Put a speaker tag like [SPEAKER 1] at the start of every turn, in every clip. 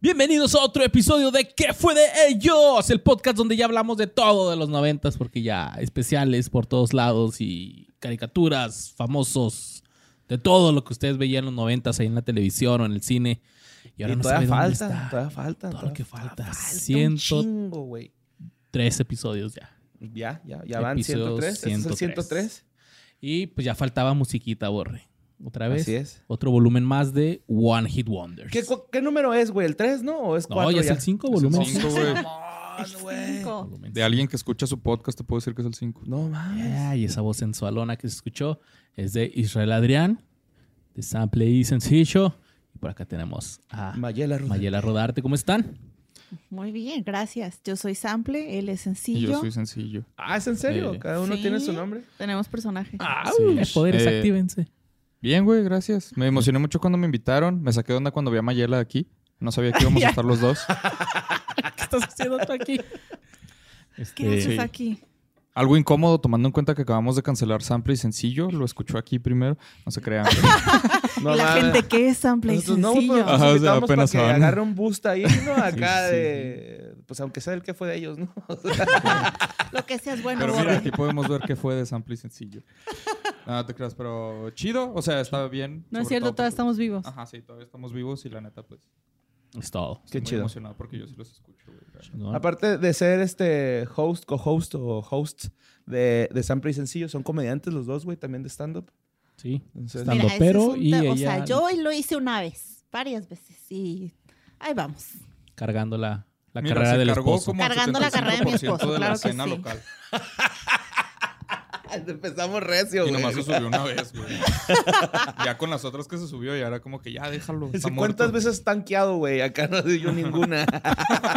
[SPEAKER 1] Bienvenidos a otro episodio de ¿Qué fue de ellos? El podcast donde ya hablamos de todo de los noventas, porque ya especiales por todos lados y caricaturas, famosos, de todo lo que ustedes veían en los noventas ahí en la televisión o en el cine. Y ahora
[SPEAKER 2] Y
[SPEAKER 1] no
[SPEAKER 2] todavía,
[SPEAKER 1] sabes dónde
[SPEAKER 2] falta,
[SPEAKER 1] está.
[SPEAKER 2] todavía falta,
[SPEAKER 1] Todo lo que falta.
[SPEAKER 2] Un
[SPEAKER 1] 100.
[SPEAKER 2] chingo, güey.
[SPEAKER 1] Tres episodios ya.
[SPEAKER 2] Ya, ya, ya van
[SPEAKER 1] Episodio
[SPEAKER 2] 103. Este es el
[SPEAKER 1] 103.
[SPEAKER 2] 103.
[SPEAKER 1] Y pues ya faltaba musiquita, Borre. Otra vez.
[SPEAKER 2] Así es.
[SPEAKER 1] Otro volumen más de One Hit Wonders.
[SPEAKER 2] ¿Qué, cu- qué número es, güey? ¿El 3, no? ¿O es
[SPEAKER 1] Pues No,
[SPEAKER 2] 4?
[SPEAKER 1] ya es el 5 volumen.
[SPEAKER 3] cinco,
[SPEAKER 1] cinco.
[SPEAKER 3] güey.
[SPEAKER 4] Ah,
[SPEAKER 2] Mamón, güey.
[SPEAKER 4] Cinco.
[SPEAKER 1] Volumen
[SPEAKER 3] De alguien que escucha su podcast, te puedo decir que es el 5.
[SPEAKER 2] No mames.
[SPEAKER 1] Yeah, y esa voz sensualona que se escuchó es de Israel Adrián, de Sample y Sencillo. Y por acá tenemos a
[SPEAKER 2] Mayela Rodríguez.
[SPEAKER 1] Ah. Mayela Rodarte. ¿Cómo están?
[SPEAKER 4] Muy bien, gracias. Yo soy Sample, él es
[SPEAKER 3] Y
[SPEAKER 4] sencillo.
[SPEAKER 3] yo soy sencillo.
[SPEAKER 2] Ah, ¿es en serio?
[SPEAKER 1] Eh,
[SPEAKER 2] Cada uno
[SPEAKER 4] Sí.
[SPEAKER 2] tiene su nombre.
[SPEAKER 4] Tenemos personaje.
[SPEAKER 1] Sí.
[SPEAKER 3] Ouch.
[SPEAKER 1] Poderes,
[SPEAKER 3] Eh,
[SPEAKER 1] actívense.
[SPEAKER 3] Bien, güey, gracias. Me emocioné mucho cuando me invitaron. Me saqué de onda cuando vi a Mayela aquí. No sabía que íbamos a estar los dos.
[SPEAKER 1] ¿Qué estás haciendo tú aquí?
[SPEAKER 4] ¿Qué
[SPEAKER 1] Este,
[SPEAKER 4] haces
[SPEAKER 3] sí.
[SPEAKER 4] aquí?
[SPEAKER 3] Algo incómodo, tomando en cuenta que acabamos de cancelar Sample y Sencillo. Lo escuchó aquí primero. No se crean.
[SPEAKER 2] No
[SPEAKER 4] ¿Y la
[SPEAKER 2] mames.
[SPEAKER 4] gente que es Sample y
[SPEAKER 2] Nosotros no,
[SPEAKER 4] sencillo?
[SPEAKER 2] pero nos
[SPEAKER 3] Ajá, o sea,
[SPEAKER 2] invitamos
[SPEAKER 3] apenas
[SPEAKER 2] para que
[SPEAKER 3] van.
[SPEAKER 2] agarre un boost ahí, ¿no? Acá
[SPEAKER 3] Sí, sí,
[SPEAKER 2] de... Pues aunque sea el que fue de ellos, ¿no?
[SPEAKER 4] Lo que seas bueno,
[SPEAKER 3] Pero mira,
[SPEAKER 4] Borre.
[SPEAKER 3] aquí podemos ver qué fue de Sample y Sencillo. Nada, te creas, pero chido. O sea, estaba bien.
[SPEAKER 4] No es
[SPEAKER 3] sobre
[SPEAKER 4] cierto,
[SPEAKER 3] todo
[SPEAKER 4] todas
[SPEAKER 3] porque-
[SPEAKER 4] estamos vivos.
[SPEAKER 3] Ajá, sí, todavía estamos vivos y la neta, pues.
[SPEAKER 1] Es todo.
[SPEAKER 3] estoy
[SPEAKER 2] Qué
[SPEAKER 3] muy
[SPEAKER 2] chido.
[SPEAKER 3] emocionado porque yo sí los escucho, güey. la neta.
[SPEAKER 1] ¿no?
[SPEAKER 2] Aparte de ser este host, co-host o host de, de Sample y Sencillo, son comediantes los dos, güey, también de stand-up.
[SPEAKER 1] Sí.
[SPEAKER 2] Entonces-
[SPEAKER 1] Estando
[SPEAKER 4] Mira, ese
[SPEAKER 1] pero
[SPEAKER 4] es un
[SPEAKER 1] y
[SPEAKER 4] ta-
[SPEAKER 1] ella
[SPEAKER 4] O sea, yo lo hice una vez, varias veces, y ahí vamos.
[SPEAKER 1] cargando la, la
[SPEAKER 3] Mira,
[SPEAKER 1] carrera
[SPEAKER 3] se
[SPEAKER 1] del
[SPEAKER 3] cargó
[SPEAKER 1] esposo.
[SPEAKER 3] como el
[SPEAKER 4] Cargando la carrera de mi
[SPEAKER 3] 75%
[SPEAKER 4] esposo,
[SPEAKER 3] de la
[SPEAKER 4] claro que
[SPEAKER 3] escena
[SPEAKER 4] sí.
[SPEAKER 3] local.
[SPEAKER 2] Empezamos recio,
[SPEAKER 3] Y
[SPEAKER 2] güey.
[SPEAKER 3] nomás se subió una vez, güey. ya con las otras que se subió, ya era como que ya déjalo.
[SPEAKER 2] Sí,
[SPEAKER 3] Está
[SPEAKER 2] ¿Cuántas
[SPEAKER 3] muerto.
[SPEAKER 2] veces tanqueado, güey? Acá no di yo ninguna.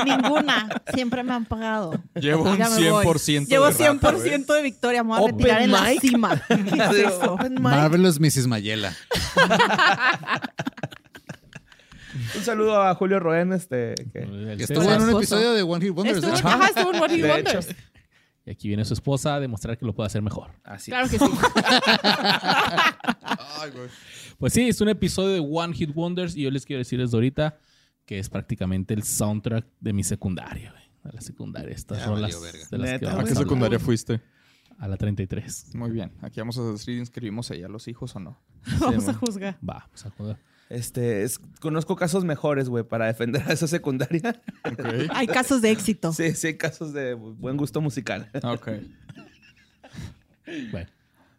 [SPEAKER 4] Ninguna. Siempre me han pagado.
[SPEAKER 3] Llevo un
[SPEAKER 4] Ya me voy.
[SPEAKER 3] 100%.
[SPEAKER 4] Llevo
[SPEAKER 3] de rata,
[SPEAKER 4] 100% de victoria. Me voy a
[SPEAKER 2] Open
[SPEAKER 4] retirar en la
[SPEAKER 2] mic.
[SPEAKER 4] cima. ¿Qué es eso?
[SPEAKER 5] Marvelous Mrs. Mayela.
[SPEAKER 2] Un saludo a Julio Roen, este. Que...
[SPEAKER 1] El
[SPEAKER 5] Que
[SPEAKER 1] César.
[SPEAKER 5] estuvo en un
[SPEAKER 4] esposo.
[SPEAKER 5] episodio de One Hit Wonders.
[SPEAKER 4] Estuvo-
[SPEAKER 5] de hecho.
[SPEAKER 4] Ajá, estuvo en What He
[SPEAKER 2] De
[SPEAKER 4] Wonders.
[SPEAKER 1] Y aquí viene su esposa a demostrar que lo puede hacer mejor.
[SPEAKER 2] Así.
[SPEAKER 4] Claro que sí.
[SPEAKER 3] güey.
[SPEAKER 4] Ah,
[SPEAKER 3] Ay, güey.
[SPEAKER 1] Pues sí, es un episodio de One Hit Wonders y yo les quiero decir desde ahorita que es prácticamente el soundtrack de mi secundaria, güey. A la secundaria, estas
[SPEAKER 5] Ya
[SPEAKER 1] rolas
[SPEAKER 5] valió verga.
[SPEAKER 1] de las
[SPEAKER 2] Neta,
[SPEAKER 1] que
[SPEAKER 2] ¿A
[SPEAKER 3] ¿A
[SPEAKER 1] vamos
[SPEAKER 3] qué
[SPEAKER 1] a hablar.
[SPEAKER 3] secundaria fuiste?
[SPEAKER 1] A la 33.
[SPEAKER 3] Muy bien. Aquí vamos a decir inscribimos allá a los hijos o no.
[SPEAKER 4] Vamos a juzgar.
[SPEAKER 1] Va, vamos a jugar.
[SPEAKER 2] Este, es- conozco casos mejores, güey, para defender a esa secundaria.
[SPEAKER 3] Ok.
[SPEAKER 4] Hay casos de éxito.
[SPEAKER 2] Sí, sí, hay casos de buen gusto musical.
[SPEAKER 3] Ok.
[SPEAKER 1] Bueno,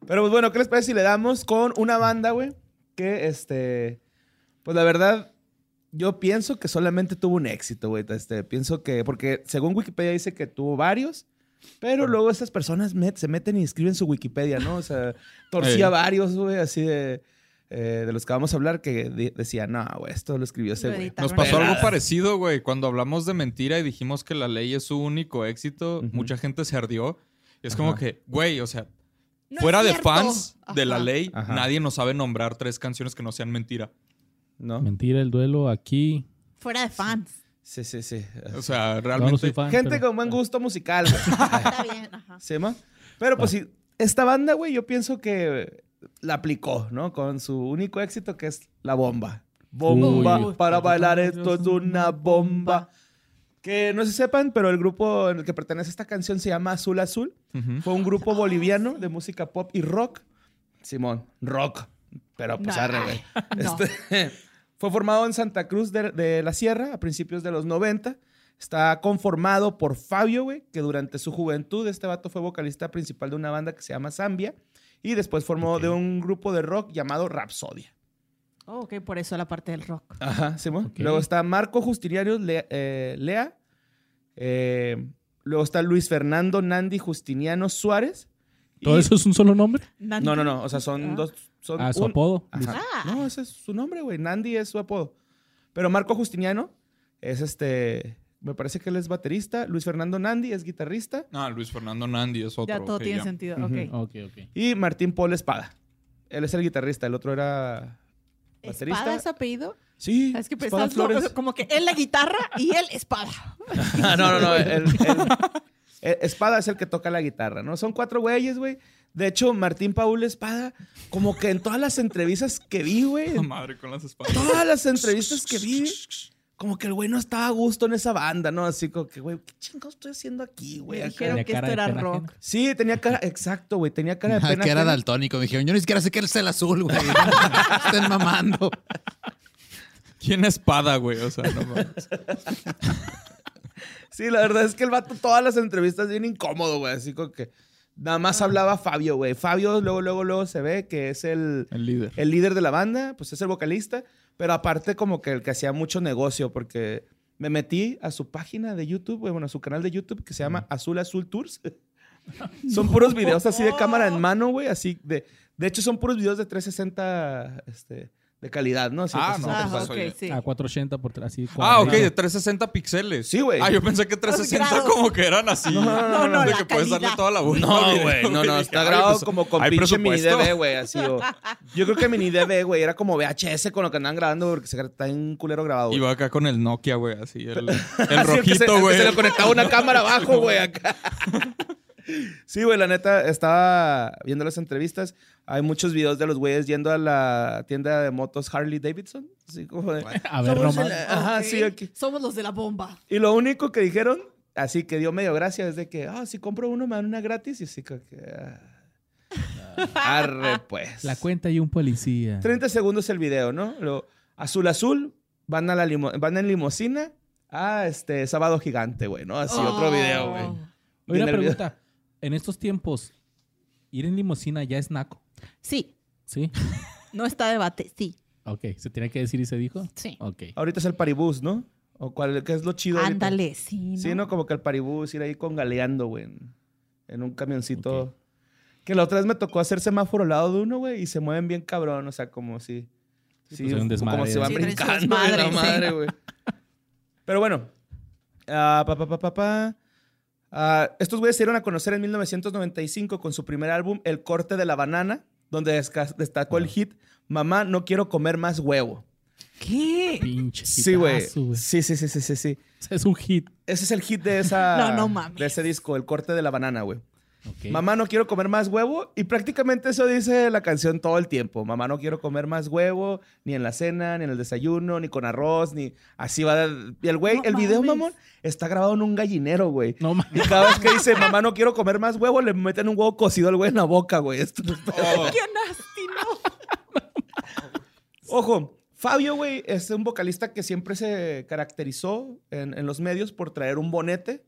[SPEAKER 2] Pero pues bueno, ¿qué les parece si le damos con una banda, güey? Que este. Pues la verdad, yo pienso que solamente tuvo un éxito, güey. Este, pienso que. Porque según Wikipedia dice que tuvo varios. Pero luego estas personas met- se meten y escriben su Wikipedia, ¿no? O sea, torcía
[SPEAKER 3] Ey.
[SPEAKER 2] varios, güey, así de. eh, de los que vamos a hablar, que di- decía, no, güey, esto lo escribió ese
[SPEAKER 4] Lo
[SPEAKER 2] güey.
[SPEAKER 4] editaron.
[SPEAKER 3] Nos pasó algo parecido, güey. Cuando hablamos de mentira y dijimos que la ley es su único éxito,
[SPEAKER 2] Ujú.
[SPEAKER 3] mucha gente se ardió. Y es como
[SPEAKER 2] Ajá.
[SPEAKER 3] que, güey, o sea,
[SPEAKER 4] No es
[SPEAKER 3] fuera de
[SPEAKER 4] cierto.
[SPEAKER 3] fans de la
[SPEAKER 4] Ajá.
[SPEAKER 3] ley,
[SPEAKER 2] Ajá.
[SPEAKER 3] nadie nos sabe nombrar tres canciones que no sean mentira.
[SPEAKER 2] ¿No?
[SPEAKER 1] mentira, el duelo aquí.
[SPEAKER 4] Fuera de fans.
[SPEAKER 2] Sí, sí, sí.
[SPEAKER 3] O
[SPEAKER 1] No,
[SPEAKER 3] sea,
[SPEAKER 1] no soy
[SPEAKER 3] realmente.
[SPEAKER 1] fan,
[SPEAKER 2] Gente
[SPEAKER 1] pero-
[SPEAKER 2] con buen gusto musical, güey.
[SPEAKER 4] Está bien, ajá.
[SPEAKER 2] ¿Se llama? Pero pues sí, esta banda, güey, yo pienso que la aplicó, ¿no? Con su único éxito que es la bomba. Bomba,
[SPEAKER 1] Uy.
[SPEAKER 2] para bailar esto es una bomba. Que no se sepan, pero el grupo en el que pertenece esta canción se llama Azul Azul.
[SPEAKER 3] Ujú.
[SPEAKER 2] Fue un grupo boliviano de música pop y rock. Simón, rock. Pero pues
[SPEAKER 4] No,
[SPEAKER 2] arre, güey.
[SPEAKER 4] no.
[SPEAKER 2] Este, fue formado en Santa Cruz de, de la Sierra a principios de los 90. Está conformado por Fabio, güey, que durante su juventud este vato fue vocalista principal de una banda que se llama Zambia y después formó de un grupo de rock llamado Rapsodia.
[SPEAKER 4] Oh, ok, por eso la parte del rock.
[SPEAKER 2] Ajá, Simón.
[SPEAKER 1] Ok.
[SPEAKER 2] Luego está Marco Justiniano Le- eh, Lea. Eh, luego está Luis Fernando Nandi Justiniano Suárez. Y-
[SPEAKER 1] ¿Todo eso es un solo nombre?
[SPEAKER 2] no, no, no. O sea, son
[SPEAKER 4] Ah.
[SPEAKER 2] dos. Son
[SPEAKER 1] Ah, su
[SPEAKER 2] un-
[SPEAKER 1] apodo.
[SPEAKER 2] Ajá.
[SPEAKER 4] Ah.
[SPEAKER 2] No, ese es su nombre, güey. Nandi es su apodo. Pero Marco Justiniano es este. Me parece que él es baterista. Luis Fernando Nandi es guitarrista.
[SPEAKER 3] Ah, Luis Fernando Nandi es otro.
[SPEAKER 4] Ya todo
[SPEAKER 3] ok,
[SPEAKER 4] tiene
[SPEAKER 3] ya.
[SPEAKER 4] sentido.
[SPEAKER 2] Ujú.
[SPEAKER 4] Ok.
[SPEAKER 1] Ok, ok.
[SPEAKER 2] Y Martín Paul Espada. Él es el guitarrista. El otro era. ¿Baterista?
[SPEAKER 4] ¿Espada es su apellido?
[SPEAKER 2] Sí.
[SPEAKER 4] Es que
[SPEAKER 2] Mm. Espada
[SPEAKER 4] pensás no,
[SPEAKER 2] Flores.
[SPEAKER 4] como que él la guitarra y él espada.
[SPEAKER 2] Ah, no, no, no. el- el- el- Espada es el que toca la guitarra, ¿no? Son cuatro güeyes, güey. De hecho, Martín Paul Espada, como que en todas las entrevistas que vi, güey,
[SPEAKER 3] Ah,
[SPEAKER 2] en
[SPEAKER 3] madre, con las espadas.
[SPEAKER 2] todas las entrevistas que vi, como que el güey no estaba a gusto en esa banda, ¿no? Así como que, güey, ¿qué chingados estoy haciendo aquí, güey?
[SPEAKER 4] Me
[SPEAKER 2] Acá.
[SPEAKER 4] dijeron
[SPEAKER 1] Tenía
[SPEAKER 4] que
[SPEAKER 1] cara
[SPEAKER 4] esto
[SPEAKER 1] de
[SPEAKER 4] era
[SPEAKER 1] pena
[SPEAKER 4] rock.
[SPEAKER 1] ajena.
[SPEAKER 2] Sí, tenía cara, exacto, güey, tenía cara de
[SPEAKER 5] Ah,
[SPEAKER 2] pena.
[SPEAKER 5] que era
[SPEAKER 2] ajena.
[SPEAKER 5] daltónico. Me dijeron, yo ni siquiera sé qué es el azul, güey. Estén mamando.
[SPEAKER 3] ¿Quién espada, güey? O sea, no mames.
[SPEAKER 2] Sí, la verdad es que el vato todas las entrevistas bien incómodo, güey, así como que nada
[SPEAKER 4] Ah.
[SPEAKER 2] más hablaba Fabio, güey. Fabio luego, luego, luego se ve que es el,
[SPEAKER 3] El líder.
[SPEAKER 2] el líder de la banda, pues es el vocalista, pero aparte como que el que hacía mucho negocio, porque me metí a su página de YouTube, güey, bueno, a su canal de YouTube que se llama Azul Azul Tours. son puros videos así de cámara en mano, güey, así de... De hecho, son puros videos de 360 este, de calidad, ¿no? Así de
[SPEAKER 3] Ah,
[SPEAKER 2] 360.
[SPEAKER 3] No,
[SPEAKER 4] Ah,
[SPEAKER 3] pues,
[SPEAKER 4] ok,
[SPEAKER 3] oye.
[SPEAKER 4] sí.
[SPEAKER 1] A 480 por así.
[SPEAKER 3] Ah, ok,
[SPEAKER 1] cuadradito.
[SPEAKER 3] de 360 píxeles.
[SPEAKER 2] Sí, güey.
[SPEAKER 3] Ah, yo pensé que 360
[SPEAKER 4] grados.
[SPEAKER 3] como que eran así.
[SPEAKER 4] no, no,
[SPEAKER 3] de
[SPEAKER 4] la
[SPEAKER 3] que puedes darle
[SPEAKER 4] calidad.
[SPEAKER 3] toda la vuelta. al
[SPEAKER 2] No,
[SPEAKER 3] video,
[SPEAKER 2] güey, no, no,
[SPEAKER 3] Dije,
[SPEAKER 2] está
[SPEAKER 3] "Ay,
[SPEAKER 2] grabado
[SPEAKER 3] pues,
[SPEAKER 2] como con
[SPEAKER 3] hay
[SPEAKER 2] pinche mini
[SPEAKER 3] presupuesto".
[SPEAKER 2] DV, güey, así o- Yo creo que mini DV, güey, era como VHS con lo que andan grabando porque se está en culero grabado. güey.
[SPEAKER 3] Iba acá con el Nokia, güey, así. El, el
[SPEAKER 2] Así, el que se- el
[SPEAKER 3] rojito,
[SPEAKER 2] que
[SPEAKER 3] güey. Ah,
[SPEAKER 2] Se, le conectaba una cámara abajo, güey, acá. Sí, güey, la neta, estaba viendo las entrevistas. Hay muchos videos de los güeyes yendo a la tienda de motos Harley Davidson. Así como de-
[SPEAKER 1] A ver,
[SPEAKER 2] Somos
[SPEAKER 1] nomás.
[SPEAKER 2] el- Ajá,
[SPEAKER 4] Ok.
[SPEAKER 2] sí, aquí.
[SPEAKER 4] Somos los de la bomba.
[SPEAKER 2] Y lo único que dijeron, así que dio medio gracia, es de que, ah, si compro uno, me dan una gratis. Y así como que. ah. Arre, pues.
[SPEAKER 1] La cuenta y un policía.
[SPEAKER 2] 30 segundos el video, ¿no? Lo, azul azul, van, a la limo- van en limusina a este sábado gigante, güey, ¿no? Así otro
[SPEAKER 4] Oh.
[SPEAKER 2] video, güey. Y
[SPEAKER 1] Oye,
[SPEAKER 2] en
[SPEAKER 1] una
[SPEAKER 2] el video-
[SPEAKER 1] pregunta. En estos tiempos, ir en limusina ya es naco.
[SPEAKER 4] Sí,
[SPEAKER 1] ¿Sí?
[SPEAKER 4] no está debate. Sí,
[SPEAKER 1] Ok, ¿se tiene que decir y se dijo?
[SPEAKER 4] sí.
[SPEAKER 1] Ok.
[SPEAKER 2] Ahorita es el paribús, ¿no? O cuál, ¿Qué es lo chido? ahorita?
[SPEAKER 4] Ándale, sí.
[SPEAKER 2] Sí, ¿no? Como que el paribús, ir ahí con galeando, güey. En, en un camioncito. Que la otra vez me tocó hacer semáforo al lado de uno, güey, y se mueven bien cabrón, o sea, como si. Sí,
[SPEAKER 1] pues hay un
[SPEAKER 2] como
[SPEAKER 1] desmadre,
[SPEAKER 2] se van
[SPEAKER 1] ¿no?
[SPEAKER 4] Sí, traen su
[SPEAKER 2] brincando, güey, la
[SPEAKER 4] desmadre, sí.
[SPEAKER 2] madre, güey. Pero bueno. ah, pa, pa, pa, pa, pa. Ah, estos güeyes se dieron a conocer en 1995 con su primer álbum, El Corte de la Banana, donde desca- destacó el hit Mamá, no quiero comer más huevo.
[SPEAKER 4] ¿Qué?
[SPEAKER 1] Pinche
[SPEAKER 2] Sí, güey.
[SPEAKER 1] hitazo, güey.
[SPEAKER 2] Sí, sí, sí, sí, sí, sí.
[SPEAKER 1] Es un hit.
[SPEAKER 2] Ese es el hit de esa.
[SPEAKER 4] No, no mames.
[SPEAKER 2] De ese disco, El Corte de la Banana, güey.
[SPEAKER 1] Ok.
[SPEAKER 2] Mamá, no quiero comer más huevo. Y prácticamente eso dice la canción todo el tiempo. Mamá, no quiero comer más huevo, ni en la cena, ni en el desayuno, ni con arroz, ni así va. Y el güey,
[SPEAKER 4] No
[SPEAKER 2] el video,
[SPEAKER 4] mames.
[SPEAKER 2] mamón, está grabado en un gallinero, güey.
[SPEAKER 1] No mames.
[SPEAKER 2] Y cada vez que dice, mamá, no quiero comer más huevo, le meten un huevo cocido al güey en la boca, güey. Esto no es pedo.
[SPEAKER 4] Oh. ¡Qué nasty, no!
[SPEAKER 2] Ojo, Fabio, güey, es un vocalista que siempre se caracterizó en, en los medios por traer un bonete,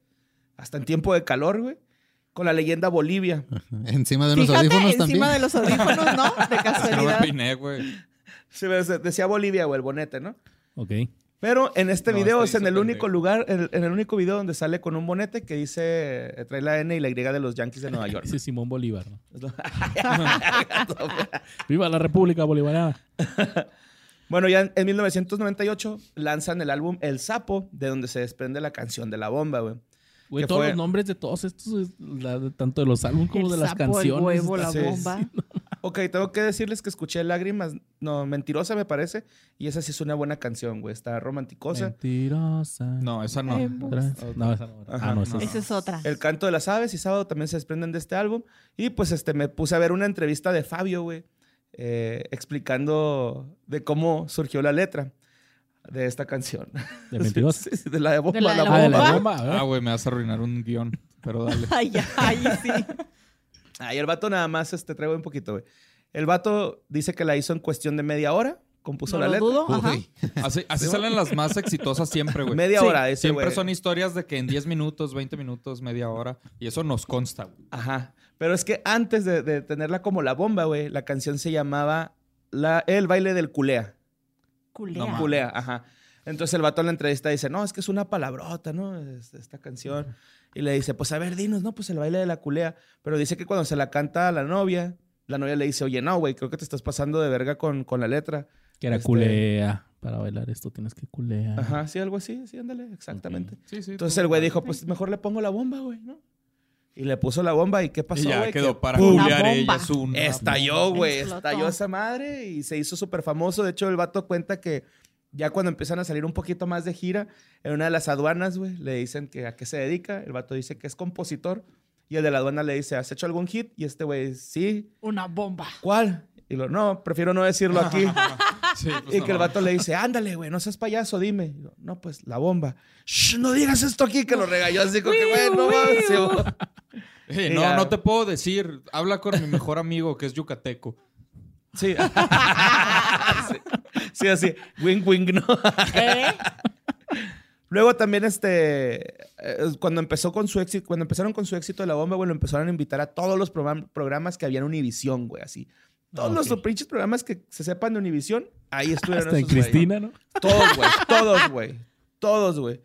[SPEAKER 2] hasta en tiempo de calor, güey, con la leyenda Bolivia.
[SPEAKER 3] Ah.
[SPEAKER 5] Encima de unos
[SPEAKER 4] Fíjate,
[SPEAKER 5] audífonos
[SPEAKER 4] encima
[SPEAKER 5] también.
[SPEAKER 4] de los audífonos, ¿no? De
[SPEAKER 3] Es que no me
[SPEAKER 4] casualidad.
[SPEAKER 3] peiné, güey.
[SPEAKER 2] Se ve- se- decía Bolivia, güey, el bonete, ¿no?
[SPEAKER 1] Ok.
[SPEAKER 2] Pero en este
[SPEAKER 3] No,
[SPEAKER 2] video
[SPEAKER 3] este
[SPEAKER 2] es en
[SPEAKER 3] hizo
[SPEAKER 2] el único
[SPEAKER 3] pendejo.
[SPEAKER 2] lugar, en, en el único video donde sale con un bonete que dice, eh, trae la N y la Y de los Yankees de Nueva York.
[SPEAKER 1] Ese es Simón Bolívar. ¿no?
[SPEAKER 2] Es lo-
[SPEAKER 1] Viva la República Ah, Bolivariana.
[SPEAKER 2] Bueno, ya en- en 1998 lanzan el álbum El Sapo, de donde se desprende la canción de la bomba, güey.
[SPEAKER 1] Güey,
[SPEAKER 2] ¿Qué
[SPEAKER 1] todos
[SPEAKER 2] fue?
[SPEAKER 1] los nombres de todos estos, es la de- tanto de los álbumes como
[SPEAKER 4] El
[SPEAKER 1] de las
[SPEAKER 4] sapo, el
[SPEAKER 1] canciones.
[SPEAKER 4] huevo, la
[SPEAKER 2] Sí,
[SPEAKER 4] bomba.
[SPEAKER 2] Ok, tengo que decirles que escuché Lágrimas, no, Mentirosa me parece, y esa sí es una buena canción, güey, está romanticosa.
[SPEAKER 1] Mentirosa.
[SPEAKER 3] No, esa no.
[SPEAKER 4] Eh,
[SPEAKER 1] Otra- No, esa no.
[SPEAKER 2] Ajá,
[SPEAKER 1] ah, no,
[SPEAKER 3] no.
[SPEAKER 1] esa es-
[SPEAKER 4] Esa es otra.
[SPEAKER 2] El canto de las aves y sábado también se desprenden de este álbum. Y pues este, me puse a ver una entrevista de Fabio, güey, eh, explicando de cómo surgió la letra de esta canción.
[SPEAKER 1] de mentirosa.
[SPEAKER 2] Sí, sí, de la de Bomba.
[SPEAKER 4] De la de
[SPEAKER 2] la
[SPEAKER 4] la
[SPEAKER 1] Ah, de
[SPEAKER 2] bomba.
[SPEAKER 1] la
[SPEAKER 4] bomba.
[SPEAKER 1] bomba.
[SPEAKER 3] Ah,
[SPEAKER 1] ¿verdad?
[SPEAKER 3] güey, me vas a arruinar un guión. Pero dale.
[SPEAKER 4] Ay, ay, sí.
[SPEAKER 2] Ahí Ah, el vato nada más este, traigo un poquito, güey. El vato dice que la hizo en cuestión de media hora, compuso
[SPEAKER 4] No
[SPEAKER 2] la
[SPEAKER 4] lo
[SPEAKER 2] letra.
[SPEAKER 4] dudo. Ajá.
[SPEAKER 5] Uy.
[SPEAKER 3] Así, así salen las más exitosas siempre, güey.
[SPEAKER 2] Media
[SPEAKER 4] Sí,
[SPEAKER 2] hora, ese
[SPEAKER 3] Siempre
[SPEAKER 2] güey.
[SPEAKER 3] son historias de que en 10 minutos, 20 minutos, media hora. Y eso nos consta, güey.
[SPEAKER 2] Ajá. Pero es que antes de, de tenerla como la bomba, güey, la canción se llamaba la, El baile del culea.
[SPEAKER 4] Culea.
[SPEAKER 3] No, mames.
[SPEAKER 2] Culea, ajá. Entonces el vato en la entrevista dice, no, es que es una palabrota, ¿no? Es- Esta canción. Y le dice, pues a ver, dinos, no, pues el baile de la culea. Pero dice que cuando se la canta a la novia, la novia le dice, oye, no, güey, creo que te estás pasando de verga con, con la letra.
[SPEAKER 1] Que era
[SPEAKER 2] Este-
[SPEAKER 1] culea. Para bailar esto tienes que culea.
[SPEAKER 2] Ajá, sí, algo así, sí, ándale, exactamente.
[SPEAKER 3] Sí, sí.
[SPEAKER 2] Entonces el güey dijo, pues mejor le pongo la bomba, güey, ¿no? Y le puso la bomba y ¿qué pasó,
[SPEAKER 3] Y ya
[SPEAKER 2] güey?
[SPEAKER 3] quedó
[SPEAKER 2] Que
[SPEAKER 3] para
[SPEAKER 4] ¡pum!
[SPEAKER 3] juliar
[SPEAKER 4] Una
[SPEAKER 3] ella.
[SPEAKER 4] bomba.
[SPEAKER 3] Es un...
[SPEAKER 2] Estalló, güey.
[SPEAKER 4] Explotó.
[SPEAKER 2] Estalló esa madre y se hizo súper famoso. De hecho, el vato cuenta que ya cuando empiezan a salir un poquito más de gira, en una de las aduanas, güey, le dicen que a qué se dedica. El vato dice que es compositor. Y el de la aduana le dice, ¿has hecho algún hit? Y este güey, sí.
[SPEAKER 4] Una bomba.
[SPEAKER 2] ¿Cuál? Y lo, no, prefiero no decirlo aquí.
[SPEAKER 3] Sí, pues,
[SPEAKER 2] y
[SPEAKER 3] no
[SPEAKER 2] que el
[SPEAKER 3] mames.
[SPEAKER 2] vato le dice, ándale, güey, no seas payaso, dime. Y yo, no, pues la bomba. Shh, no digas esto aquí, que lo regaló así como que, güey, no mames. Sí, güey.
[SPEAKER 3] Eh,
[SPEAKER 2] Y
[SPEAKER 3] no,
[SPEAKER 2] ya.
[SPEAKER 3] no te puedo decir. Habla con mi mejor amigo que es yucateco.
[SPEAKER 2] Sí. sí. Sí, así. Wing, wing, ¿no?
[SPEAKER 4] ¿Eh?
[SPEAKER 2] Luego también, este, eh, cuando empezó con su éxito, cuando empezaron con su éxito de la bomba, güey, lo empezaron a invitar a todos los programa- programas que había en Univisión, güey, así. Todos
[SPEAKER 1] Ah,
[SPEAKER 2] los
[SPEAKER 1] ok.
[SPEAKER 2] pinches programas que se sepan de Univisión, ahí estuvieron
[SPEAKER 1] Hasta en
[SPEAKER 2] esos güeyes.
[SPEAKER 1] Cristina, ¿no?
[SPEAKER 2] Todos, güey. Todos, güey. Todos, güey.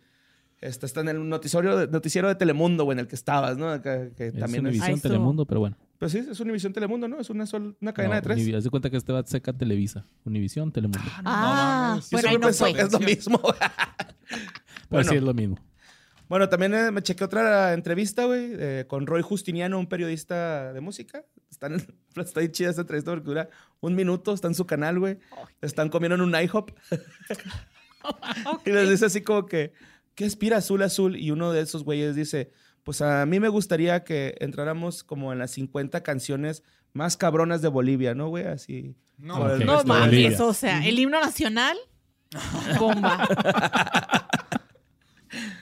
[SPEAKER 2] Este, está en el noticiero de, noticiero de Telemundo, güey, en el que estabas, ¿no? Que, que
[SPEAKER 1] Es
[SPEAKER 2] también es...
[SPEAKER 4] Univision.
[SPEAKER 1] Univisión
[SPEAKER 4] Ahí estuvo.
[SPEAKER 1] Telemundo, pero bueno.
[SPEAKER 2] Pues sí, es Univisión Telemundo, ¿no? Es una, sol- una cadena
[SPEAKER 1] No,
[SPEAKER 2] de tres.
[SPEAKER 1] Univi- Haz de cuenta que este va seca Televisa. Univisión, Telemundo.
[SPEAKER 4] Ah,
[SPEAKER 3] mames.
[SPEAKER 2] Yo
[SPEAKER 4] bueno, ahí
[SPEAKER 2] siempre
[SPEAKER 4] no
[SPEAKER 2] pensaba
[SPEAKER 4] fue.
[SPEAKER 2] que pues, es lo mismo.
[SPEAKER 1] Pero sí
[SPEAKER 2] bueno.
[SPEAKER 1] es lo mismo.
[SPEAKER 2] bueno, también eh, me chequé otra entrevista, güey, eh, con Roy Justiniano, un periodista de música. Están, está bien chida esta entrevista porque dura un minuto, está en su canal, güey. Están comiendo en un IHOP. Y les dice así como que, ¿qué aspira azul azul? Y uno de esos güeyes dice, pues a mí me gustaría que entráramos como en las 50 canciones más cabronas de Bolivia, ¿no, güey? Así.
[SPEAKER 3] No,
[SPEAKER 2] Por el
[SPEAKER 1] ok.
[SPEAKER 4] No
[SPEAKER 2] resto de
[SPEAKER 1] mames.
[SPEAKER 2] Bolivia.
[SPEAKER 4] mames, o sea, el himno nacional, bomba.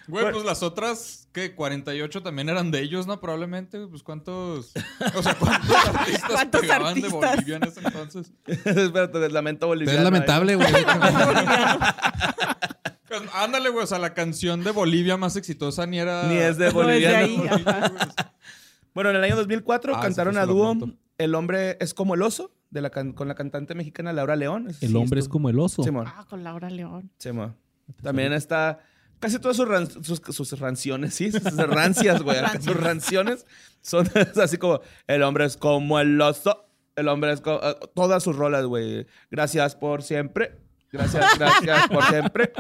[SPEAKER 3] Güey, pues las otras, ¿qué? 48 también eran de ellos, ¿no? Probablemente. güey, Pues cuántos. O sea, ¿cuántos artistas
[SPEAKER 4] ¿Cuántos
[SPEAKER 3] pegaban de
[SPEAKER 4] artistas?
[SPEAKER 3] Bolivia en ese entonces?
[SPEAKER 2] Espérate, del lamento boliviano.
[SPEAKER 5] Es lamentable, güey.
[SPEAKER 3] Pues, ándale, güey. O sea, la canción de Bolivia más exitosa ni era.
[SPEAKER 2] ahí. Ni es de
[SPEAKER 4] No es
[SPEAKER 2] boliviano.
[SPEAKER 4] de ahí. ajá.
[SPEAKER 2] Bueno, en el año 2004
[SPEAKER 3] Ah, sí,
[SPEAKER 2] cantaron
[SPEAKER 3] pues,
[SPEAKER 2] a
[SPEAKER 3] se lo
[SPEAKER 2] dúo
[SPEAKER 3] apunto.
[SPEAKER 2] El hombre es como el oso de la can- con la cantante mexicana Laura León. Eso
[SPEAKER 1] El
[SPEAKER 2] sí
[SPEAKER 1] hombre es
[SPEAKER 2] estuvo-
[SPEAKER 1] como el oso.
[SPEAKER 2] Simón,
[SPEAKER 4] Ah, con Laura León.
[SPEAKER 2] Simón. También está casi todas sus, ran- sus, sus ranciones, sí, sus rancias, güey. acá, sus ranciones son así como El hombre es como el oso. El hombre es como todas sus rolas, güey. Gracias por siempre. Gracias, gracias por siempre.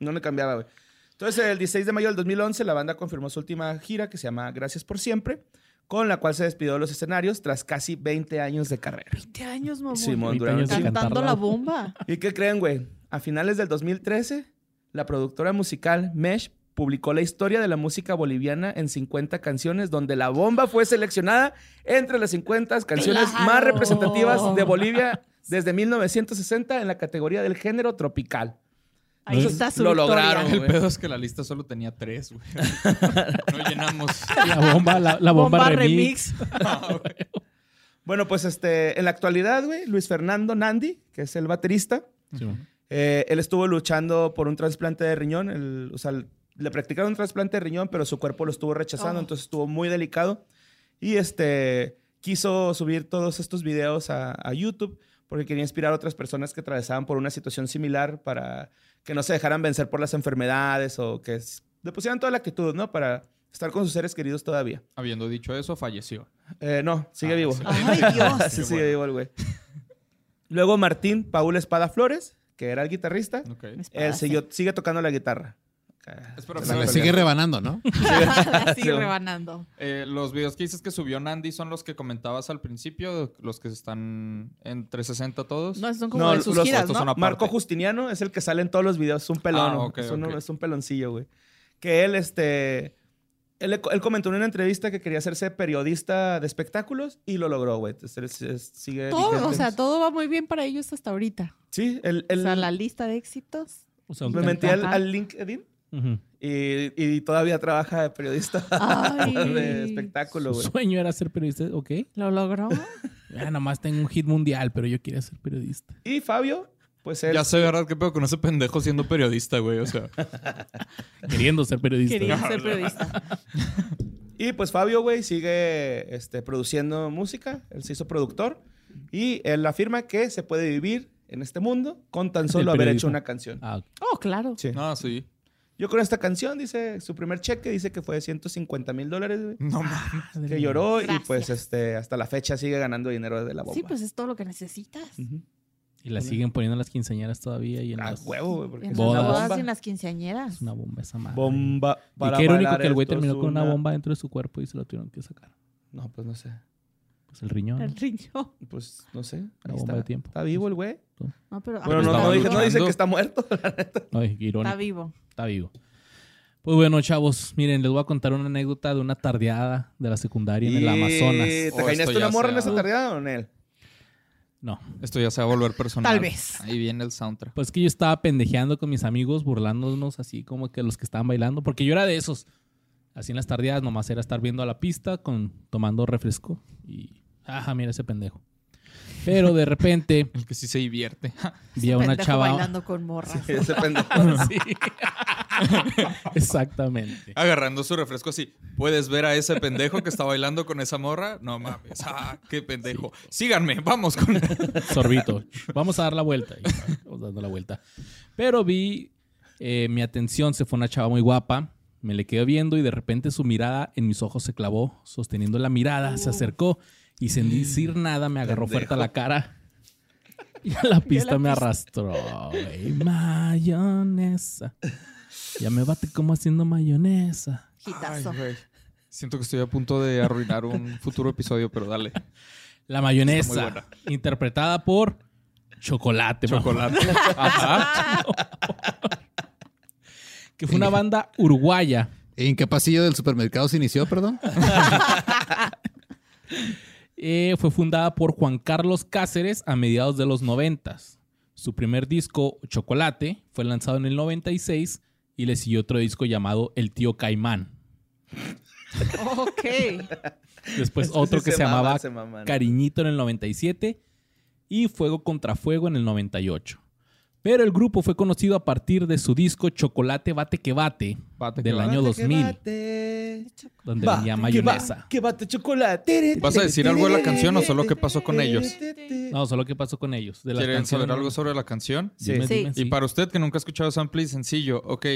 [SPEAKER 2] No le cambiaba, güey. Entonces, el 16 de mayo del 2011, la banda confirmó su última gira que se llama Gracias por Siempre, con la cual se despidió de los escenarios tras casi 20 años de carrera.
[SPEAKER 4] 20 años, mamón.
[SPEAKER 1] 20
[SPEAKER 2] Simón, duraron
[SPEAKER 1] años de
[SPEAKER 2] cinco-
[SPEAKER 4] Cantando
[SPEAKER 1] cantarla.
[SPEAKER 4] la bomba.
[SPEAKER 2] ¿Y qué creen, güey? A finales del 2013, la productora musical Mesh publicó la historia de la música boliviana en 50 canciones, donde la bomba fue seleccionada entre las 50 canciones
[SPEAKER 4] ¡Claro!
[SPEAKER 2] más representativas de Bolivia desde 1960 en la categoría del género tropical.
[SPEAKER 4] Ahí
[SPEAKER 1] Lo-
[SPEAKER 4] está su
[SPEAKER 2] lo
[SPEAKER 4] victoria.
[SPEAKER 2] lograron.
[SPEAKER 3] El
[SPEAKER 2] güey.
[SPEAKER 3] pedo es que la lista solo tenía tres, güey. No llenamos.
[SPEAKER 1] La bomba, la, la bomba,
[SPEAKER 4] Bomba,
[SPEAKER 1] remix.
[SPEAKER 4] remix.
[SPEAKER 2] Bueno, pues este, en la actualidad, güey, Luis Fernando Nandi, que es el baterista,
[SPEAKER 1] Simón.
[SPEAKER 2] Eh, él estuvo luchando por un trasplante de riñón. el- o sea, le practicaron un trasplante de riñón, pero su cuerpo lo estuvo rechazando,
[SPEAKER 4] Oh.
[SPEAKER 2] entonces estuvo muy delicado. Y este quiso subir todos estos videos a, a YouTube porque quería inspirar a otras personas que atravesaban por una situación similar para que no se dejaran vencer por las enfermedades o que s- le pusieran toda la actitud, ¿no? Para estar con sus seres queridos todavía.
[SPEAKER 3] Habiendo dicho eso, falleció.
[SPEAKER 2] Eh, no, sigue
[SPEAKER 3] Ah,
[SPEAKER 2] vivo.
[SPEAKER 3] sí.
[SPEAKER 4] Ay, Dios.
[SPEAKER 2] Sí,
[SPEAKER 3] Qué
[SPEAKER 2] sigue
[SPEAKER 3] bueno.
[SPEAKER 2] vivo el güey. Luego Martín Paul Espada Flores, que era el guitarrista,
[SPEAKER 3] Ok.
[SPEAKER 4] Mis
[SPEAKER 2] él
[SPEAKER 4] padres.
[SPEAKER 2] siguió- sigue tocando la guitarra.
[SPEAKER 3] Espera,
[SPEAKER 5] Se
[SPEAKER 3] pero-
[SPEAKER 5] le sigue rebanando, ¿no?
[SPEAKER 4] Así
[SPEAKER 2] Sí, güey.
[SPEAKER 4] rebanando.
[SPEAKER 3] Eh, los videos que dices que subió Nandi son los que comentabas al principio, los que están entre 60 todos.
[SPEAKER 4] No, son como
[SPEAKER 2] No,
[SPEAKER 4] de sus
[SPEAKER 2] los-
[SPEAKER 4] giras,
[SPEAKER 3] estos
[SPEAKER 4] ¿no?
[SPEAKER 3] son aparte.
[SPEAKER 2] Marco Justiniano es el que sale en todos los videos, es un pelón,
[SPEAKER 3] Ah,
[SPEAKER 2] güey.
[SPEAKER 3] ok,
[SPEAKER 2] es, un,
[SPEAKER 3] ok.
[SPEAKER 2] es un peloncillo, güey. Que él, este, él, él comentó en una entrevista que quería hacerse periodista de espectáculos y lo logró, güey. Entonces, él es- es- sigue
[SPEAKER 4] Todo, o
[SPEAKER 2] vigente.
[SPEAKER 4] sea, todo va muy bien para ellos hasta ahorita.
[SPEAKER 2] Sí, él,
[SPEAKER 4] O
[SPEAKER 2] él-
[SPEAKER 4] sea, la lista de éxitos.
[SPEAKER 1] O sea, un
[SPEAKER 2] me
[SPEAKER 1] can-
[SPEAKER 2] metí al,
[SPEAKER 4] Ajá.
[SPEAKER 2] al LinkedIn
[SPEAKER 1] Ujú.
[SPEAKER 2] y, y todavía trabaja de periodista
[SPEAKER 4] Ay.
[SPEAKER 2] de espectáculo,
[SPEAKER 1] Su
[SPEAKER 2] güey.
[SPEAKER 1] sueño era ser periodista, ok.
[SPEAKER 4] ¿Lo logró?
[SPEAKER 1] Ya nada más tengo un hit mundial, pero yo quería ser periodista.
[SPEAKER 2] Y Fabio, pues él...
[SPEAKER 3] Ya sé, ¿verdad? ¿Qué pedo con ese pendejo siendo periodista, güey? O sea,
[SPEAKER 1] Queriendo ser periodista.
[SPEAKER 4] Quería ser periodista.
[SPEAKER 2] Y pues Fabio, güey, sigue este, produciendo música. Él se hizo productor. Y él afirma que se puede vivir en este mundo con tan solo haber hecho
[SPEAKER 1] periodismo.
[SPEAKER 2] una canción.
[SPEAKER 1] Ah, ok.
[SPEAKER 4] Oh, claro.
[SPEAKER 2] Sí.
[SPEAKER 3] no, sí.
[SPEAKER 2] Yo con esta canción, dice, su primer cheque dice que fue de 150 mil dólares, güey.
[SPEAKER 3] No mames.
[SPEAKER 2] Ah, Que lloró y
[SPEAKER 4] Gracias.
[SPEAKER 2] pues este, hasta la fecha sigue ganando dinero de la bomba.
[SPEAKER 4] Sí, pues es todo lo que necesitas.
[SPEAKER 2] Ujú.
[SPEAKER 1] Y la siguen poniendo en las quinceañeras todavía y en
[SPEAKER 2] Ah,
[SPEAKER 1] las...
[SPEAKER 2] huevo, güey, porque
[SPEAKER 4] En
[SPEAKER 2] es
[SPEAKER 4] las
[SPEAKER 1] Bodas.
[SPEAKER 2] una
[SPEAKER 4] bodas y en
[SPEAKER 2] bomba.
[SPEAKER 4] las quinceañeras.
[SPEAKER 1] Es una bomba esa madre.
[SPEAKER 2] Bomba
[SPEAKER 1] Y
[SPEAKER 2] para
[SPEAKER 1] qué irónico
[SPEAKER 2] bailar,
[SPEAKER 1] que el güey
[SPEAKER 2] esto es
[SPEAKER 1] terminó con una bomba dentro de su cuerpo y se lo tuvieron que sacar.
[SPEAKER 2] No, pues no sé.
[SPEAKER 1] Pues el riñón.
[SPEAKER 4] El riñón.
[SPEAKER 2] Pues no sé.
[SPEAKER 1] La
[SPEAKER 2] Ahí
[SPEAKER 1] bomba
[SPEAKER 2] está.
[SPEAKER 1] de tiempo.
[SPEAKER 2] Está vivo el güey.
[SPEAKER 4] No, pero.
[SPEAKER 2] Bueno,
[SPEAKER 4] ah,
[SPEAKER 2] no, no,
[SPEAKER 4] está
[SPEAKER 3] Estaba
[SPEAKER 2] dije-
[SPEAKER 4] vivo.
[SPEAKER 2] no dice
[SPEAKER 3] luchando.
[SPEAKER 2] que está muerto.
[SPEAKER 1] Ay, qué irónico.
[SPEAKER 4] Está vivo.
[SPEAKER 1] Está vivo. Pues bueno, chavos, miren, les voy a contar una anécdota de una tardeada de la secundaria en el
[SPEAKER 2] Y-
[SPEAKER 1] Amazonas.
[SPEAKER 2] ¿Te
[SPEAKER 3] Oh,
[SPEAKER 2] caíste
[SPEAKER 3] esto
[SPEAKER 2] una
[SPEAKER 3] ya
[SPEAKER 2] morra en
[SPEAKER 3] se
[SPEAKER 2] esa
[SPEAKER 3] da.
[SPEAKER 2] tardeada o en él?
[SPEAKER 1] No.
[SPEAKER 3] Esto ya se va a volver personal.
[SPEAKER 4] Tal vez.
[SPEAKER 3] Ahí viene el soundtrack.
[SPEAKER 1] Pues que yo estaba pendejeando con mis amigos, burlándonos así como que los que estaban bailando, porque yo era de esos. Así en las tardías nomás era estar viendo a la pista con tomando refresco y ajá, mira ese pendejo. Pero de repente
[SPEAKER 3] El que sí se divierte.
[SPEAKER 1] vi a una
[SPEAKER 4] Pendejo
[SPEAKER 1] chava
[SPEAKER 4] bailando con morras.
[SPEAKER 2] Ah, Ese pendejo.
[SPEAKER 1] Sí. Exactamente.
[SPEAKER 3] Agarrando su refresco así. ¿Puedes ver a ese pendejo que está bailando con esa morra? No mames. Ah, qué pendejo. Síganme, vamos con
[SPEAKER 1] Sorbito. Vamos a dar la vuelta. Y Vamos dando la vuelta. Pero vi, eh, mi atención se fue a una chava muy guapa. Me le quedé viendo y de repente su mirada en mis ojos se clavó. Sosteniendo la mirada, se acercó y sin decir nada me agarró fuerte a la cara. Y a la pista me arrastró. güey. mayonesa. Ya me bate como haciendo mayonesa.
[SPEAKER 4] Hitazo.
[SPEAKER 3] Siento que estoy a punto de arruinar un futuro episodio, pero dale.
[SPEAKER 1] La
[SPEAKER 3] Está muy
[SPEAKER 1] mayonesa,
[SPEAKER 3] buena.
[SPEAKER 1] interpretada por Chocolate, mamá,
[SPEAKER 3] Chocolate. Ajá.
[SPEAKER 1] que fue una banda uruguaya.
[SPEAKER 5] ¿En qué pasillo del supermercado se inició, perdón?
[SPEAKER 1] Eh, fue fundada por Juan Carlos Cáceres a mediados de los 90. Su primer disco, Chocolate, fue lanzado en el 96 y le siguió otro disco llamado El Tío Caimán.
[SPEAKER 4] Ok.
[SPEAKER 1] Después
[SPEAKER 2] Este
[SPEAKER 1] Pues otro
[SPEAKER 2] sí
[SPEAKER 1] que se,
[SPEAKER 2] mama,
[SPEAKER 1] llamaba
[SPEAKER 2] se mama, ¿no?
[SPEAKER 1] Cariñito en el 97 y Fuego contra Fuego en el 98. Pero el grupo fue conocido a partir de su disco Chocolate Bate que Bate,
[SPEAKER 3] Bate que
[SPEAKER 1] del
[SPEAKER 3] bate.
[SPEAKER 1] año
[SPEAKER 2] Bate que
[SPEAKER 1] 2000.
[SPEAKER 2] bate.
[SPEAKER 1] donde
[SPEAKER 2] Va,
[SPEAKER 1] venía
[SPEAKER 2] que
[SPEAKER 1] mayonesa.
[SPEAKER 2] va, Que bate chocolate.
[SPEAKER 3] ¿Vas a decir algo de la canción o solo qué pasó con ellos?
[SPEAKER 1] No, solo qué pasó con ellos. De las
[SPEAKER 3] ¿Quieren
[SPEAKER 1] canciones,
[SPEAKER 3] saber
[SPEAKER 1] ¿no?
[SPEAKER 3] algo sobre la canción?
[SPEAKER 2] Sí.
[SPEAKER 1] Dime,
[SPEAKER 4] Sí.
[SPEAKER 1] dime,
[SPEAKER 3] Y
[SPEAKER 1] sí.
[SPEAKER 3] para usted que nunca ha escuchado Sample y Sencillo, ok.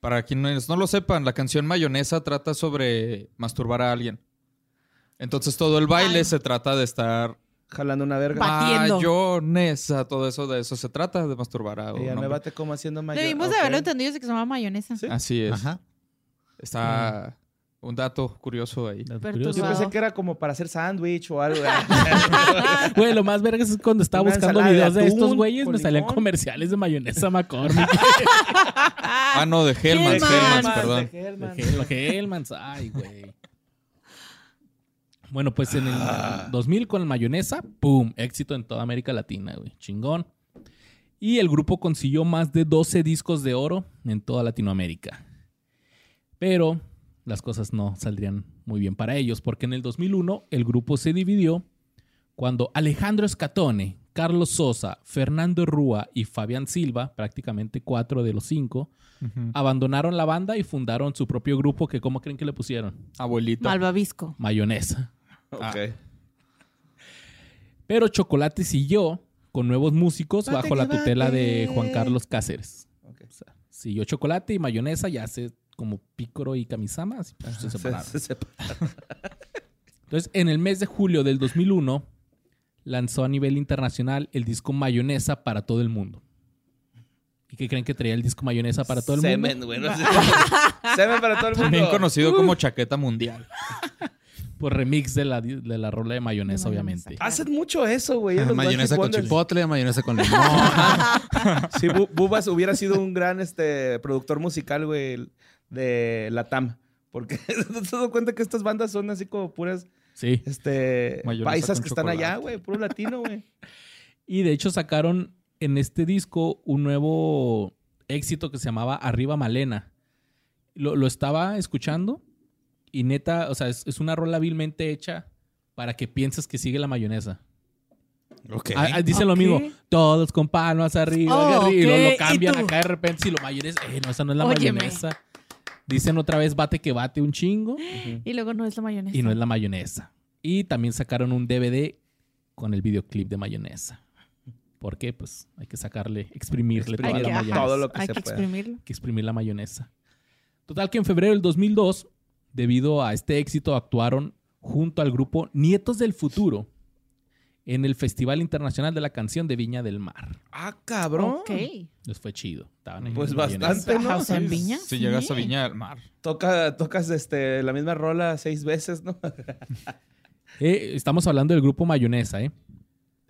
[SPEAKER 3] Para quienes no lo sepan, la canción Mayonesa trata sobre masturbar a alguien. Entonces todo el baile
[SPEAKER 4] Ay.
[SPEAKER 3] se trata de estar
[SPEAKER 2] Jalando una verga.
[SPEAKER 4] Va. Batiendo.
[SPEAKER 3] mayonesa, todo eso de eso se trata de masturbar a un
[SPEAKER 2] Ella me
[SPEAKER 3] hombre.
[SPEAKER 2] bate como haciendo mayor.
[SPEAKER 4] Debimos de
[SPEAKER 2] Ok.
[SPEAKER 4] haberlo entendido desde que se llamaba mayonesa.
[SPEAKER 2] Sí.
[SPEAKER 3] Así es.
[SPEAKER 5] Ajá.
[SPEAKER 3] Está un dato curioso ahí.
[SPEAKER 1] Dato
[SPEAKER 4] Perturbado.
[SPEAKER 1] curioso.
[SPEAKER 2] Yo pensé que era como para hacer sándwich o algo.
[SPEAKER 1] Güey, lo más vergas es cuando estaba
[SPEAKER 2] Una
[SPEAKER 1] buscando
[SPEAKER 2] ensalada de
[SPEAKER 1] videos de,
[SPEAKER 2] atún
[SPEAKER 1] estos güeyes,
[SPEAKER 2] con
[SPEAKER 1] me salían
[SPEAKER 2] limón.
[SPEAKER 1] comerciales de mayonesa McCormick.
[SPEAKER 3] Ah, no, de Hellmans,
[SPEAKER 4] Hellmans.
[SPEAKER 3] Hellmans, perdón.
[SPEAKER 1] Lo que- lo que Hellmans, ay, güey. Bueno, pues en el 2000 con la mayonesa, ¡pum! Éxito en toda América Latina, güey. Chingón. Y el grupo consiguió más de 12 discos de oro en toda Latinoamérica. Pero las cosas no saldrían muy bien para ellos, porque en el 2001 el grupo se dividió cuando Alejandro Escatone, Carlos Sosa, Fernando Rúa y Fabián Silva, prácticamente cuatro de los cinco,
[SPEAKER 3] Ujú.
[SPEAKER 1] abandonaron la banda y fundaron su propio grupo que ¿cómo creen que le pusieron?
[SPEAKER 3] Abuelita.
[SPEAKER 4] Malvavisco.
[SPEAKER 1] Mayonesa.
[SPEAKER 2] Ok.
[SPEAKER 3] Ah.
[SPEAKER 1] Pero Chocolate siguió con nuevos músicos
[SPEAKER 2] Bate
[SPEAKER 1] bajo la
[SPEAKER 2] que
[SPEAKER 1] tutela de
[SPEAKER 2] bate.
[SPEAKER 1] Juan Carlos Cáceres.
[SPEAKER 2] Ok.
[SPEAKER 1] O sea, siguió Chocolate y Mayonesa ya hace como Pícoro y Kamisama así, pues, se separaron.
[SPEAKER 2] Se- se separa.
[SPEAKER 1] Entonces, en el mes de julio del 2001 lanzó a nivel internacional el disco Mayonesa para todo el mundo. ¿Y qué creen que traía el disco Mayonesa para todo el mundo?
[SPEAKER 2] Semen, güey. no sé. Semen para todo el mundo.
[SPEAKER 3] También conocido como chaqueta mundial.
[SPEAKER 1] Por Pues, remix de la, de la rola de mayonesa,
[SPEAKER 4] De mayonesa.
[SPEAKER 1] obviamente.
[SPEAKER 2] Hacen mucho eso,
[SPEAKER 3] Ah,
[SPEAKER 2] güey. los One
[SPEAKER 5] Mayonesa con
[SPEAKER 2] Hit Wonders.
[SPEAKER 5] chipotle, mayonesa con limón.
[SPEAKER 2] Si Bu- Bubas hubiera sido un gran este, productor musical, güey, de Latam. Porque no te das cuenta que estas bandas son así como puras
[SPEAKER 1] Sí.
[SPEAKER 2] este,
[SPEAKER 3] Mayonesa
[SPEAKER 2] paisas
[SPEAKER 3] con
[SPEAKER 2] que están allá,
[SPEAKER 3] chocolate.
[SPEAKER 2] güey. Puro latino, güey.
[SPEAKER 1] Y de hecho sacaron en este disco un nuevo éxito que se llamaba Arriba Malena. Lo, lo estaba escuchando y neta, o sea, es, es una rola vilmente hecha para que pienses que sigue la mayonesa.
[SPEAKER 5] Ok.
[SPEAKER 1] Ah, ah, dice lo
[SPEAKER 4] Ok.
[SPEAKER 1] mismo, todos con palmas arriba,
[SPEAKER 4] Oh,
[SPEAKER 1] arriba", y lo-
[SPEAKER 4] ok,
[SPEAKER 1] lo cambian
[SPEAKER 4] ¿y tú?
[SPEAKER 1] acá de repente si lo mayonesa, eh, no, esa no es la
[SPEAKER 4] Óyeme.
[SPEAKER 1] mayonesa. Dicen otra vez bate que bate un chingo
[SPEAKER 4] Y luego no es la mayonesa.
[SPEAKER 1] y no es la mayonesa. Y también sacaron un DVD con el videoclip de mayonesa. ¿Por qué? Pues hay que sacarle, exprimirle
[SPEAKER 4] Hay
[SPEAKER 1] toda
[SPEAKER 4] que,
[SPEAKER 1] la
[SPEAKER 4] ajá,
[SPEAKER 1] mayonesa.
[SPEAKER 2] Todo lo que
[SPEAKER 4] hay
[SPEAKER 2] se
[SPEAKER 4] que
[SPEAKER 2] pueda.
[SPEAKER 4] exprimirlo.
[SPEAKER 1] Hay que exprimir la mayonesa. Total que en febrero del 2002, debido a este éxito, actuaron junto al grupo Nietos del Futuro en el Festival Internacional de la Canción de Viña del Mar.
[SPEAKER 2] Ah, cabrón.
[SPEAKER 4] Ok.
[SPEAKER 1] Les fue chido. Estaban ahí
[SPEAKER 2] Pues
[SPEAKER 1] con mayonesa.
[SPEAKER 2] bastante, ¿no? pues.
[SPEAKER 4] House en Viña.
[SPEAKER 3] Si llegas a
[SPEAKER 4] Sí.
[SPEAKER 3] Viña del Mar.
[SPEAKER 2] Toca, tocas este, la misma rola seis veces, ¿no?
[SPEAKER 1] Eh, estamos hablando del grupo mayonesa, ¿eh?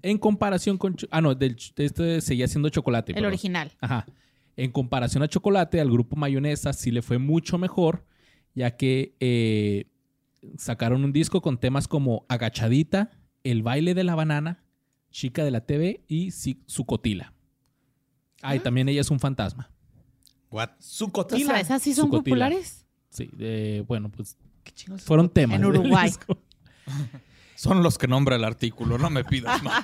[SPEAKER 1] En comparación con... cho- Ah, no, del, ch- este seguía siendo chocolate.
[SPEAKER 4] El
[SPEAKER 1] perdón.
[SPEAKER 4] original.
[SPEAKER 1] Ajá. En comparación a Chocolate, al grupo Mayonesa sí le fue mucho mejor, ya que eh, sacaron un disco con temas como Agachadita, El baile de la banana, Chica de la TV y Si- Sucotila. Ah, y también ella es un fantasma.
[SPEAKER 5] What?
[SPEAKER 2] Su
[SPEAKER 4] O sea,
[SPEAKER 2] cotila.
[SPEAKER 4] ¿Esas sí son
[SPEAKER 1] Su cotila.
[SPEAKER 4] populares?
[SPEAKER 1] Sí, eh, bueno, pues fueron temas.
[SPEAKER 4] En
[SPEAKER 1] del
[SPEAKER 4] Uruguay.
[SPEAKER 1] disco.
[SPEAKER 3] Son los que nombra el artículo, no me pidas más.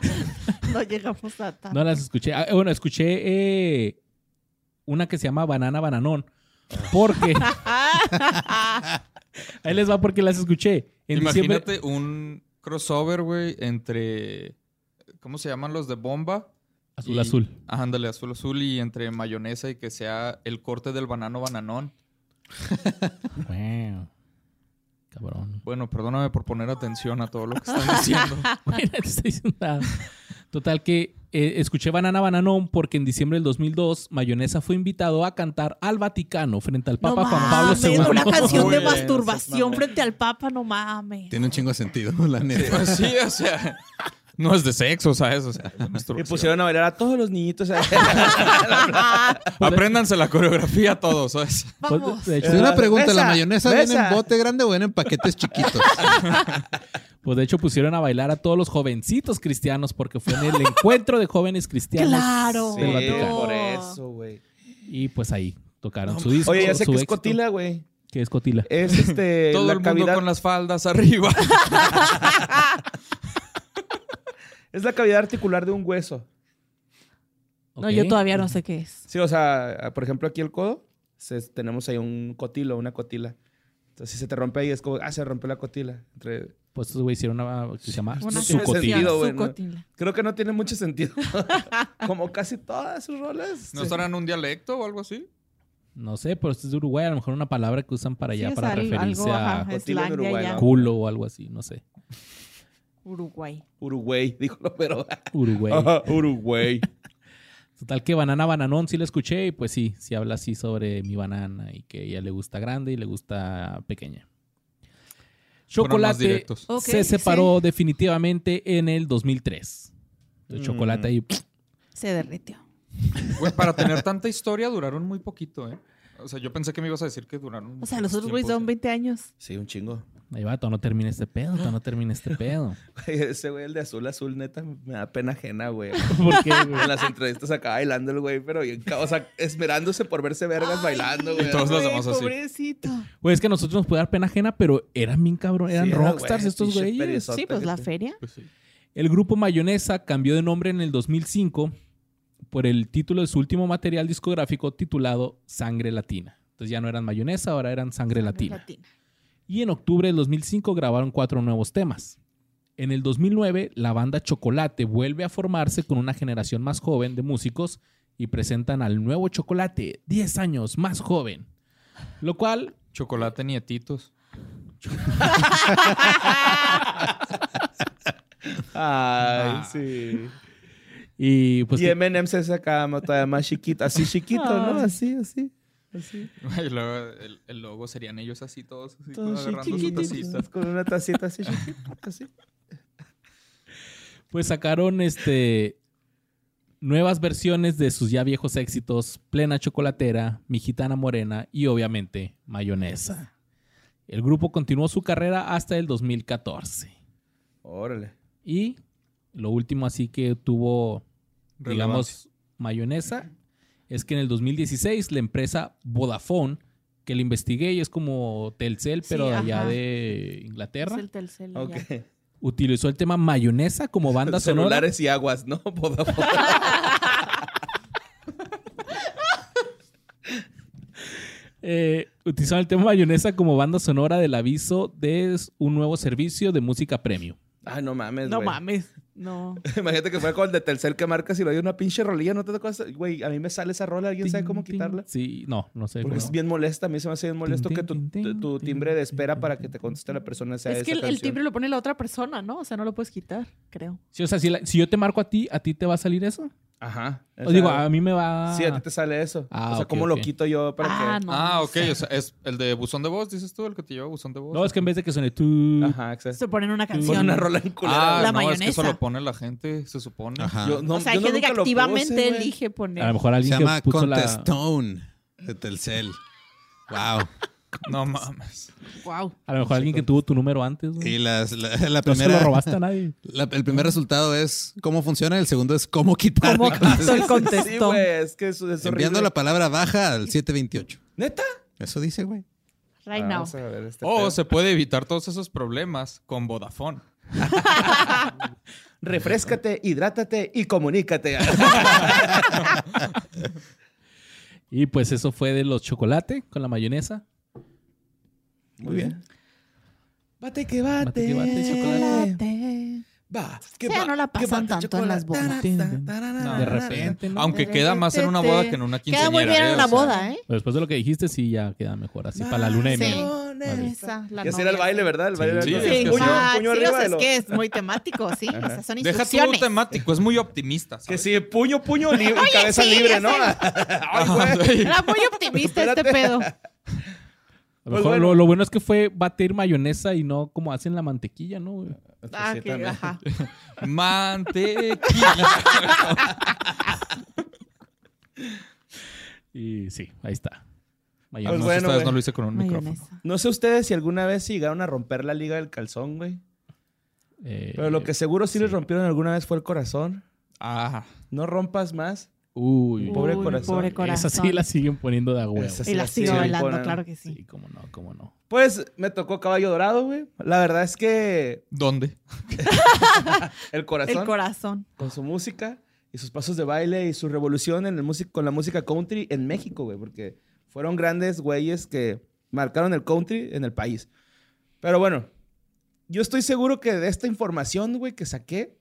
[SPEAKER 4] No llegamos a tanto.
[SPEAKER 1] No las escuché. Ah, bueno, escuché eh, una que se llama Banana Bananón. Porque,
[SPEAKER 4] Ah.
[SPEAKER 1] ahí les va porque las escuché. En diciembre-
[SPEAKER 3] Imagínate un crossover, güey, entre. ¿Cómo se llaman los de bomba?
[SPEAKER 1] Azul,
[SPEAKER 3] Y-
[SPEAKER 1] azul.
[SPEAKER 3] Ah, ándale, azul, azul y entre mayonesa y que sea el corte del banano bananón.
[SPEAKER 1] Wow. Cabrón.
[SPEAKER 3] Bueno, perdóname por poner atención a todo lo que están diciendo.
[SPEAKER 1] Bueno, no estoy diciendo nada. Total que eh, escuché Banana Bananón porque en diciembre del 2002 Mayonesa fue invitado a cantar al Vaticano frente al Papa
[SPEAKER 4] no
[SPEAKER 1] Juan Pablo
[SPEAKER 4] mames,
[SPEAKER 1] II.
[SPEAKER 4] Una canción de
[SPEAKER 3] Güey, esas
[SPEAKER 4] masturbación
[SPEAKER 3] mames.
[SPEAKER 4] frente al Papa, no mames.
[SPEAKER 5] Tiene un chingo de sentido, la neta.
[SPEAKER 3] Pues sí, o sea. No es de sexo, ¿sabes? O sea, de
[SPEAKER 2] Y pues
[SPEAKER 3] masturbación.
[SPEAKER 2] pusieron a bailar a todos los niñitos.
[SPEAKER 3] Apréndanse la coreografía a todos, ¿sabes?
[SPEAKER 1] Pues,
[SPEAKER 4] Vamos.
[SPEAKER 1] de,
[SPEAKER 5] Es
[SPEAKER 1] hecho,
[SPEAKER 5] una pregunta, ¿la
[SPEAKER 2] Eh, Besa,
[SPEAKER 5] mayonesa viene
[SPEAKER 2] besa.
[SPEAKER 5] en bote grande o viene en paquetes chiquitos?
[SPEAKER 1] pues, de hecho pusieron a bailar a todos los jovencitos cristianos porque fue en el encuentro de jóvenes cristianos.
[SPEAKER 4] Claro.
[SPEAKER 1] del Vaticano.
[SPEAKER 2] por eso, güey.
[SPEAKER 1] Y pues ahí tocaron su disco.
[SPEAKER 2] Oye, ya sé
[SPEAKER 1] su
[SPEAKER 2] que es
[SPEAKER 1] éxito,
[SPEAKER 2] cotila, güey.
[SPEAKER 1] que es Cotila.
[SPEAKER 2] Es este.
[SPEAKER 3] Todo
[SPEAKER 2] la
[SPEAKER 3] el mundo
[SPEAKER 2] cavidad,
[SPEAKER 3] con las faldas arriba.
[SPEAKER 2] Es la cavidad articular de un hueso.
[SPEAKER 4] No,
[SPEAKER 1] Ok.
[SPEAKER 4] yo todavía no sé qué es.
[SPEAKER 2] Sí, o sea, por ejemplo, aquí el codo, se- tenemos ahí un cotilo, una cotila. Entonces, si se te rompe ahí, es como, ah, se rompió la cotila. Entre-
[SPEAKER 1] Pues estos güeyes hicieron una que se llama
[SPEAKER 4] Una
[SPEAKER 1] Su
[SPEAKER 2] canción.
[SPEAKER 1] Cotila.
[SPEAKER 2] sentido, güey,
[SPEAKER 4] Su
[SPEAKER 2] ¿no?
[SPEAKER 4] cotila.
[SPEAKER 2] Creo que no tiene mucho sentido. como casi todas sus rolas.
[SPEAKER 3] ¿No
[SPEAKER 2] Sí.
[SPEAKER 3] estarán un dialecto o algo así?
[SPEAKER 1] No sé, pero esto es de Uruguay. A lo mejor una palabra que usan para allá
[SPEAKER 4] Sí, es
[SPEAKER 1] para
[SPEAKER 4] al-
[SPEAKER 1] referirse
[SPEAKER 4] algo,
[SPEAKER 1] a
[SPEAKER 4] ajá,
[SPEAKER 2] Cotila
[SPEAKER 4] slang
[SPEAKER 2] de
[SPEAKER 4] de
[SPEAKER 2] Uruguay,
[SPEAKER 4] allá.
[SPEAKER 2] ¿no?
[SPEAKER 1] culo o algo así. No sé.
[SPEAKER 4] Uruguay.
[SPEAKER 2] Uruguay, dijo pero
[SPEAKER 1] Uruguay.
[SPEAKER 2] Uruguay.
[SPEAKER 1] Total que banana bananón sí la escuché y pues sí, sí habla así sobre mi banana y que ella le gusta grande y le gusta pequeña.
[SPEAKER 3] Fueron más
[SPEAKER 1] Chocolate
[SPEAKER 3] directos.
[SPEAKER 4] Ok,
[SPEAKER 1] se separó definitivamente en el 2003. El
[SPEAKER 2] Mm.
[SPEAKER 1] chocolate ahí pff,
[SPEAKER 4] Se derritió.
[SPEAKER 3] Güey, para tener tanta historia duraron muy poquito, ¿eh? O sea, yo pensé que me ibas a decir que duraron.
[SPEAKER 4] O sea, los otros
[SPEAKER 3] tiempo,
[SPEAKER 4] güeyes
[SPEAKER 3] o sea.
[SPEAKER 4] son 20 años.
[SPEAKER 2] Sí, un chingo.
[SPEAKER 1] ahí va, todo no termina este pedo, todo no termina este pedo.
[SPEAKER 2] Ese güey, el de azul, azul, neta, me da pena ajena, güey.
[SPEAKER 1] ¿Por qué, güey?
[SPEAKER 2] En las entrevistas acá bailando el güey, pero bien, ca- o sea, esmerándose por verse vergas bailando, güey.
[SPEAKER 3] Y todos los
[SPEAKER 4] Güey,
[SPEAKER 3] demás así.
[SPEAKER 4] Pobrecito.
[SPEAKER 1] Güey, es que a nosotros nos puede dar pena ajena, pero eran bien cabrón, eran
[SPEAKER 2] Sí, era,
[SPEAKER 1] rockstars
[SPEAKER 2] güey,
[SPEAKER 1] estos
[SPEAKER 2] pinche
[SPEAKER 1] güeyes.
[SPEAKER 2] perezote
[SPEAKER 4] Sí, pues
[SPEAKER 2] que
[SPEAKER 4] la
[SPEAKER 2] te-
[SPEAKER 4] feria.
[SPEAKER 3] Pues sí.
[SPEAKER 1] El grupo Mayonesa cambió de nombre en el 2005 por el título de su último material discográfico titulado Sangre Latina. Entonces ya no eran Mayonesa, ahora eran Sangre Latina. Y en octubre del 2005 grabaron cuatro nuevos temas. En el 2009, la banda Chocolate vuelve a formarse con una generación más joven de músicos y presentan al nuevo Chocolate, 10 años más joven. Lo cual,
[SPEAKER 3] Chocolate nietitos.
[SPEAKER 2] Ay, sí.
[SPEAKER 1] y pues...
[SPEAKER 2] y M&M se saca todavía más chiquito, así chiquito, ¿no? Así, así. Así.
[SPEAKER 3] Y luego el, el logo serían ellos así todos, así,
[SPEAKER 2] Todos
[SPEAKER 3] agarrando su
[SPEAKER 2] chiquititos,
[SPEAKER 3] tacita.
[SPEAKER 2] Con una tacita así chiquita, así.
[SPEAKER 1] Pues sacaron este nuevas versiones de sus ya viejos éxitos, Plena Chocolatera, Mi Gitana Morena y obviamente Mayonesa. El grupo continuó su carrera hasta el 2014.
[SPEAKER 2] Órale.
[SPEAKER 1] Y lo último así que tuvo, digamos, Mayonesa es que en el 2016 la empresa Vodafone, que la investigué y es como Telcel,
[SPEAKER 4] Sí,
[SPEAKER 1] pero de allá
[SPEAKER 4] ajá.
[SPEAKER 1] de Inglaterra,
[SPEAKER 4] Es el Telcel
[SPEAKER 2] Ok.
[SPEAKER 4] allá.
[SPEAKER 1] utilizó el tema Mayonesa como banda sonora.
[SPEAKER 2] Celulares y aguas, ¿no? Vodafone.
[SPEAKER 1] Eh, utilizaron el tema mayonesa como banda sonora del aviso de s- un nuevo servicio de música premium.
[SPEAKER 2] Ay, no mames,
[SPEAKER 4] No
[SPEAKER 2] güey.
[SPEAKER 4] mames. No.
[SPEAKER 2] Imagínate que fuera con el de Telcel que marcas y lo hay una pinche rolilla, ¿no te acuerdas? Güey, a mí me sale esa rola, ¿alguien sabe cómo
[SPEAKER 1] Tin, tin.
[SPEAKER 2] quitarla?
[SPEAKER 1] Sí, no, no sé.
[SPEAKER 2] Porque
[SPEAKER 1] cómo.
[SPEAKER 2] es bien molesta, a mí se me hace bien molesto
[SPEAKER 1] Tin,
[SPEAKER 2] que
[SPEAKER 1] tin,
[SPEAKER 2] tu,
[SPEAKER 1] tin,
[SPEAKER 2] tu
[SPEAKER 1] tin,
[SPEAKER 2] timbre de espera
[SPEAKER 1] tin,
[SPEAKER 2] para que
[SPEAKER 1] tin,
[SPEAKER 2] te
[SPEAKER 1] tin,
[SPEAKER 2] conteste la persona sea
[SPEAKER 4] Es que
[SPEAKER 2] esa
[SPEAKER 4] el, el
[SPEAKER 2] canción.
[SPEAKER 4] timbre lo pone la otra persona, ¿no? O sea, no lo puedes quitar, creo.
[SPEAKER 1] Sí, o sea, si, la- si yo te marco a ti, ¿a ti te va a salir eso?
[SPEAKER 2] Ajá.
[SPEAKER 1] O digo, a mí me va...
[SPEAKER 2] Sí, a ti te sale eso.
[SPEAKER 1] Ah,
[SPEAKER 2] o sea,
[SPEAKER 1] ok,
[SPEAKER 2] ¿cómo
[SPEAKER 1] ok.
[SPEAKER 2] lo quito yo para
[SPEAKER 4] ah,
[SPEAKER 2] que...?
[SPEAKER 4] no.
[SPEAKER 3] Ah, ok.
[SPEAKER 4] sé.
[SPEAKER 3] O sea, es el de buzón de voz, dices tú, el que te lleva buzón de voz.
[SPEAKER 1] No, es que en vez de que suene tú...
[SPEAKER 2] Ajá, exacto.
[SPEAKER 4] Se ponen una
[SPEAKER 2] Con
[SPEAKER 4] canción.
[SPEAKER 2] una rola en culera.
[SPEAKER 3] Ah,
[SPEAKER 4] La
[SPEAKER 3] no, es que eso
[SPEAKER 4] mayonesa.
[SPEAKER 3] lo pone la gente, se supone.
[SPEAKER 5] Ajá.
[SPEAKER 2] Yo- no,
[SPEAKER 4] o sea, hay
[SPEAKER 2] yo no
[SPEAKER 4] gente que
[SPEAKER 2] nunca lo puse,
[SPEAKER 4] activamente
[SPEAKER 2] güey.
[SPEAKER 4] elige poner.
[SPEAKER 1] A lo mejor
[SPEAKER 5] Se
[SPEAKER 1] alguien que
[SPEAKER 5] llama
[SPEAKER 1] puso la...
[SPEAKER 5] Contestone de Telcel. Wow.
[SPEAKER 3] No mames.
[SPEAKER 4] Wow.
[SPEAKER 1] A lo mejor alguien que tuvo tu número antes, güey.
[SPEAKER 5] Y las- la, la
[SPEAKER 1] No se
[SPEAKER 5] primera,
[SPEAKER 1] lo robaste a nadie.
[SPEAKER 5] la- el primer resultado es cómo funciona, el segundo es cómo quitar.
[SPEAKER 6] ¿Cómo quiso el
[SPEAKER 2] Sí,
[SPEAKER 6] contestó?
[SPEAKER 2] güey, es que eso Ah, es horrible.
[SPEAKER 5] Enviando la palabra baja al 728.
[SPEAKER 2] ¿Neta?
[SPEAKER 5] Eso dice, güey.
[SPEAKER 4] Right
[SPEAKER 2] Ah,
[SPEAKER 4] now.
[SPEAKER 2] vamos a ver este
[SPEAKER 3] O
[SPEAKER 2] pedo.
[SPEAKER 3] Oh, se puede evitar todos esos problemas con Vodafone.
[SPEAKER 2] Refrescate, hidrátate y
[SPEAKER 4] Ah,
[SPEAKER 2] comunícate.
[SPEAKER 1] Y pues eso fue de los chocolate con la mayonesa.
[SPEAKER 5] Muy bien.
[SPEAKER 2] Bate que bate.
[SPEAKER 1] Bate que bate,
[SPEAKER 2] Va,
[SPEAKER 4] O sea, no la pasan tanto en las bodas. Ah,
[SPEAKER 1] De repente, ¿no?
[SPEAKER 3] Aunque queda más en una boda que en una quinceañera.
[SPEAKER 4] Queda muy bien
[SPEAKER 3] ¿eh?
[SPEAKER 4] en
[SPEAKER 3] O
[SPEAKER 4] la
[SPEAKER 3] sea,
[SPEAKER 4] boda, ¿eh?
[SPEAKER 1] Pero después de lo que dijiste, sí, ya queda mejor. Así para la luna de
[SPEAKER 4] Sí.
[SPEAKER 1] miel. Más bien.
[SPEAKER 4] Esa, la
[SPEAKER 2] Y hacer el
[SPEAKER 4] novia.
[SPEAKER 2] baile, ¿verdad? El baile
[SPEAKER 3] Sí,
[SPEAKER 2] del-
[SPEAKER 3] es que
[SPEAKER 4] Sí,
[SPEAKER 3] sí.
[SPEAKER 2] puño,
[SPEAKER 4] ah,
[SPEAKER 2] puño
[SPEAKER 4] sí, o
[SPEAKER 2] arriba.
[SPEAKER 4] sea,
[SPEAKER 2] de
[SPEAKER 4] es
[SPEAKER 2] lo-
[SPEAKER 4] que es muy temático, sí. O sea,
[SPEAKER 3] Deja tú
[SPEAKER 4] son ¿eh? instrucciones.
[SPEAKER 3] temático, es muy optimista.
[SPEAKER 2] Que
[SPEAKER 3] ¿sabes?
[SPEAKER 2] sí, puño, puño li- y cabeza
[SPEAKER 4] sí,
[SPEAKER 2] libre,
[SPEAKER 4] es
[SPEAKER 2] ¿no?
[SPEAKER 4] el-
[SPEAKER 2] Ay, güey.
[SPEAKER 4] Era muy optimista este
[SPEAKER 2] Espérate.
[SPEAKER 4] pedo.
[SPEAKER 1] A lo
[SPEAKER 2] Pues
[SPEAKER 1] mejor
[SPEAKER 2] bueno.
[SPEAKER 1] Lo, lo bueno es que fue batir mayonesa y no como hacen la mantequilla, ¿no? güey?
[SPEAKER 4] Ah,
[SPEAKER 2] Sí,
[SPEAKER 4] que-
[SPEAKER 2] también.
[SPEAKER 4] ajá.
[SPEAKER 3] Mantequilla.
[SPEAKER 1] Y sí, ahí está.
[SPEAKER 3] No,
[SPEAKER 1] Mayonesa.
[SPEAKER 2] Pues bueno,
[SPEAKER 3] sé, esta vez
[SPEAKER 2] güey.
[SPEAKER 3] no lo hice con un micrófono.
[SPEAKER 4] Mayonesa.
[SPEAKER 2] No sé ustedes si alguna vez llegaron a romper la liga del calzón, güey.
[SPEAKER 1] Eh,
[SPEAKER 2] Pero lo que seguro sí, les rompieron alguna vez fue el corazón.
[SPEAKER 3] Ah,
[SPEAKER 2] No rompas más.
[SPEAKER 1] Uy,
[SPEAKER 2] Pobre
[SPEAKER 4] Uy,
[SPEAKER 2] corazón.
[SPEAKER 4] Pobre corazón.
[SPEAKER 1] Esa sí la siguen poniendo de agua.
[SPEAKER 2] Esa sí
[SPEAKER 4] Y la sigo
[SPEAKER 2] siguen
[SPEAKER 4] bailando,
[SPEAKER 2] poniendo.
[SPEAKER 4] claro que sí.
[SPEAKER 1] Sí, cómo no, cómo no.
[SPEAKER 2] Pues me tocó caballo dorado, güey. La verdad es que
[SPEAKER 3] ¿Dónde?
[SPEAKER 2] el corazón.
[SPEAKER 4] El corazón.
[SPEAKER 2] con su música y sus pasos de baile y su revolución en el músico con la música country en México, güey, porque fueron grandes güeyes que marcaron el country en el país. Pero bueno, yo estoy seguro que de esta información, güey, que saqué,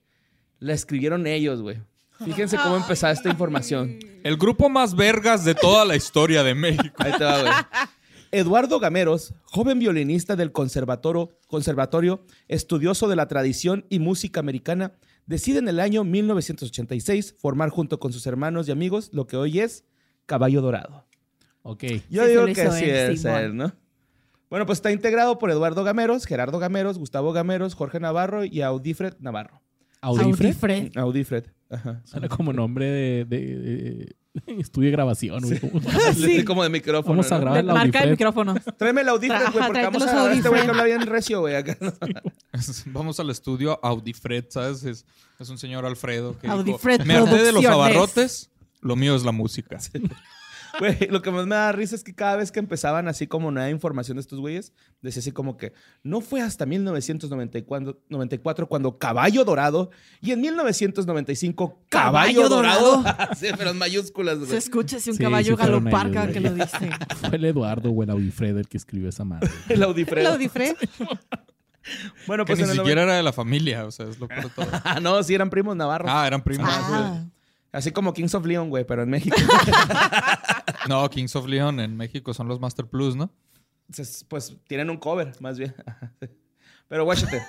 [SPEAKER 2] la escribieron ellos, güey. Fíjense cómo empezaba esta información.
[SPEAKER 3] El grupo más vergas de toda la historia de México.
[SPEAKER 2] Ahí te va, güey. Eduardo Gameros, joven violinista del conservatorio, conservatorio, estudioso de la tradición y música americana, decide en el año 1986 formar junto con sus hermanos y amigos lo que hoy es Caballo Dorado.
[SPEAKER 1] Ok.
[SPEAKER 2] Yo
[SPEAKER 4] Sí,
[SPEAKER 2] digo
[SPEAKER 4] se lo
[SPEAKER 2] que
[SPEAKER 4] hizo
[SPEAKER 2] sí
[SPEAKER 4] él,
[SPEAKER 2] es
[SPEAKER 4] Simón.
[SPEAKER 2] él, ¿no? Bueno, pues está integrado por Eduardo Gameros, Gerardo Gameros, Gustavo Gameros, Jorge Navarro y Audifred Navarro.
[SPEAKER 1] Audifre.
[SPEAKER 4] Audifred.
[SPEAKER 2] Audifred, ajá.
[SPEAKER 1] Suena como nombre de, de- de- de estudio de grabación. güey.
[SPEAKER 2] Le estoy como de micrófono.
[SPEAKER 1] Vamos a
[SPEAKER 2] ¿no?
[SPEAKER 1] grabar el
[SPEAKER 4] De marca de
[SPEAKER 1] Audifred.
[SPEAKER 4] micrófonos.
[SPEAKER 2] Tráeme el Audifred,
[SPEAKER 4] Ajá,
[SPEAKER 2] güey, porque
[SPEAKER 4] tráete
[SPEAKER 2] vamos a
[SPEAKER 4] los
[SPEAKER 2] grabar a este güey que
[SPEAKER 4] Audifred.
[SPEAKER 2] habla bien recio, güey, acá.
[SPEAKER 3] Vamos al estudio Audifred, ¿sabes? Es, es un señor Alfredo que dijo,
[SPEAKER 4] Audifred
[SPEAKER 3] me harté de los
[SPEAKER 4] Producciones".
[SPEAKER 3] abarrotes, lo mío es la música.
[SPEAKER 2] Güey, lo que más me da risa es que cada vez que empezaban así como nueva información de estos güeyes, decía así como que no fue hasta 1994 94 cuando Caballo Dorado y en 1995 Caballo,
[SPEAKER 4] Caballo
[SPEAKER 2] Dorado. sí, pero en mayúsculas,
[SPEAKER 4] Se
[SPEAKER 2] güey.
[SPEAKER 4] escucha si un
[SPEAKER 1] Sí, sí
[SPEAKER 4] caballo
[SPEAKER 1] fueron
[SPEAKER 4] galopar
[SPEAKER 1] ellos,
[SPEAKER 4] cada que
[SPEAKER 1] güey.
[SPEAKER 4] lo dice.
[SPEAKER 1] Fue el Eduardo o el Audifred el que escribió esa madre.
[SPEAKER 2] El Audifredo.
[SPEAKER 4] El Audifred. Ah,
[SPEAKER 2] Bueno,
[SPEAKER 3] Que
[SPEAKER 2] pues
[SPEAKER 3] ni
[SPEAKER 2] en el
[SPEAKER 3] siquiera era de la familia, o sea, es lo peor de todo.
[SPEAKER 2] noven- Ah, no, sí eran primos navarros.
[SPEAKER 3] Ah, eran primos.
[SPEAKER 4] Ah,
[SPEAKER 2] Así como Kings of Leon, güey, pero en México.
[SPEAKER 3] No, Kings of Leon en México son los Master Plus, ¿no?
[SPEAKER 2] Entonces, pues tienen un cover, más bien. Pero guáchate.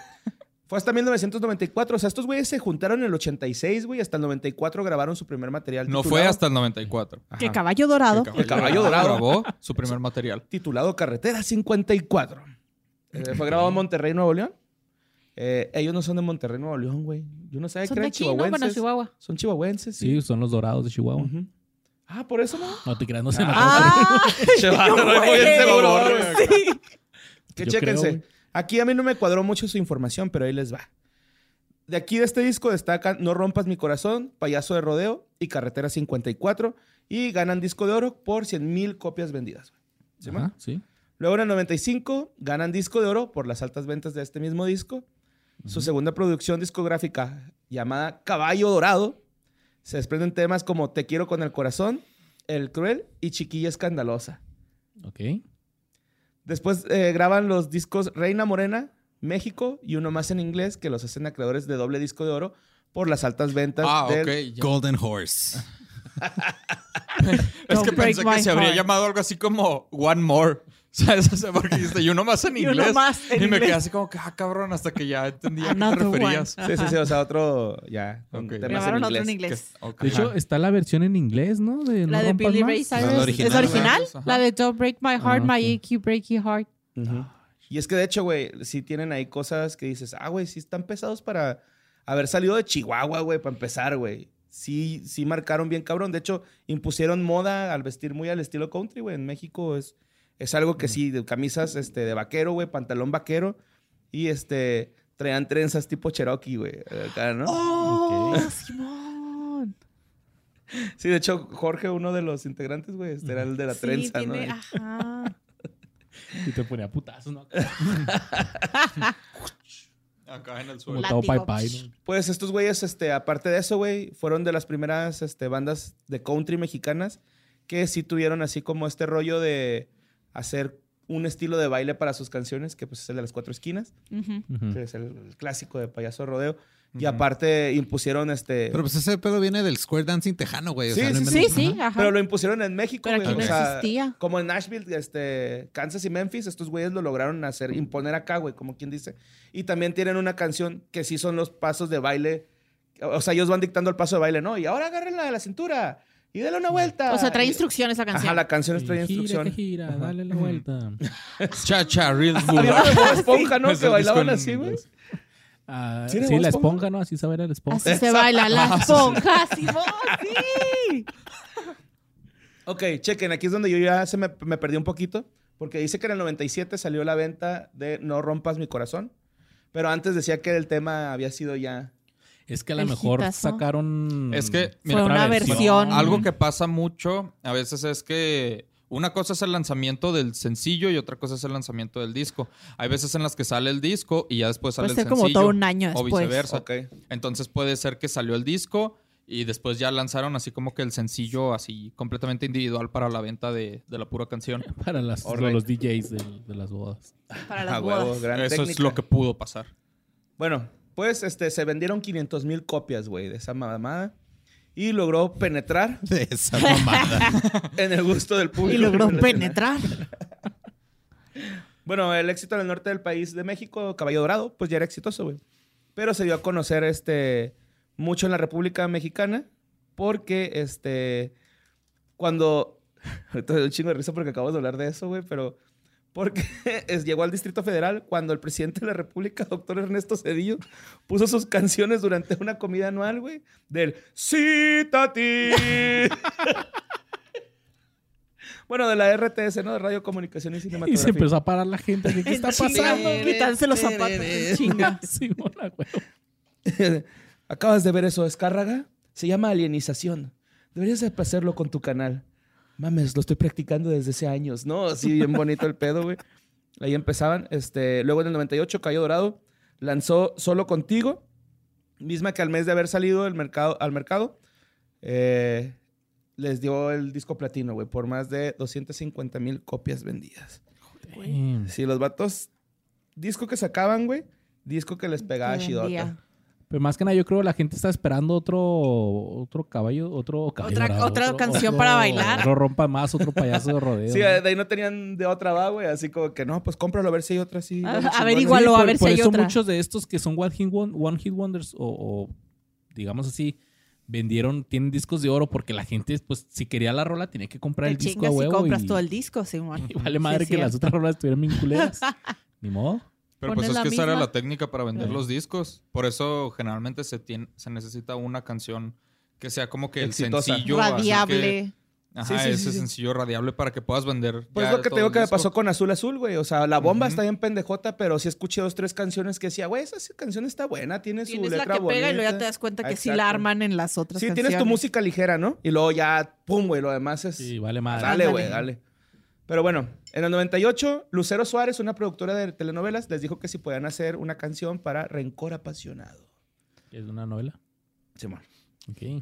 [SPEAKER 2] Fue hasta 1994. O sea, estos güeyes se juntaron en el 86, güey. Hasta el 94 grabaron su primer material.
[SPEAKER 3] No fue
[SPEAKER 2] titulado-
[SPEAKER 3] hasta el 94.
[SPEAKER 4] que caballo dorado.
[SPEAKER 2] El Caballo Dorado.
[SPEAKER 3] grabó su primer material.
[SPEAKER 2] titulado Carretera 54. Eh, fue grabado en Monterrey, Nuevo León. Eh, ellos no son de Monterrey, Nuevo León, güey. Yo no sabía
[SPEAKER 4] Son
[SPEAKER 2] que
[SPEAKER 4] de
[SPEAKER 2] eran
[SPEAKER 4] aquí, ¿no? Bueno,
[SPEAKER 2] chihuahuenses.
[SPEAKER 4] Chihuahua.
[SPEAKER 2] Son chihuahuenses, sí.
[SPEAKER 1] Sí, son los dorados de Chihuahua.
[SPEAKER 2] Ujú. Ah, por eso no.
[SPEAKER 1] No te creas, no se me
[SPEAKER 4] Ah,
[SPEAKER 2] Chihuahua,
[SPEAKER 4] güey.
[SPEAKER 2] güey, bien seguro, güey.
[SPEAKER 4] Sí.
[SPEAKER 2] Que
[SPEAKER 1] Yo
[SPEAKER 2] chéquense.
[SPEAKER 1] creo, güey.
[SPEAKER 2] aquí a mí no me cuadró mucho su información, pero ahí les va. De aquí de este disco destacan No rompas mi corazón, Payaso de rodeo y Carretera 54 y ganan disco de oro por 100 mil copias vendidas. güey. ¿Sí, man?
[SPEAKER 1] Ajá, sí.
[SPEAKER 2] Luego en el 95 ganan disco de oro por las altas ventas de este mismo disco. Su segunda producción discográfica llamada Caballo Dorado se desprenden temas como Te quiero con el corazón, El cruel y Chiquilla escandalosa.
[SPEAKER 1] Ok.
[SPEAKER 2] Después eh, graban los discos Reina Morena, México y uno más en inglés que los hacen a creadores de doble disco de oro por las altas ventas
[SPEAKER 3] Ah,
[SPEAKER 2] del-
[SPEAKER 3] ok. ya.
[SPEAKER 5] Golden Horse.
[SPEAKER 3] Es que
[SPEAKER 4] Don't break
[SPEAKER 3] pensé que
[SPEAKER 4] my
[SPEAKER 3] se habría
[SPEAKER 4] heart.
[SPEAKER 3] llamado algo así como One More. ¿Sabes? O sea, porque dijiste, y uno más en
[SPEAKER 4] Y uno
[SPEAKER 3] inglés.
[SPEAKER 4] más en
[SPEAKER 3] y me quedé
[SPEAKER 4] inglés.
[SPEAKER 3] así como que, ah, cabrón, hasta que ya entendía a qué te
[SPEAKER 4] Another one.
[SPEAKER 3] referías.
[SPEAKER 2] Sí, sí, sí, o sea, otro ya. con
[SPEAKER 3] Ok.
[SPEAKER 2] temas
[SPEAKER 4] Grabaron
[SPEAKER 2] en
[SPEAKER 4] otro en
[SPEAKER 2] inglés.
[SPEAKER 4] inglés.
[SPEAKER 3] Que- ok.
[SPEAKER 1] De hecho, está la versión en inglés, ¿no? De No
[SPEAKER 4] La de
[SPEAKER 1] rompas
[SPEAKER 4] Billy
[SPEAKER 1] más.
[SPEAKER 4] Ray
[SPEAKER 5] la
[SPEAKER 4] Cyrus.
[SPEAKER 5] original,
[SPEAKER 4] ¿Es original?
[SPEAKER 3] ajá.
[SPEAKER 4] La de Don't Break My Heart,
[SPEAKER 1] Ah,
[SPEAKER 4] My EQ Break Your Heart.
[SPEAKER 2] Ujú. Ah, Y es que de hecho, güey, sí tienen ahí cosas que dices, ah, güey, sí están pesados para haber salido de Chihuahua, güey, para empezar, güey. Sí, sí marcaron bien cabrón. De hecho, impusieron moda al vestir muy al estilo country, güey. En México es, Es algo que sí, de camisas este, de vaquero, güey, pantalón vaquero. Y este, traían trenzas tipo Cherokee, güey. Acá, ¿no?
[SPEAKER 4] ¡Oh, Simón!
[SPEAKER 2] Sí, de hecho, Jorge, uno de los integrantes, güey, este era el de la
[SPEAKER 4] Sí,
[SPEAKER 2] trenza,
[SPEAKER 4] tiene-
[SPEAKER 2] ¿no?
[SPEAKER 4] Ajá.
[SPEAKER 1] Y te ponía putazos, ¿no?
[SPEAKER 3] Acá en el
[SPEAKER 1] Como
[SPEAKER 3] suelo.
[SPEAKER 4] La-
[SPEAKER 1] todo pai
[SPEAKER 4] Látigo.
[SPEAKER 1] pai, ¿no?
[SPEAKER 2] Pues estos güeyes, este, aparte de eso, güey, fueron de las primeras este, bandas de country mexicanas que sí tuvieron así como este rollo de hacer un estilo de baile para sus canciones, que pues es el de las cuatro esquinas,
[SPEAKER 4] Ujú.
[SPEAKER 1] Ujú.
[SPEAKER 2] que es el, el clásico de payaso rodeo. Y
[SPEAKER 3] Ujú.
[SPEAKER 2] aparte impusieron este...
[SPEAKER 5] Pero
[SPEAKER 2] Pero,
[SPEAKER 5] pues ese pedo viene del square dancing tejano, güey. O
[SPEAKER 2] Sí,
[SPEAKER 5] sea, no
[SPEAKER 2] sí,
[SPEAKER 5] inventes-
[SPEAKER 4] Sí, sí, ajá.
[SPEAKER 2] lo impusieron en México,
[SPEAKER 4] Pero
[SPEAKER 2] güey,
[SPEAKER 4] aquí
[SPEAKER 2] o
[SPEAKER 4] no
[SPEAKER 2] sea,
[SPEAKER 4] existía.
[SPEAKER 2] Como en Nashville, este, Kansas y Memphis, estos güeyes lo lograron hacer, imponer acá, güey, como quien dice. Y también tienen una canción que sí son los pasos de baile. O sea, ellos van dictando el paso de baile, ¿no? Y ahora agárrenla de la cintura y dale una vuelta.
[SPEAKER 4] O sea, trae
[SPEAKER 2] Y-
[SPEAKER 4] instrucciones la canción.
[SPEAKER 2] eh, Ajá, la canción trae
[SPEAKER 1] Y gira, que
[SPEAKER 2] instrucción.
[SPEAKER 1] gira, dale la vuelta.
[SPEAKER 3] Cha cha, real
[SPEAKER 2] Había
[SPEAKER 3] bull.
[SPEAKER 2] una de Bob Esponja, ¿no?
[SPEAKER 1] Pues
[SPEAKER 3] Es
[SPEAKER 2] Que
[SPEAKER 3] el disco
[SPEAKER 2] bailaban
[SPEAKER 3] en
[SPEAKER 2] así, güey.
[SPEAKER 3] inglés.
[SPEAKER 1] Ah,
[SPEAKER 2] ¿Sí era
[SPEAKER 1] sí,
[SPEAKER 2] Bob
[SPEAKER 1] la
[SPEAKER 2] Esponja?
[SPEAKER 1] esponja, ¿no? Así se baila la esponja.
[SPEAKER 4] Así se baila la esponja, Simón, sí.
[SPEAKER 2] Ok, chequen, aquí es donde yo ya se me, me perdí un poquito, porque dice que en el 97 salió la venta de No rompas mi corazón, pero antes decía que el tema había sido ya...
[SPEAKER 1] Es que a lo
[SPEAKER 4] El
[SPEAKER 1] mejor
[SPEAKER 4] hitazo.
[SPEAKER 1] sacaron.
[SPEAKER 3] Es que,
[SPEAKER 1] Fue
[SPEAKER 3] mira,
[SPEAKER 1] otra
[SPEAKER 4] una versión.
[SPEAKER 3] Algo que pasa mucho a veces es que una cosa es el lanzamiento del sencillo y otra cosa es el lanzamiento del disco. Hay veces en las que sale el disco y ya después sale
[SPEAKER 4] Puede
[SPEAKER 3] el
[SPEAKER 4] ser
[SPEAKER 3] sencillo.
[SPEAKER 4] Pues como todo un año
[SPEAKER 3] o
[SPEAKER 4] después.
[SPEAKER 3] viceversa.
[SPEAKER 2] Ok.
[SPEAKER 3] Entonces puede ser que salió el disco y después ya lanzaron así como que el sencillo así completamente individual para la venta de, de la pura canción.
[SPEAKER 1] Para las-
[SPEAKER 2] Alright.
[SPEAKER 1] los DJs del- de, las bodas.
[SPEAKER 4] Para
[SPEAKER 2] Ah,
[SPEAKER 4] las
[SPEAKER 2] huevo,
[SPEAKER 4] bodas.
[SPEAKER 2] gran
[SPEAKER 3] Eso es
[SPEAKER 2] técnica.
[SPEAKER 3] lo que pudo pasar.
[SPEAKER 2] Bueno, pues este, se vendieron 500 mil copias, güey, de esa mamada. Y logró penetrar
[SPEAKER 5] De esa mamada.
[SPEAKER 2] en el gusto del público.
[SPEAKER 4] Y logró
[SPEAKER 2] internacional.
[SPEAKER 4] penetrar.
[SPEAKER 2] Bueno, el éxito en el norte del país de México, Caballo Dorado, pues ya era exitoso, güey. Pero se dio a conocer este, mucho en la República Mexicana porque este, cuando... Ahorita me doy un chingo de risa porque acabamos de hablar de eso, güey, pero... Porque es- llegó al Distrito Federal cuando el presidente de la República, doctor Ernesto Cedillo, puso sus canciones durante una comida anual, güey, del Sí, Tati. bueno, de la RTS, ¿no? De Radio Comunicación y Cinematografía.
[SPEAKER 1] Y se empezó a parar la gente. de, ¿Qué está pasando?
[SPEAKER 4] Chinga, Quitarse los zapatos. Chinga.
[SPEAKER 1] Sí, hola, güey.
[SPEAKER 2] Acabas de ver eso, Escárraga. Se llama alienización. Deberías de hacerlo con tu canal. Mames, lo estoy practicando desde hace años, ¿no? Así bien bonito el pedo, güey. Ahí empezaban. Este, luego en el 98, Cayo Dorado lanzó Solo Contigo, misma que al mes de haber salido del mercado, al mercado, eh, les dio el disco platino, güey, por más de 250 mil copias vendidas.
[SPEAKER 1] Damn.
[SPEAKER 2] Sí, los vatos, disco que sacaban, güey, disco que les pegaba
[SPEAKER 4] Te
[SPEAKER 2] Shidota.
[SPEAKER 4] vendía.
[SPEAKER 1] Pero más que nada, yo creo que la gente está esperando otro, otro caballo, otro caballo
[SPEAKER 4] Otra-
[SPEAKER 1] dorado,
[SPEAKER 4] otra
[SPEAKER 1] otro-
[SPEAKER 4] canción
[SPEAKER 1] otro-
[SPEAKER 4] para bailar.
[SPEAKER 1] Otro rompa más, otro payaso de rodeo.
[SPEAKER 2] Sí,
[SPEAKER 1] ¿no?
[SPEAKER 2] de ahí no tenían de otra va, güey. Así como que no, pues cómpralo a ver si hay otra así.
[SPEAKER 4] Ah,
[SPEAKER 2] dale chingón.
[SPEAKER 4] averigua. Igual,
[SPEAKER 1] Sí,
[SPEAKER 4] o a
[SPEAKER 1] por-
[SPEAKER 4] ver si
[SPEAKER 1] por
[SPEAKER 4] hay
[SPEAKER 1] eso
[SPEAKER 4] otra.
[SPEAKER 1] muchos de estos que son One Hit, Won- One Hit Wonders o, o, digamos así, vendieron, tienen discos de oro porque la gente, pues, si quería la rola, tenía que comprar
[SPEAKER 4] Te
[SPEAKER 1] el disco
[SPEAKER 4] chingas
[SPEAKER 1] a
[SPEAKER 4] y
[SPEAKER 1] huevo.
[SPEAKER 4] compras
[SPEAKER 1] y-
[SPEAKER 4] todo el disco, Simón.
[SPEAKER 1] y vale madre
[SPEAKER 4] Sí,
[SPEAKER 1] que
[SPEAKER 4] es
[SPEAKER 1] las otras rolas estuvieran bien culeras. Ni modo.
[SPEAKER 3] Pero
[SPEAKER 4] Pones
[SPEAKER 3] pues es que
[SPEAKER 4] la
[SPEAKER 3] esa era
[SPEAKER 4] misma.
[SPEAKER 3] la técnica para vender
[SPEAKER 1] Ajá.
[SPEAKER 3] los discos. Por eso generalmente se, tiene, se necesita una canción que sea como que el
[SPEAKER 2] Exitosa.
[SPEAKER 3] sencillo. así que-
[SPEAKER 4] Radiable.
[SPEAKER 3] ajá,
[SPEAKER 2] Sí, sí, sí,
[SPEAKER 3] ese
[SPEAKER 2] sí.
[SPEAKER 3] sencillo radiable para que puedas vender.
[SPEAKER 2] Pues
[SPEAKER 3] ya
[SPEAKER 2] es lo que te
[SPEAKER 3] todo
[SPEAKER 2] digo
[SPEAKER 3] el
[SPEAKER 2] que me
[SPEAKER 3] disco.
[SPEAKER 2] pasó con Azul Azul, güey. O sea, la bomba
[SPEAKER 3] Ujú.
[SPEAKER 2] está bien pendejota, pero sí escuché dos, tres canciones que decía, güey, esa sí- canción está buena, tiene su
[SPEAKER 4] Tienes la
[SPEAKER 2] letra
[SPEAKER 4] que pega y luego ya
[SPEAKER 2] bonita".
[SPEAKER 4] te das cuenta
[SPEAKER 2] Ah,
[SPEAKER 4] que sí
[SPEAKER 2] exacto.
[SPEAKER 4] la arman en las otras
[SPEAKER 2] Sí, tienes tu
[SPEAKER 4] canciones.
[SPEAKER 2] música ligera, ¿no? Y luego ya, pum, güey, lo demás es.
[SPEAKER 1] Sí, vale madre.
[SPEAKER 2] Dale,
[SPEAKER 4] Ándale.
[SPEAKER 2] güey, dale. Pero bueno, en el 98, Lucero Suárez, una productora de telenovelas, les dijo que si podían hacer una canción para Rencor Apasionado.
[SPEAKER 1] Es una novela.
[SPEAKER 2] Simón.
[SPEAKER 1] Ok.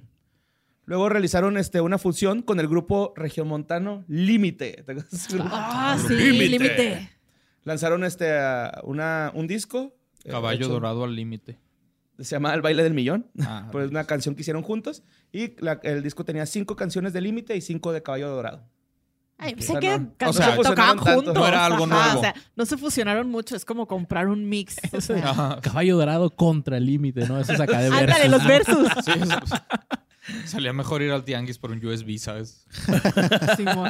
[SPEAKER 2] Luego realizaron este, una fusión con el grupo Regiomontano Límite. ¿Te acuerdas de ese grupo?
[SPEAKER 4] Ah, sí,
[SPEAKER 2] Límite.
[SPEAKER 4] límite.
[SPEAKER 2] Lanzaron este, a una, un disco. eh,
[SPEAKER 3] Caballo
[SPEAKER 2] hecho-
[SPEAKER 3] dorado al límite.
[SPEAKER 2] Se llama El baile del millón.
[SPEAKER 3] Ah,
[SPEAKER 2] Pues una canción que hicieron juntos. Y la- el disco tenía cinco canciones de Límite y cinco de Caballo Dorado.
[SPEAKER 4] Ay,
[SPEAKER 2] O sea,
[SPEAKER 4] sé que
[SPEAKER 2] Ah, no.
[SPEAKER 4] can-
[SPEAKER 2] O sea,
[SPEAKER 4] tocaban
[SPEAKER 2] fusionaron tanto.
[SPEAKER 4] juntos.
[SPEAKER 3] No era algo nuevo.
[SPEAKER 4] O sea, no se fusionaron mucho. Es como comprar un mix. O sea,
[SPEAKER 3] Ajá.
[SPEAKER 1] Caballo dorado contra el límite, ¿no? Eso es acá de ver.
[SPEAKER 4] ándale, los versus.
[SPEAKER 3] Sí, o sea, pues, salía mejor ir al tianguis por un USB, ¿sabes?
[SPEAKER 4] Simón.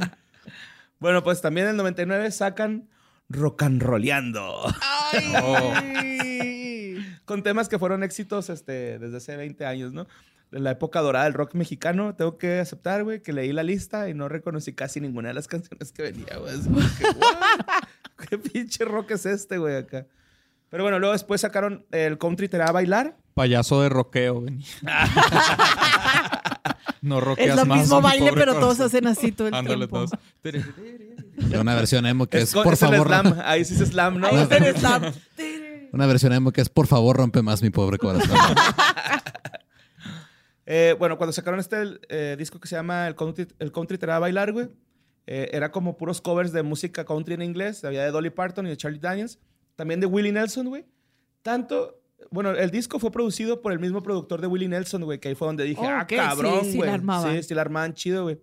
[SPEAKER 2] Bueno, pues también en el 99 sacan Rocanroleando.
[SPEAKER 3] Oh.
[SPEAKER 4] Ay.
[SPEAKER 2] Con temas que fueron éxitos este, desde hace 20 años, ¿no? la época dorada del rock mexicano, tengo que aceptar, güey, que leí la lista y no reconocí casi ninguna de las canciones que venía, güey. Así como que, "What? ¿Qué pinche rock es este, güey, acá? Pero bueno, luego después sacaron el country te la va a bailar.
[SPEAKER 3] Payaso de roqueo, güey. no roqueas
[SPEAKER 4] Es lo
[SPEAKER 3] más,
[SPEAKER 4] mismo
[SPEAKER 3] mi
[SPEAKER 4] baile,
[SPEAKER 3] pobre
[SPEAKER 4] pero todos
[SPEAKER 3] corazón.
[SPEAKER 4] hacen así todo el
[SPEAKER 3] Ándale,
[SPEAKER 4] tiempo.
[SPEAKER 3] todos.
[SPEAKER 5] Y una versión emo que es,
[SPEAKER 2] co-
[SPEAKER 5] por
[SPEAKER 2] el
[SPEAKER 5] favor.
[SPEAKER 2] slam. Ahí sí es slam, ¿no?
[SPEAKER 5] No,
[SPEAKER 4] Pero está-
[SPEAKER 5] rom- Una versión emo que es por favor rompe más mi pobre corazón.
[SPEAKER 2] Eh, bueno, cuando sacaron este eh, disco que se llama El Country, el country Te la va a Bailar, güey, eh, era como puros covers de música country en inglés. Había de Dolly Parton y de Charlie Daniels. También de Willie Nelson, güey. Tanto... Bueno, el disco fue producido por el mismo productor de Willie Nelson, güey, que ahí fue donde dije,
[SPEAKER 4] Oh,
[SPEAKER 2] ah,
[SPEAKER 4] ok, sí,
[SPEAKER 2] cabrón, güey.
[SPEAKER 4] sí la armaban.
[SPEAKER 2] sí, sí la armaban chido, güey.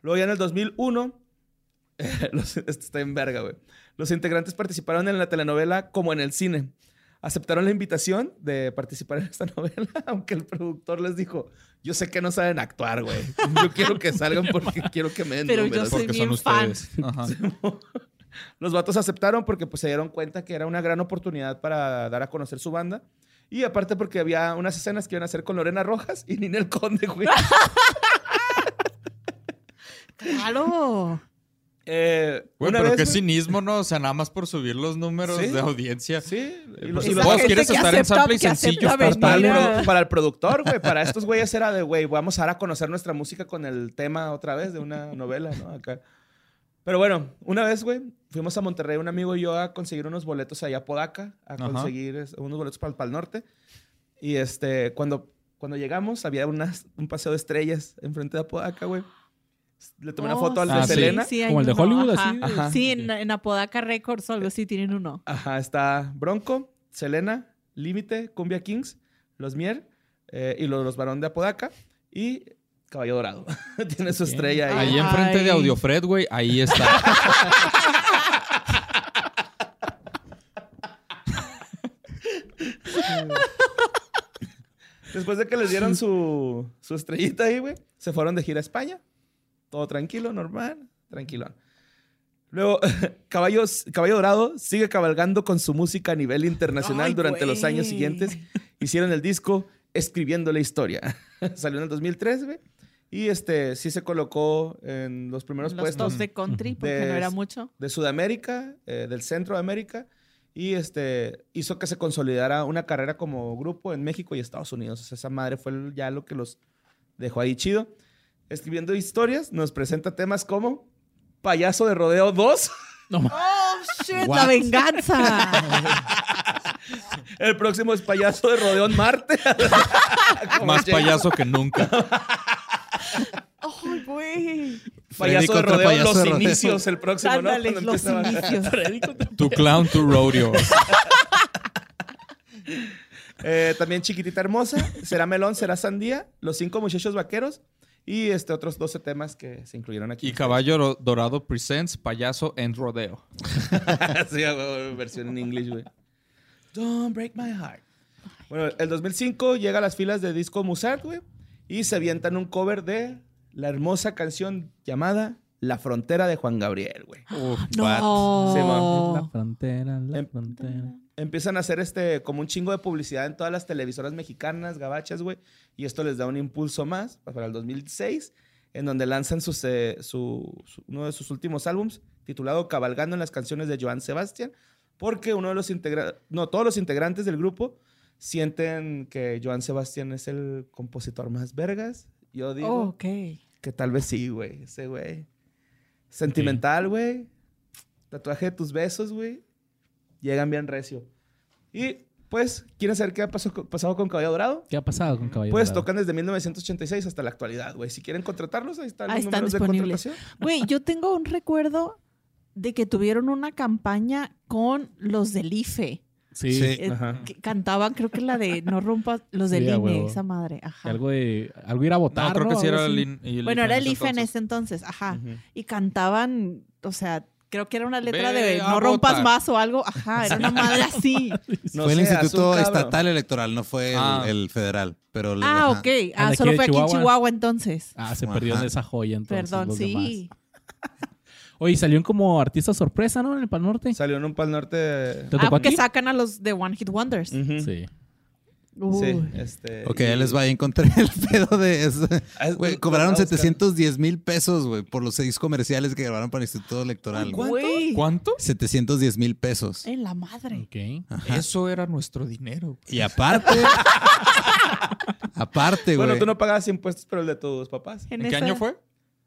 [SPEAKER 2] Luego ya en el 2001, los- esto está en verga, güey. Los integrantes participaron en la telenovela como en el cine. Aceptaron la invitación de participar en esta novela, aunque el productor les dijo, yo sé que no saben actuar, güey. Yo quiero que salgan porque quiero que me den
[SPEAKER 4] Pero yo
[SPEAKER 2] números".
[SPEAKER 4] soy
[SPEAKER 3] Porque son
[SPEAKER 4] bien fan.
[SPEAKER 3] ustedes. Ajá.
[SPEAKER 2] Los vatos aceptaron porque pues, se dieron cuenta que era una gran oportunidad para dar a conocer su banda. Y aparte porque había unas escenas que iban a hacer con Lorena Rojas y Ninel Conde, güey.
[SPEAKER 4] Claro.
[SPEAKER 2] Eh,
[SPEAKER 3] Güey,
[SPEAKER 2] una
[SPEAKER 3] pero
[SPEAKER 2] vez,
[SPEAKER 3] qué
[SPEAKER 2] güey.
[SPEAKER 3] cinismo, ¿no? O sea, nada más por subir los números
[SPEAKER 2] Sí.
[SPEAKER 3] de audiencia.
[SPEAKER 2] Sí.
[SPEAKER 3] Eh,
[SPEAKER 2] y
[SPEAKER 3] pues,
[SPEAKER 2] los-
[SPEAKER 3] si
[SPEAKER 2] y los-
[SPEAKER 4] esa
[SPEAKER 3] todos
[SPEAKER 4] gente
[SPEAKER 3] quieren
[SPEAKER 4] que
[SPEAKER 3] estar en
[SPEAKER 4] acepta-
[SPEAKER 3] sample y
[SPEAKER 4] que acepta
[SPEAKER 3] sencillos.
[SPEAKER 4] venir.
[SPEAKER 2] Pues para, el
[SPEAKER 4] Mira.
[SPEAKER 2] produ- para el productor, güey. Para estos güeyes era de, güey, vamos a dar a conocer nuestra música con el tema otra vez de una novela, ¿no? Acá. Pero bueno, una vez, güey, fuimos a Monterrey, un amigo y yo, a conseguir unos boletos allá a Podaca, a
[SPEAKER 3] Ajá.
[SPEAKER 2] conseguir es- unos boletos para el Pal Norte. Y este, cuando, cuando llegamos, había unas, un paseo de estrellas enfrente de Apodaca, güey. Le tomé una
[SPEAKER 4] Oh,
[SPEAKER 2] foto al de
[SPEAKER 3] Ah, sí.
[SPEAKER 2] Selena.
[SPEAKER 4] hay
[SPEAKER 1] Como el de
[SPEAKER 4] uno,
[SPEAKER 1] Hollywood,
[SPEAKER 4] ajá.
[SPEAKER 1] así.
[SPEAKER 2] Ajá.
[SPEAKER 4] Sí, en, en Apodaca Records o algo así tienen uno.
[SPEAKER 2] Ajá, está Bronco, Selena, Límite, Cumbia Kings, Los Mier eh, y los, los Barón de Apodaca y Caballo Dorado. Tiene su estrella ahí.
[SPEAKER 3] Ahí enfrente
[SPEAKER 4] Ay.
[SPEAKER 3] de Audiofred, güey, ahí está.
[SPEAKER 2] Después de que les dieron su, su estrellita ahí, güey, se fueron de gira a España. Todo tranquilo, normal, tranquilo. Luego, Caballos, Caballo Dorado sigue cabalgando con su música a nivel internacional
[SPEAKER 4] Ay,
[SPEAKER 2] durante los años
[SPEAKER 4] güey.
[SPEAKER 2] siguientes. Hicieron el disco Escribiendo la Historia. Salió en el 2003, güey. Y este sí se colocó en los primeros
[SPEAKER 4] Los
[SPEAKER 2] puestos.
[SPEAKER 4] dos de
[SPEAKER 3] Mm.
[SPEAKER 4] country, porque
[SPEAKER 2] De-
[SPEAKER 4] no era mucho.
[SPEAKER 2] de Sudamérica, eh, del centro de América, y este, hizo que se consolidara una carrera como grupo en México y Estados Unidos. O sea, esa madre fue el- ya lo que los dejó ahí chido. Escribiendo historias, nos presenta temas como Payaso de Rodeo 2,
[SPEAKER 1] No mames.
[SPEAKER 4] ¡Oh, shit!
[SPEAKER 5] What?
[SPEAKER 4] ¡La venganza!
[SPEAKER 2] el próximo es Payaso de Rodeo en Marte. Como
[SPEAKER 3] Más
[SPEAKER 2] James.
[SPEAKER 3] payaso que nunca.
[SPEAKER 4] ¡Ay, güey!
[SPEAKER 5] Freddy
[SPEAKER 2] Payaso de
[SPEAKER 5] contra
[SPEAKER 2] Rodeo,
[SPEAKER 5] Payaso
[SPEAKER 2] los
[SPEAKER 5] de Rodeo.
[SPEAKER 2] inicios, el próximo, ¿no?
[SPEAKER 4] Ándale,
[SPEAKER 2] Cuando
[SPEAKER 4] los
[SPEAKER 2] empieza a-
[SPEAKER 4] inicios.
[SPEAKER 3] Tu clown, tu rodeo.
[SPEAKER 2] Eh, también Chiquitita Hermosa, Será Melón, Será Sandía, Los Cinco Muchachos Vaqueros y este, otros 12 temas que se incluyeron aquí.
[SPEAKER 3] Y Caballo Ro- Dorado presents Payaso en Rodeo.
[SPEAKER 2] sí, a huevo, versión en inglés, güey. Don't break my heart. Bueno, el 2005 llega a las filas de disco Musart, güey, y se avientan un cover de la hermosa canción llamada La Frontera de Juan Gabriel, güey. Sí,
[SPEAKER 4] ¡No!
[SPEAKER 1] frontera,
[SPEAKER 2] Em-
[SPEAKER 1] frontera.
[SPEAKER 2] Empiezan a hacer este como un chingo de publicidad en todas las televisoras mexicanas, gabachas, güey, y esto les da un impulso más para el 2006, en donde lanzan sus, eh, su- su- uno de sus últimos álbums titulado Cabalgando en las canciones de Joan Sebastián, porque uno de los integrantes, no, todos los integrantes del grupo sienten que Joan Sebastián es el compositor más vergas. Yo digo
[SPEAKER 4] Oh, ok.
[SPEAKER 2] que tal vez sí, güey, ese güey. Sentimental, güey. Tatuaje de tus besos, güey. Llegan bien recio. Y pues, ¿quieren saber qué ha pasó- pasado con Caballo Dorado?
[SPEAKER 1] ¿Qué ha pasado con Caballo
[SPEAKER 2] Pues
[SPEAKER 1] Dorado?
[SPEAKER 2] tocan desde 1986 hasta la actualidad, güey. Si quieren contratarlos, ahí están los
[SPEAKER 4] Ahí Ah, están
[SPEAKER 2] números
[SPEAKER 4] disponibles.
[SPEAKER 2] de
[SPEAKER 4] Güey, yo tengo un recuerdo de que tuvieron una campaña con los del IFE.
[SPEAKER 1] Sí.
[SPEAKER 5] Sí.
[SPEAKER 4] Eh,
[SPEAKER 2] Ajá.
[SPEAKER 4] que cantaban, creo que la de No rompas los del
[SPEAKER 1] Sí, a
[SPEAKER 4] INE,
[SPEAKER 1] huebo.
[SPEAKER 4] esa madre. Ajá.
[SPEAKER 1] Algo de... Algo ir a votar,
[SPEAKER 3] No, creo que
[SPEAKER 1] ¿no?
[SPEAKER 3] sí
[SPEAKER 1] Algo
[SPEAKER 3] era
[SPEAKER 1] así.
[SPEAKER 3] el, in- y el
[SPEAKER 4] Bueno,
[SPEAKER 3] IFE
[SPEAKER 4] era
[SPEAKER 3] en
[SPEAKER 4] el
[SPEAKER 3] ese
[SPEAKER 4] IFE en
[SPEAKER 3] entonces.
[SPEAKER 4] ese entonces, ajá.
[SPEAKER 2] Ujú.
[SPEAKER 4] Y cantaban, o sea, creo que era una letra
[SPEAKER 3] Ve
[SPEAKER 4] de
[SPEAKER 3] a
[SPEAKER 4] No rompas
[SPEAKER 3] votar.
[SPEAKER 4] más o algo. Ajá, era una madre así.
[SPEAKER 2] No
[SPEAKER 5] fue
[SPEAKER 2] seas
[SPEAKER 5] el
[SPEAKER 2] un
[SPEAKER 5] Instituto
[SPEAKER 2] cabrón.
[SPEAKER 5] Estatal Electoral, no fue el,
[SPEAKER 3] Ah.
[SPEAKER 5] el federal. Pero le-
[SPEAKER 4] ah,
[SPEAKER 5] ajá.
[SPEAKER 4] ok. Ah,
[SPEAKER 1] de aquí
[SPEAKER 4] solo
[SPEAKER 1] de
[SPEAKER 4] fue aquí en
[SPEAKER 1] Chihuahua.
[SPEAKER 4] Chihuahua entonces.
[SPEAKER 1] Ah, se perdió
[SPEAKER 5] Ajá.
[SPEAKER 1] de esa joya entonces.
[SPEAKER 4] Perdón,
[SPEAKER 1] los
[SPEAKER 4] sí.
[SPEAKER 1] demás. Oye, salieron como artista sorpresa, ¿no? En el Pal Norte.
[SPEAKER 2] Salió en un pal norte.
[SPEAKER 1] ¿Te
[SPEAKER 4] Ah,
[SPEAKER 1] tocó
[SPEAKER 4] porque
[SPEAKER 1] aquí? Mm.
[SPEAKER 4] sacan a los de One Hit Wonders.
[SPEAKER 2] Ujú.
[SPEAKER 1] Sí.
[SPEAKER 4] Uy.
[SPEAKER 2] Sí, este.
[SPEAKER 5] Ok,
[SPEAKER 2] y-
[SPEAKER 5] ahí les va. Ahí Encontré el pedo de eso.
[SPEAKER 2] Ah, es-
[SPEAKER 5] Güey,
[SPEAKER 2] lo- lo
[SPEAKER 5] cobraron
[SPEAKER 2] estaba
[SPEAKER 5] 710 mil pesos, güey, por los seis comerciales que grabaron para el Instituto Electoral. güey.
[SPEAKER 4] Güey,
[SPEAKER 3] ¿Cuánto?
[SPEAKER 5] 710 mil pesos.
[SPEAKER 4] En la madre.
[SPEAKER 1] Ok.
[SPEAKER 3] Ah. Eso era nuestro dinero.
[SPEAKER 5] Y aparte. aparte, güey.
[SPEAKER 2] Bueno, tú no pagabas impuestos, pero el de tus papás.
[SPEAKER 4] Eh,
[SPEAKER 3] ¿En qué año fue?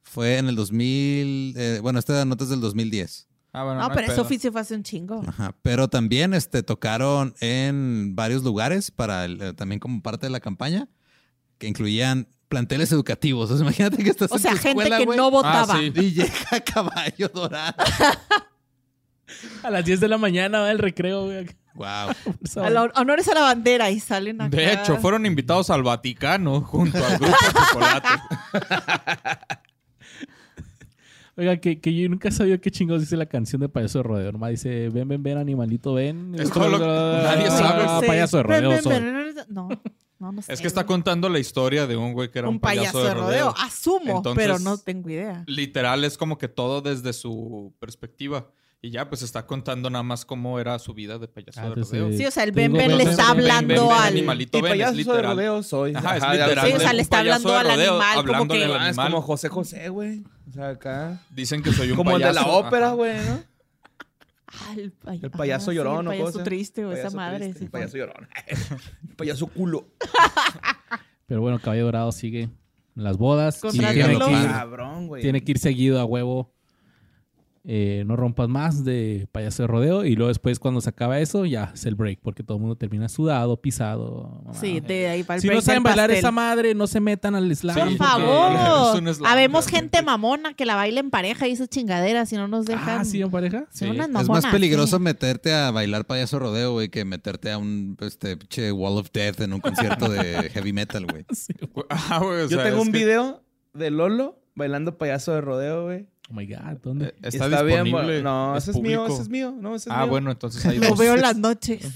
[SPEAKER 5] Fue en el 2000. eh, bueno, esta nota es del 2010.
[SPEAKER 3] Ah, bueno.
[SPEAKER 4] No,
[SPEAKER 3] hay
[SPEAKER 4] pero eso
[SPEAKER 3] pedo.
[SPEAKER 4] fue- sí fue hace un chingo.
[SPEAKER 5] Ajá. Pero también este, tocaron en varios lugares para el- eh, también como parte de la campaña que incluían planteles educativos. O sea, imagínate que estás
[SPEAKER 4] O
[SPEAKER 5] en
[SPEAKER 4] sea,
[SPEAKER 5] tu
[SPEAKER 4] gente
[SPEAKER 5] escuela,
[SPEAKER 4] que
[SPEAKER 5] güey, Ah,
[SPEAKER 4] no votaba.
[SPEAKER 3] Ah, sí.
[SPEAKER 5] Y llega caballo dorado.
[SPEAKER 1] A las 10 de la mañana va el recreo, güey. acá,
[SPEAKER 5] wow.
[SPEAKER 1] por esa
[SPEAKER 4] A la- honores a la bandera y salen acá.
[SPEAKER 3] De hecho, fueron invitados al Vaticano junto al grupo Chocolate.
[SPEAKER 1] Oiga, que, que yo nunca sabía qué chingados dice la canción de Payaso de Rodeo. Nomás dice, ven, ven, ven, animalito, ven.
[SPEAKER 3] Es todo lo que- nadie sabe.
[SPEAKER 1] Ah, Payaso de Rodeo soy.
[SPEAKER 4] No, no, no sé.
[SPEAKER 3] Es que está
[SPEAKER 4] güey.
[SPEAKER 3] contando la historia de un güey que era
[SPEAKER 4] un payaso de rodeo. Ah. Asumo,
[SPEAKER 3] Entonces-
[SPEAKER 4] pero no tengo idea.
[SPEAKER 3] Literal es como que todo desde su perspectiva. Y ya, pues está contando nada más cómo era su vida de payaso
[SPEAKER 1] Ah,
[SPEAKER 3] de
[SPEAKER 1] entonces,
[SPEAKER 3] rodeo.
[SPEAKER 1] eh,
[SPEAKER 4] Sí, o sea, el
[SPEAKER 1] te digo,
[SPEAKER 4] Ben Ben le
[SPEAKER 1] ven,
[SPEAKER 4] está
[SPEAKER 1] ven, ven,
[SPEAKER 4] hablando
[SPEAKER 1] ven, ven,
[SPEAKER 4] al-
[SPEAKER 3] animalito,
[SPEAKER 2] Y
[SPEAKER 3] ven, es
[SPEAKER 2] payaso de
[SPEAKER 3] literal.
[SPEAKER 2] rodeo soy.
[SPEAKER 3] Ajá, es
[SPEAKER 2] ya
[SPEAKER 3] literal.
[SPEAKER 2] ves,
[SPEAKER 4] Sí, o sea,
[SPEAKER 3] un
[SPEAKER 4] le está
[SPEAKER 3] payaso
[SPEAKER 4] hablando
[SPEAKER 3] de
[SPEAKER 4] al
[SPEAKER 3] rodeo
[SPEAKER 4] animal, como
[SPEAKER 3] hablándole
[SPEAKER 4] que-
[SPEAKER 3] al
[SPEAKER 2] Ah, es
[SPEAKER 3] animal.
[SPEAKER 2] como José José, güey. O sea, acá.
[SPEAKER 3] Dicen que soy un
[SPEAKER 2] Como el
[SPEAKER 3] payaso.
[SPEAKER 2] de la ópera,
[SPEAKER 3] Ajá.
[SPEAKER 2] güey, ¿no?
[SPEAKER 4] Ah, el, pay-
[SPEAKER 2] El payaso
[SPEAKER 4] ah, sí,
[SPEAKER 2] llorón,
[SPEAKER 4] El
[SPEAKER 2] ¿no?
[SPEAKER 4] payaso
[SPEAKER 2] ¿Cómo se-
[SPEAKER 4] triste o esa
[SPEAKER 2] payaso
[SPEAKER 4] madre.
[SPEAKER 2] triste,
[SPEAKER 4] sí
[SPEAKER 2] el
[SPEAKER 4] fue.
[SPEAKER 2] payaso llorón. El payaso culo.
[SPEAKER 1] Pero bueno, Caballo Dorado sigue en las bodas. Y
[SPEAKER 4] Contratenlo.
[SPEAKER 1] tiene, que ir,
[SPEAKER 2] Cabrón, güey.
[SPEAKER 1] tiene que ir seguido a huevo. Eh, no rompas más de Payaso de Rodeo. Y luego después, cuando se acaba eso, ya es el break. Porque todo el mundo termina sudado, pisado. mamá.
[SPEAKER 4] Sí, de ahí va el
[SPEAKER 1] si no
[SPEAKER 4] break
[SPEAKER 1] saben
[SPEAKER 4] del
[SPEAKER 1] bailar
[SPEAKER 4] pastel.
[SPEAKER 1] esa madre, no se metan al slam.
[SPEAKER 3] Sí,
[SPEAKER 4] Por
[SPEAKER 1] porque- Ah,
[SPEAKER 3] porque es
[SPEAKER 4] favor.
[SPEAKER 3] un slam,
[SPEAKER 4] Habemos
[SPEAKER 3] realmente.
[SPEAKER 4] gente mamona que la baila en pareja y esas chingaderas, si no nos dejan.
[SPEAKER 1] Ah, sí, en pareja.
[SPEAKER 4] Son
[SPEAKER 3] Sí.
[SPEAKER 4] unas
[SPEAKER 5] Es
[SPEAKER 4] mamonas,
[SPEAKER 5] más peligroso
[SPEAKER 4] sí.
[SPEAKER 5] meterte a bailar payaso rodeo, güey, que meterte a un este, pinche Wall of Death en un concierto de heavy metal, güey.
[SPEAKER 3] Ajá, güey,
[SPEAKER 2] Yo
[SPEAKER 3] o sea,
[SPEAKER 2] tengo
[SPEAKER 3] es
[SPEAKER 2] un
[SPEAKER 3] que,
[SPEAKER 2] video de Lolo bailando payaso de rodeo, güey.
[SPEAKER 1] Oh my god, ¿dónde?
[SPEAKER 3] eh, Está,
[SPEAKER 2] bien,
[SPEAKER 3] disponible.
[SPEAKER 2] güey. No,
[SPEAKER 3] es
[SPEAKER 2] ese es mío,
[SPEAKER 3] público.
[SPEAKER 2] ese es mío. No, ese es
[SPEAKER 3] Ah,
[SPEAKER 2] mío.
[SPEAKER 3] bueno, entonces ahí
[SPEAKER 4] Lo veo en las noches.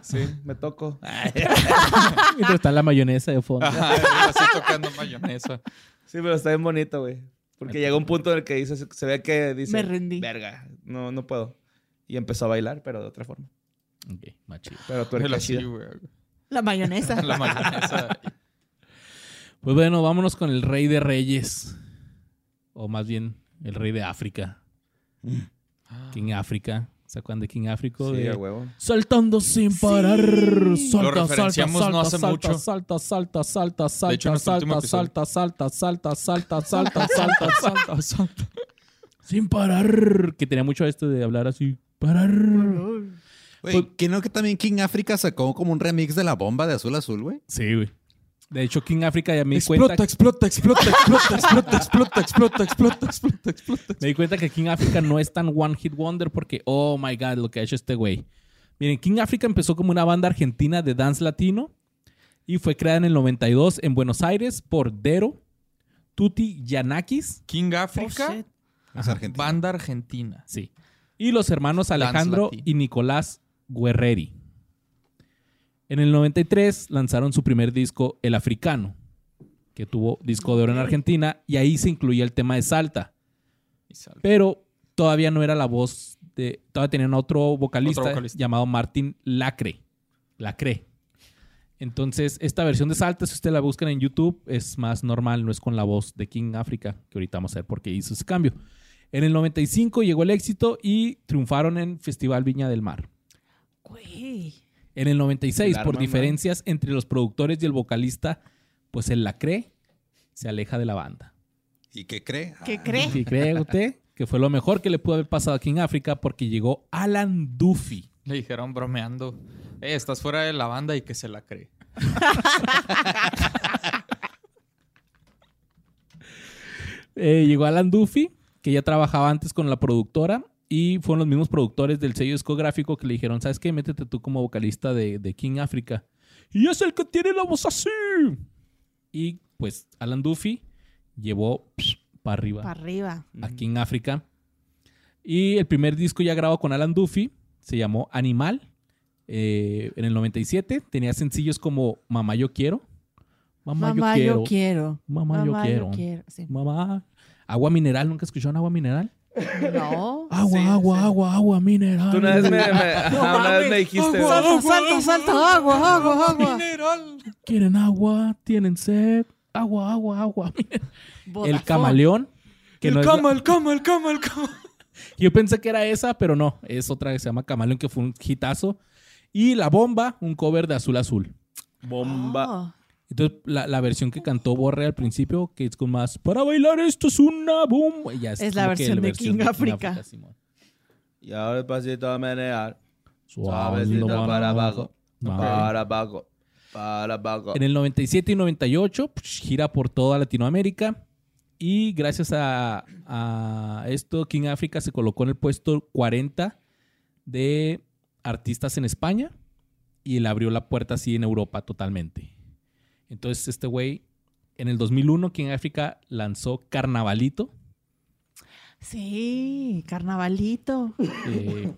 [SPEAKER 2] Sí, me toco.
[SPEAKER 1] Mientras está la mayonesa de
[SPEAKER 3] Ah.
[SPEAKER 1] fondo.
[SPEAKER 3] Así tocando mayonesa.
[SPEAKER 2] Sí, pero está bien bonito, güey. Porque llega un punto en el que dice, se ve que dice,
[SPEAKER 4] Me rendí.
[SPEAKER 2] verga, no, no puedo. Y empezó a bailar, pero de otra forma.
[SPEAKER 1] Ok, más chido.
[SPEAKER 2] Pero tú eres
[SPEAKER 3] Pero
[SPEAKER 2] la
[SPEAKER 3] así,
[SPEAKER 2] chida.
[SPEAKER 3] güey.
[SPEAKER 4] La mayonesa.
[SPEAKER 3] La mayonesa.
[SPEAKER 1] Pues bueno, vámonos con el rey de reyes. O más bien, el rey de África.
[SPEAKER 3] Mm.
[SPEAKER 1] King África. ¿Se acuerdan de King África?
[SPEAKER 2] Sí,
[SPEAKER 1] De-
[SPEAKER 2] a huevo.
[SPEAKER 1] Saltando sin parar. Salta,
[SPEAKER 3] Lo referenciamos
[SPEAKER 1] salta,
[SPEAKER 3] no hace
[SPEAKER 1] salta,
[SPEAKER 3] mucho.
[SPEAKER 1] Salta, salta, salta,
[SPEAKER 3] De hecho, en
[SPEAKER 1] salta,
[SPEAKER 3] nuestro último
[SPEAKER 1] salta, salta, salta, salta, salta, salta, salta, salta, salta. Sin parar. Que tenía mucho esto de hablar así. Parar.
[SPEAKER 5] Güey, ¿quién no que también King Africa sacó como un remix de la bomba de azul azul, güey?
[SPEAKER 1] Sí, güey. De hecho, King África ya me di cuenta.
[SPEAKER 3] explota, explota, explota, explota, explota, explota, explota, explota, explota.
[SPEAKER 1] Me di cuenta que King Africa no es tan One Hit Wonder porque, oh my god, lo que ha hecho este güey. Miren, King Africa empezó como una banda argentina de dance latino y fue creada en el 92 en Buenos Aires por Dero, Tuti Yanakis.
[SPEAKER 3] King
[SPEAKER 4] Oh,
[SPEAKER 3] Africa,
[SPEAKER 4] shit.
[SPEAKER 5] Es argentino.
[SPEAKER 3] banda argentina.
[SPEAKER 1] Sí. Y los hermanos
[SPEAKER 3] Dance
[SPEAKER 1] Alejandro
[SPEAKER 3] latino.
[SPEAKER 1] y Nicolás Guerreri. En el 93 lanzaron su primer disco, El Africano, que tuvo disco de oro en Argentina y ahí se incluía el tema de Salta.
[SPEAKER 3] Y sal-
[SPEAKER 1] pero todavía no era la voz de. Todavía tenían otro vocalista,
[SPEAKER 3] Otro vocalista.
[SPEAKER 1] llamado Martín Lacre. Lacre. Entonces, esta versión de Salta, si ustedes la buscan en YouTube, es más normal, no es con la voz de King Africa, que ahorita vamos a ver por qué hizo ese cambio. En el 95 llegó el éxito y triunfaron en Festival Viña del Mar.
[SPEAKER 4] Güey.
[SPEAKER 1] En el 96,
[SPEAKER 2] El
[SPEAKER 1] por
[SPEAKER 2] arma,
[SPEAKER 1] diferencias entre los productores y el vocalista, pues el Lacre se aleja de la banda.
[SPEAKER 5] ¿Y qué cree?
[SPEAKER 4] ¿Qué
[SPEAKER 5] Ah,
[SPEAKER 4] cree?
[SPEAKER 1] Sí, cree usted que fue lo mejor que le pudo haber pasado aquí en África porque llegó Alan Duffy.
[SPEAKER 3] Le dijeron bromeando, eh, estás fuera de la banda y que se la cree.
[SPEAKER 1] Eh, llegó Alan Duffy, que ya trabajaba antes con la productora y fueron los mismos productores del sello discográfico que le dijeron, ¿sabes qué? Métete tú como vocalista de, de King África. Y es el que tiene la voz así. Y pues Alan Duffy llevó para arriba.
[SPEAKER 4] Para arriba.
[SPEAKER 1] aquí en África. Y el primer disco ya grabado con Alan Duffy se llamó Animal. eh, en el 97 tenía sencillos como Mamá yo quiero, Mamá,
[SPEAKER 4] Mamá,
[SPEAKER 1] yo, quiero,
[SPEAKER 4] quiero.
[SPEAKER 1] Mamá, yo quiero,
[SPEAKER 4] Sí.
[SPEAKER 1] Mamá. Agua mineral, ¿nunca escucharon agua mineral?
[SPEAKER 4] No.
[SPEAKER 1] Agua,
[SPEAKER 2] Sí,
[SPEAKER 1] agua,
[SPEAKER 2] sí.
[SPEAKER 1] agua, agua mineral.
[SPEAKER 2] Tú una vez me, me- ajá, una vez me dijiste,
[SPEAKER 4] Salta, salta, salta, agua, agua, agua.
[SPEAKER 3] Girol.
[SPEAKER 1] ¿Quieren agua? ¿Tienen sed? Agua, agua, agua. Mira. El
[SPEAKER 4] Vodafone.
[SPEAKER 1] camaleón. Que
[SPEAKER 3] el
[SPEAKER 1] no es la-
[SPEAKER 3] cama, el cama, el cama, el cama.
[SPEAKER 1] Yo pensé que era esa, pero no. Es otra que se llama Camaleón, que fue un hitazo. Y La Bomba, un cover de Azul Azul.
[SPEAKER 2] Bomba.
[SPEAKER 4] Oh.
[SPEAKER 1] Entonces, la, la versión que cantó Borre al principio, que es con más, para bailar esto es una bomba. Y ya
[SPEAKER 4] Es la
[SPEAKER 1] como que
[SPEAKER 4] versión de King Africa.
[SPEAKER 1] Simón.
[SPEAKER 2] Y ahora pasito a menear.
[SPEAKER 1] Suavecito para abajo. Va.
[SPEAKER 2] Para abajo. Para abajo.
[SPEAKER 1] En el 97 y 98 pues, gira por toda Latinoamérica y gracias a, a esto King Africa se colocó en el puesto 40 de artistas en España y le abrió la puerta así en Europa totalmente. Entonces este güey, en el 2001 King Africa lanzó Carnavalito.
[SPEAKER 4] Sí, carnavalito.
[SPEAKER 1] eh,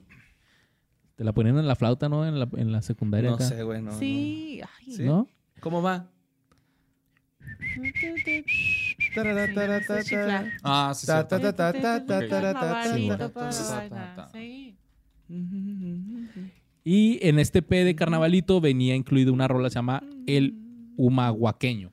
[SPEAKER 1] te la ponían en la flauta, ¿no? En la, en la secundaria.
[SPEAKER 2] No
[SPEAKER 1] acá,
[SPEAKER 2] sé, güey. No,
[SPEAKER 4] sí. Ay.
[SPEAKER 2] Sí.
[SPEAKER 1] ¿no?
[SPEAKER 2] no. ¿Cómo va?
[SPEAKER 4] Sí, hace chiflar.
[SPEAKER 3] Ah, sí,
[SPEAKER 2] Ta,
[SPEAKER 3] cierto.
[SPEAKER 2] ta, ta.
[SPEAKER 4] Carnavalito para
[SPEAKER 3] Sí.
[SPEAKER 4] bailar, sí.
[SPEAKER 1] Y en este P de Carnavalito venía incluido una rola llamada El Humahuaqueño.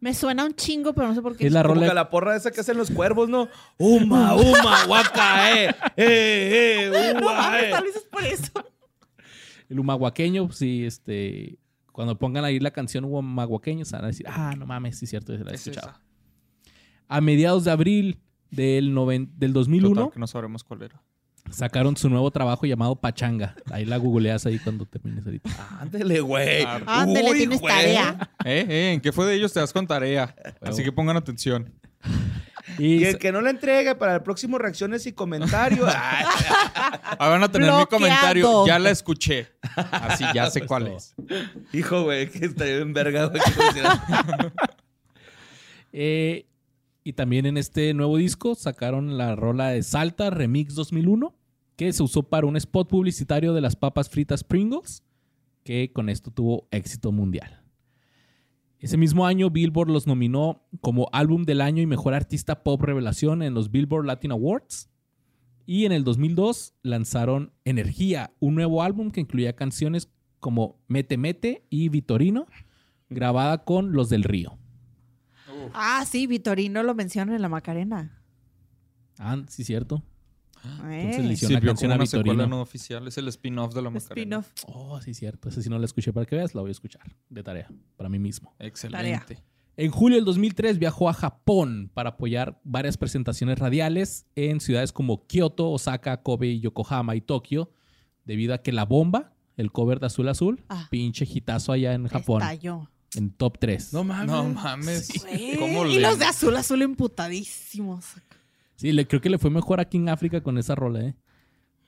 [SPEAKER 4] Me suena un chingo, pero no sé por qué.
[SPEAKER 1] Es la
[SPEAKER 2] Como que
[SPEAKER 1] rola.
[SPEAKER 2] la porra esa que hacen los cuervos, ¿no? Uma, uma, guaca, eh. Eh, eh,
[SPEAKER 4] No
[SPEAKER 2] uma,
[SPEAKER 4] mames,
[SPEAKER 2] eh.
[SPEAKER 4] tal vez es por eso.
[SPEAKER 1] El Humahuaqueño, sí, este. Cuando pongan ahí la canción Humahuaqueño, se van a decir, ah, no mames, sí, es cierto, se la he
[SPEAKER 3] Es
[SPEAKER 1] escuchado.
[SPEAKER 3] esa.
[SPEAKER 1] A mediados de abril del, noven- del 2001
[SPEAKER 3] Total, que no sabremos cuál era.
[SPEAKER 1] sacaron su nuevo trabajo llamado Pachanga. Ahí la googleas ahí cuando termines ahorita.
[SPEAKER 2] Ándele, güey.
[SPEAKER 4] Ándale,
[SPEAKER 2] Uy,
[SPEAKER 4] tienes
[SPEAKER 2] güey.
[SPEAKER 4] tarea.
[SPEAKER 3] Eh, eh, ¿en qué fue de ellos? Te das con tarea. Así que pongan atención.
[SPEAKER 1] Y
[SPEAKER 2] Y el que no la entregue para el próximo reacciones y comentarios. Ay,
[SPEAKER 3] Ahí Ah, van a tener mi
[SPEAKER 4] Bloqueado.
[SPEAKER 3] comentario. Ya la escuché. Así ya sé cuál es.
[SPEAKER 2] hijo, güey, que está bien verga, güey. que pusieran-
[SPEAKER 1] Eh, y también en este nuevo disco sacaron la rola de Salta Remix 2001, que se usó para un spot publicitario de las papas fritas Pringles, que con esto tuvo éxito mundial. Ese mismo año Billboard los nominó como álbum del año y mejor artista pop revelación en los Billboard Latin Awards. Y en el 2002 lanzaron Energía, un nuevo álbum que incluía canciones como Mete Mete y Vitorino, grabada con Los del Río.
[SPEAKER 4] Ah, sí, Vitorino lo menciona en la Macarena.
[SPEAKER 1] Ah, sí, cierto. Entonces
[SPEAKER 4] Eh,
[SPEAKER 1] le hicieron la
[SPEAKER 3] Sirvió
[SPEAKER 1] canción
[SPEAKER 3] como
[SPEAKER 1] a
[SPEAKER 3] una secuela
[SPEAKER 1] Vitorino.
[SPEAKER 3] no oficial. Es el spin-off de la Macarena.
[SPEAKER 4] Spin-off.
[SPEAKER 1] Oh, sí, cierto. Esa sí no la escuché para que veas, la voy a escuchar de tarea, para mí mismo.
[SPEAKER 3] Excelente.
[SPEAKER 1] En julio del 2003 viajó a Japón para apoyar varias presentaciones radiales en ciudades como Kioto, Osaka, Kobe, Yokohama y Tokio, debido a que La Bomba, el cover de Azul Azul,
[SPEAKER 4] Ah.
[SPEAKER 1] pinche hitazo allá en Japón,
[SPEAKER 4] Estalló.
[SPEAKER 1] en top 3.
[SPEAKER 2] No mames.
[SPEAKER 3] No mames.
[SPEAKER 4] Güey,
[SPEAKER 3] ¿Cómo
[SPEAKER 4] y
[SPEAKER 3] le-
[SPEAKER 4] los de azul, azul emputadísimos.
[SPEAKER 1] Sí, le, creo que le fue mejor aquí en África con esa rola, ¿eh?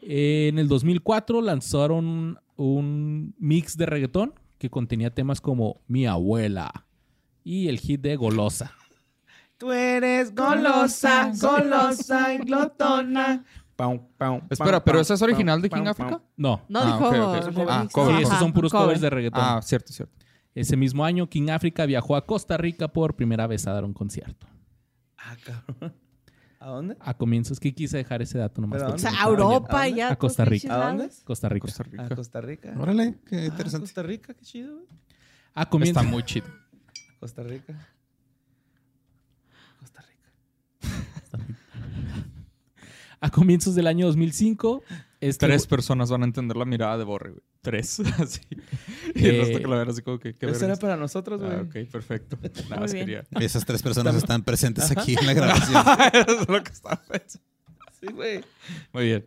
[SPEAKER 1] Eh, En el 2004 lanzaron un mix de reggaetón que contenía temas como Mi abuela y el hit de Golosa.
[SPEAKER 2] Tú eres golosa, golosa y glotona. Pau, pau,
[SPEAKER 3] Espera,
[SPEAKER 2] pau,
[SPEAKER 3] ¿pero
[SPEAKER 2] pau,
[SPEAKER 3] esa es
[SPEAKER 2] pau,
[SPEAKER 3] original de
[SPEAKER 2] pau,
[SPEAKER 3] King
[SPEAKER 2] pau.
[SPEAKER 3] Africa?
[SPEAKER 1] No.
[SPEAKER 4] No
[SPEAKER 3] Ah,
[SPEAKER 4] dijo.
[SPEAKER 3] ok, ok, ok. Ah,
[SPEAKER 4] remix.
[SPEAKER 3] cover,
[SPEAKER 1] Sí, esos
[SPEAKER 4] Ajá,
[SPEAKER 1] son puros
[SPEAKER 4] cover.
[SPEAKER 1] covers de reggaetón.
[SPEAKER 3] Ah, cierto, cierto.
[SPEAKER 1] Ese mismo año, King Africa viajó a Costa Rica por primera vez a dar un concierto.
[SPEAKER 2] Ah, cabrón. ¿A dónde?
[SPEAKER 1] A comienzos, que quise dejar ese dato nomás.
[SPEAKER 2] Pero
[SPEAKER 1] porque
[SPEAKER 4] O sea,
[SPEAKER 1] me
[SPEAKER 4] a
[SPEAKER 1] estaba
[SPEAKER 4] Europa
[SPEAKER 2] ¿A
[SPEAKER 4] y
[SPEAKER 2] dónde?
[SPEAKER 4] ya.
[SPEAKER 1] A Ah, Costa
[SPEAKER 4] todos
[SPEAKER 1] Rica.
[SPEAKER 4] pinches
[SPEAKER 2] ¿A dónde?
[SPEAKER 4] lados.
[SPEAKER 1] yendo. Costa Rica.
[SPEAKER 3] Costa Rica.
[SPEAKER 2] A Costa Rica.
[SPEAKER 5] Órale, qué
[SPEAKER 2] Ah,
[SPEAKER 5] interesante.
[SPEAKER 2] Costa Rica, qué chido, güey.
[SPEAKER 1] A comienzos.
[SPEAKER 3] Está muy chido.
[SPEAKER 2] Costa Rica. Costa Rica.
[SPEAKER 1] A comienzos del año 2005. este-
[SPEAKER 3] Tres personas van a entender la mirada de Borre, güey. Tres, así. Y el
[SPEAKER 1] Eh,
[SPEAKER 3] resto que la verán así como que... ¿qué
[SPEAKER 2] Eso
[SPEAKER 3] verga
[SPEAKER 2] era
[SPEAKER 3] es?
[SPEAKER 2] para nosotros, güey.
[SPEAKER 3] Ah, ok, perfecto. Nada más
[SPEAKER 4] bien.
[SPEAKER 3] quería...
[SPEAKER 5] Esas tres personas están presentes aquí en la grabación.
[SPEAKER 3] es lo que estaba pensando.
[SPEAKER 2] Sí, güey.
[SPEAKER 3] Muy bien.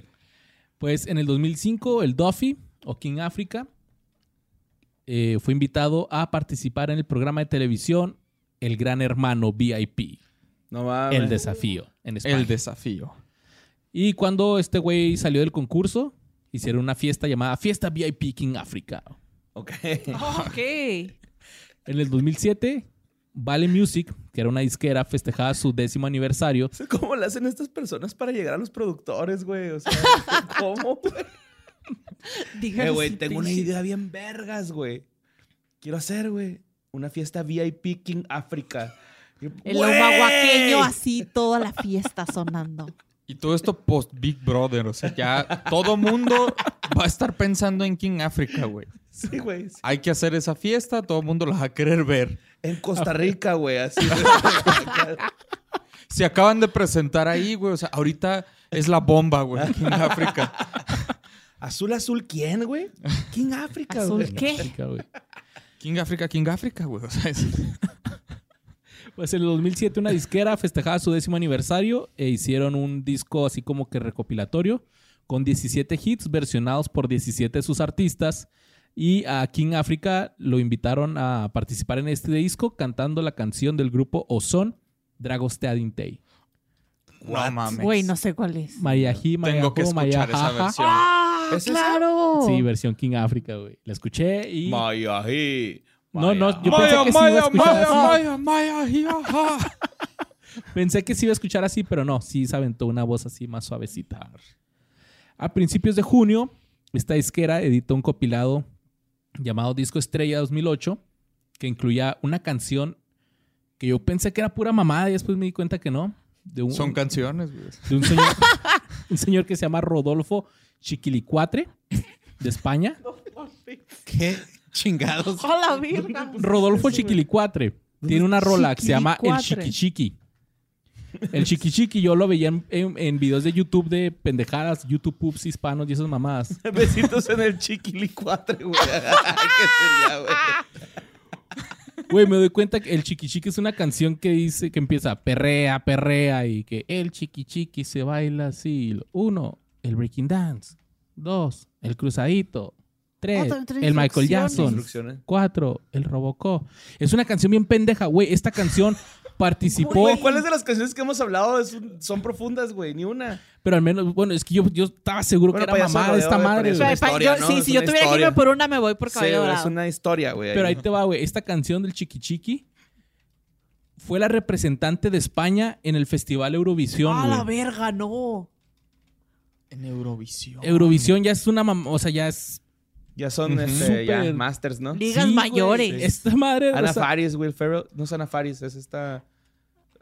[SPEAKER 1] Pues en el 2005, el Duffy o King Africa eh, fue invitado a participar en el programa de televisión El Gran Hermano VIP,
[SPEAKER 2] No mames.
[SPEAKER 1] El Desafío, en España.
[SPEAKER 3] El desafío.
[SPEAKER 1] y cuando este güey salió del concurso, hicieron una fiesta llamada Fiesta VIP King Africa.
[SPEAKER 2] Ok.
[SPEAKER 4] Ok.
[SPEAKER 1] En el 2007, Vale Music, que era una disquera, festejaba su décimo aniversario.
[SPEAKER 2] ¿Cómo le hacen estas personas para llegar a los productores, güey? O sea, ¿cómo, güey?
[SPEAKER 4] Díganle
[SPEAKER 2] Eh, güey,
[SPEAKER 4] si
[SPEAKER 2] tengo una
[SPEAKER 4] pinche-
[SPEAKER 2] idea bien vergas, güey. Quiero hacer, güey, una fiesta VIP King África.
[SPEAKER 4] El humaguaqueño así, toda la fiesta sonando.
[SPEAKER 3] Y todo esto post Big Brother, o sea, ya todo mundo va a estar pensando en King Africa, güey.
[SPEAKER 2] Sí, güey. sí.
[SPEAKER 3] Hay que hacer esa fiesta, todo el mundo la va a querer ver.
[SPEAKER 2] En Costa Rica, güey. Así.
[SPEAKER 3] Se acaban de presentar ahí, güey, o sea, ahorita es la bomba, güey, King Africa.
[SPEAKER 2] azul, azul, ¿quién, güey? ¿Quién África, güey?
[SPEAKER 4] ¿Azul qué?
[SPEAKER 1] Rica, güey.
[SPEAKER 3] King Africa, King Africa, güey, o sea, es-
[SPEAKER 1] Pues en el 2007 una disquera festejaba su décimo aniversario e hicieron un disco así como que recopilatorio con 17 hits versionados por 17 de sus artistas y a King Africa lo invitaron a participar en este disco cantando la canción del grupo Ozon, Dragosteading Day.
[SPEAKER 3] no mames.
[SPEAKER 4] Güey, no sé cuál es.
[SPEAKER 1] Mayahi,
[SPEAKER 3] Tengo que
[SPEAKER 1] Mayahu,
[SPEAKER 3] escuchar esa
[SPEAKER 1] Mayajaja.
[SPEAKER 3] versión.
[SPEAKER 4] ¡Ah,
[SPEAKER 2] Pues ¿Es esa?
[SPEAKER 4] claro!
[SPEAKER 1] Sí, versión King Africa, güey. La escuché y...
[SPEAKER 2] Mayahi.
[SPEAKER 1] No, no, yo pensé
[SPEAKER 3] Maya,
[SPEAKER 1] que sí iba a
[SPEAKER 3] Maya,
[SPEAKER 1] escuchar
[SPEAKER 3] Maya,
[SPEAKER 1] así.
[SPEAKER 3] Maya, Maya, hija, ja.
[SPEAKER 1] Pensé que sí iba a escuchar así, pero no, sí se aventó una voz así más suavecita. A principios de junio, esta disquera editó un compilado llamado Disco Estrella 2008, que incluía una canción que yo pensé que era pura mamada y después me di cuenta que no. De un,
[SPEAKER 3] Son canciones, güey.
[SPEAKER 1] de un señor, un señor que se llama Rodolfo Chiquilicuatre, de España.
[SPEAKER 5] Qué chingados.
[SPEAKER 4] ¡Hola, virga!
[SPEAKER 1] Rodolfo Chiquilicuatre. Tiene una rola que se llama El
[SPEAKER 4] Chiquilicuatre.
[SPEAKER 1] Chiquichiqui. El Chiquichiqui yo lo veía en, en- en videos de YouTube de pendejadas, YouTube pups hispanos y esas mamadas.
[SPEAKER 2] Besitos en el chiquilicuatre, güey. ¿Qué sería, güey?
[SPEAKER 4] Ah.
[SPEAKER 1] Güey, me doy cuenta que El Chiquichiqui es una canción que dice, que empieza perrea, perrea y que El Chiquichiqui se baila así. Uno, el Breaking Dance. Dos, el Cruzadito. Tres,
[SPEAKER 4] Otra, tres
[SPEAKER 1] el Michael
[SPEAKER 4] instrucciones.
[SPEAKER 1] Jackson.
[SPEAKER 2] Instrucciones.
[SPEAKER 1] Cuatro, el Robocop. Es una canción bien pendeja, güey. Esta canción participó...
[SPEAKER 2] Güey, ¿cuáles de las canciones que hemos hablado es un- son profundas, güey? Ni una.
[SPEAKER 1] Pero al menos, bueno, es que yo, yo estaba seguro
[SPEAKER 2] Bueno, pues,
[SPEAKER 1] que era
[SPEAKER 2] payaso
[SPEAKER 1] mamada de
[SPEAKER 2] rodeo,
[SPEAKER 1] esta
[SPEAKER 2] güey,
[SPEAKER 1] madre. güey.
[SPEAKER 2] pero una
[SPEAKER 4] Pa-
[SPEAKER 2] historia,
[SPEAKER 4] yo-
[SPEAKER 2] ¿no?
[SPEAKER 4] Sí,
[SPEAKER 2] Es
[SPEAKER 4] si yo
[SPEAKER 2] una
[SPEAKER 4] tuviera que
[SPEAKER 2] historia.
[SPEAKER 4] irme por una, me voy por
[SPEAKER 2] Sí, güey,
[SPEAKER 4] cabello
[SPEAKER 2] es
[SPEAKER 4] dorado.
[SPEAKER 2] una historia, güey.
[SPEAKER 1] Pero ahí te va, güey. Esta canción del Chiquichiqui fue la representante de España en el Festival Eurovisión.
[SPEAKER 4] ¡A la
[SPEAKER 1] güey.
[SPEAKER 4] verga, no!
[SPEAKER 3] En Eurovisión.
[SPEAKER 1] Eurovisión ya es una mamá, o sea, ya es.
[SPEAKER 2] Ya son
[SPEAKER 3] Ujú.
[SPEAKER 2] este, ya,
[SPEAKER 1] Súper.
[SPEAKER 2] masters, ¿no?
[SPEAKER 4] Ligas
[SPEAKER 1] Sí, güey.
[SPEAKER 4] mayores.
[SPEAKER 1] Esta madre.
[SPEAKER 2] Ana
[SPEAKER 1] o sea,
[SPEAKER 2] Faris, Will Ferrell. No es Ana Faris, es esta...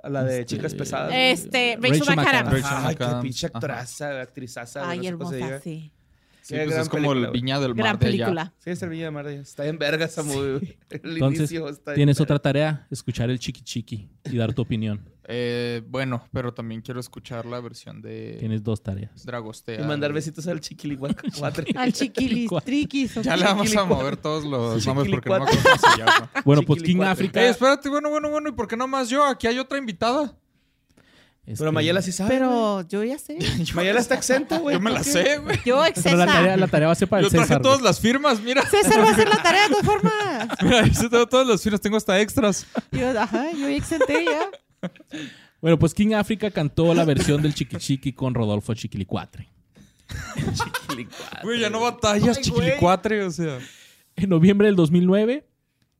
[SPEAKER 2] La de
[SPEAKER 1] Este-
[SPEAKER 2] Chicas Pesadas.
[SPEAKER 1] Eh,
[SPEAKER 4] Este,
[SPEAKER 1] Rachel
[SPEAKER 4] Rachel
[SPEAKER 1] McAdams.
[SPEAKER 4] McAdams.
[SPEAKER 3] Rachel
[SPEAKER 2] Ay, qué
[SPEAKER 3] McAdams.
[SPEAKER 2] pinche
[SPEAKER 3] Ajá.
[SPEAKER 2] actoraza, actrizaza. güey,
[SPEAKER 4] Ay,
[SPEAKER 2] no sé cómo se
[SPEAKER 4] hermosa,
[SPEAKER 2] diga.
[SPEAKER 4] sí.
[SPEAKER 3] Sí,
[SPEAKER 2] Qué
[SPEAKER 3] pues
[SPEAKER 2] gran
[SPEAKER 3] es como
[SPEAKER 2] película,
[SPEAKER 3] el
[SPEAKER 2] güey.
[SPEAKER 3] Viña del Mar
[SPEAKER 4] Gran
[SPEAKER 3] de allá.
[SPEAKER 4] película.
[SPEAKER 2] Sí, es el Villa de Mar de- Está en verga esa movie. güey. El
[SPEAKER 1] Entonces,
[SPEAKER 2] inicio está en
[SPEAKER 1] Tienes
[SPEAKER 2] verga.
[SPEAKER 1] otra tarea: escuchar el Chiquichiqui y dar tu opinión.
[SPEAKER 3] Eh, bueno, pero también quiero escuchar la versión de
[SPEAKER 1] Tienes dos tareas.
[SPEAKER 3] Dragostea.
[SPEAKER 2] Y mandar
[SPEAKER 3] güey.
[SPEAKER 2] besitos este, al chiquilicuatre.
[SPEAKER 4] Al chiquilis, triquis. o
[SPEAKER 3] Ya
[SPEAKER 4] qué.
[SPEAKER 3] le vamos a mover todos los
[SPEAKER 2] Sí,
[SPEAKER 3] nombres porque no me
[SPEAKER 2] Chiquilicuatre.
[SPEAKER 3] acuerdo cómo se llama.
[SPEAKER 1] Bueno, pues King
[SPEAKER 2] Chiquilicuatre.
[SPEAKER 1] África.
[SPEAKER 3] Eh, espérate, bueno, bueno, bueno, ¿y por qué no más yo? Aquí hay otra invitada.
[SPEAKER 1] es
[SPEAKER 2] Pero
[SPEAKER 1] que-
[SPEAKER 2] Mayela sí sabe. güey.
[SPEAKER 4] Pero yo ya sé.
[SPEAKER 2] Mayela está exenta, güey.
[SPEAKER 3] Yo me la
[SPEAKER 2] Pues, ¿por qué?
[SPEAKER 3] sé, güey.
[SPEAKER 4] Yo,
[SPEAKER 1] Pero la tarea,
[SPEAKER 4] César.
[SPEAKER 1] la tarea va a ser para
[SPEAKER 3] Yo
[SPEAKER 1] el César.
[SPEAKER 3] traje
[SPEAKER 1] güey.
[SPEAKER 3] todas las firmas, mira.
[SPEAKER 4] César va a hacer la tarea de todas formas.
[SPEAKER 3] Mira, ahí se tengo todas las firmas, tengo hasta extras.
[SPEAKER 4] Yo, ajá, yo ya exenté ya.
[SPEAKER 1] Bueno, pues King África cantó la versión del Chiquichiqui con Rodolfo Chiquilicuatre.
[SPEAKER 2] Chiquilicuatre.
[SPEAKER 3] Güey, ya no batallas,
[SPEAKER 2] Ay, güey.
[SPEAKER 3] chiquilicuatre, o sea.
[SPEAKER 1] En noviembre del 2009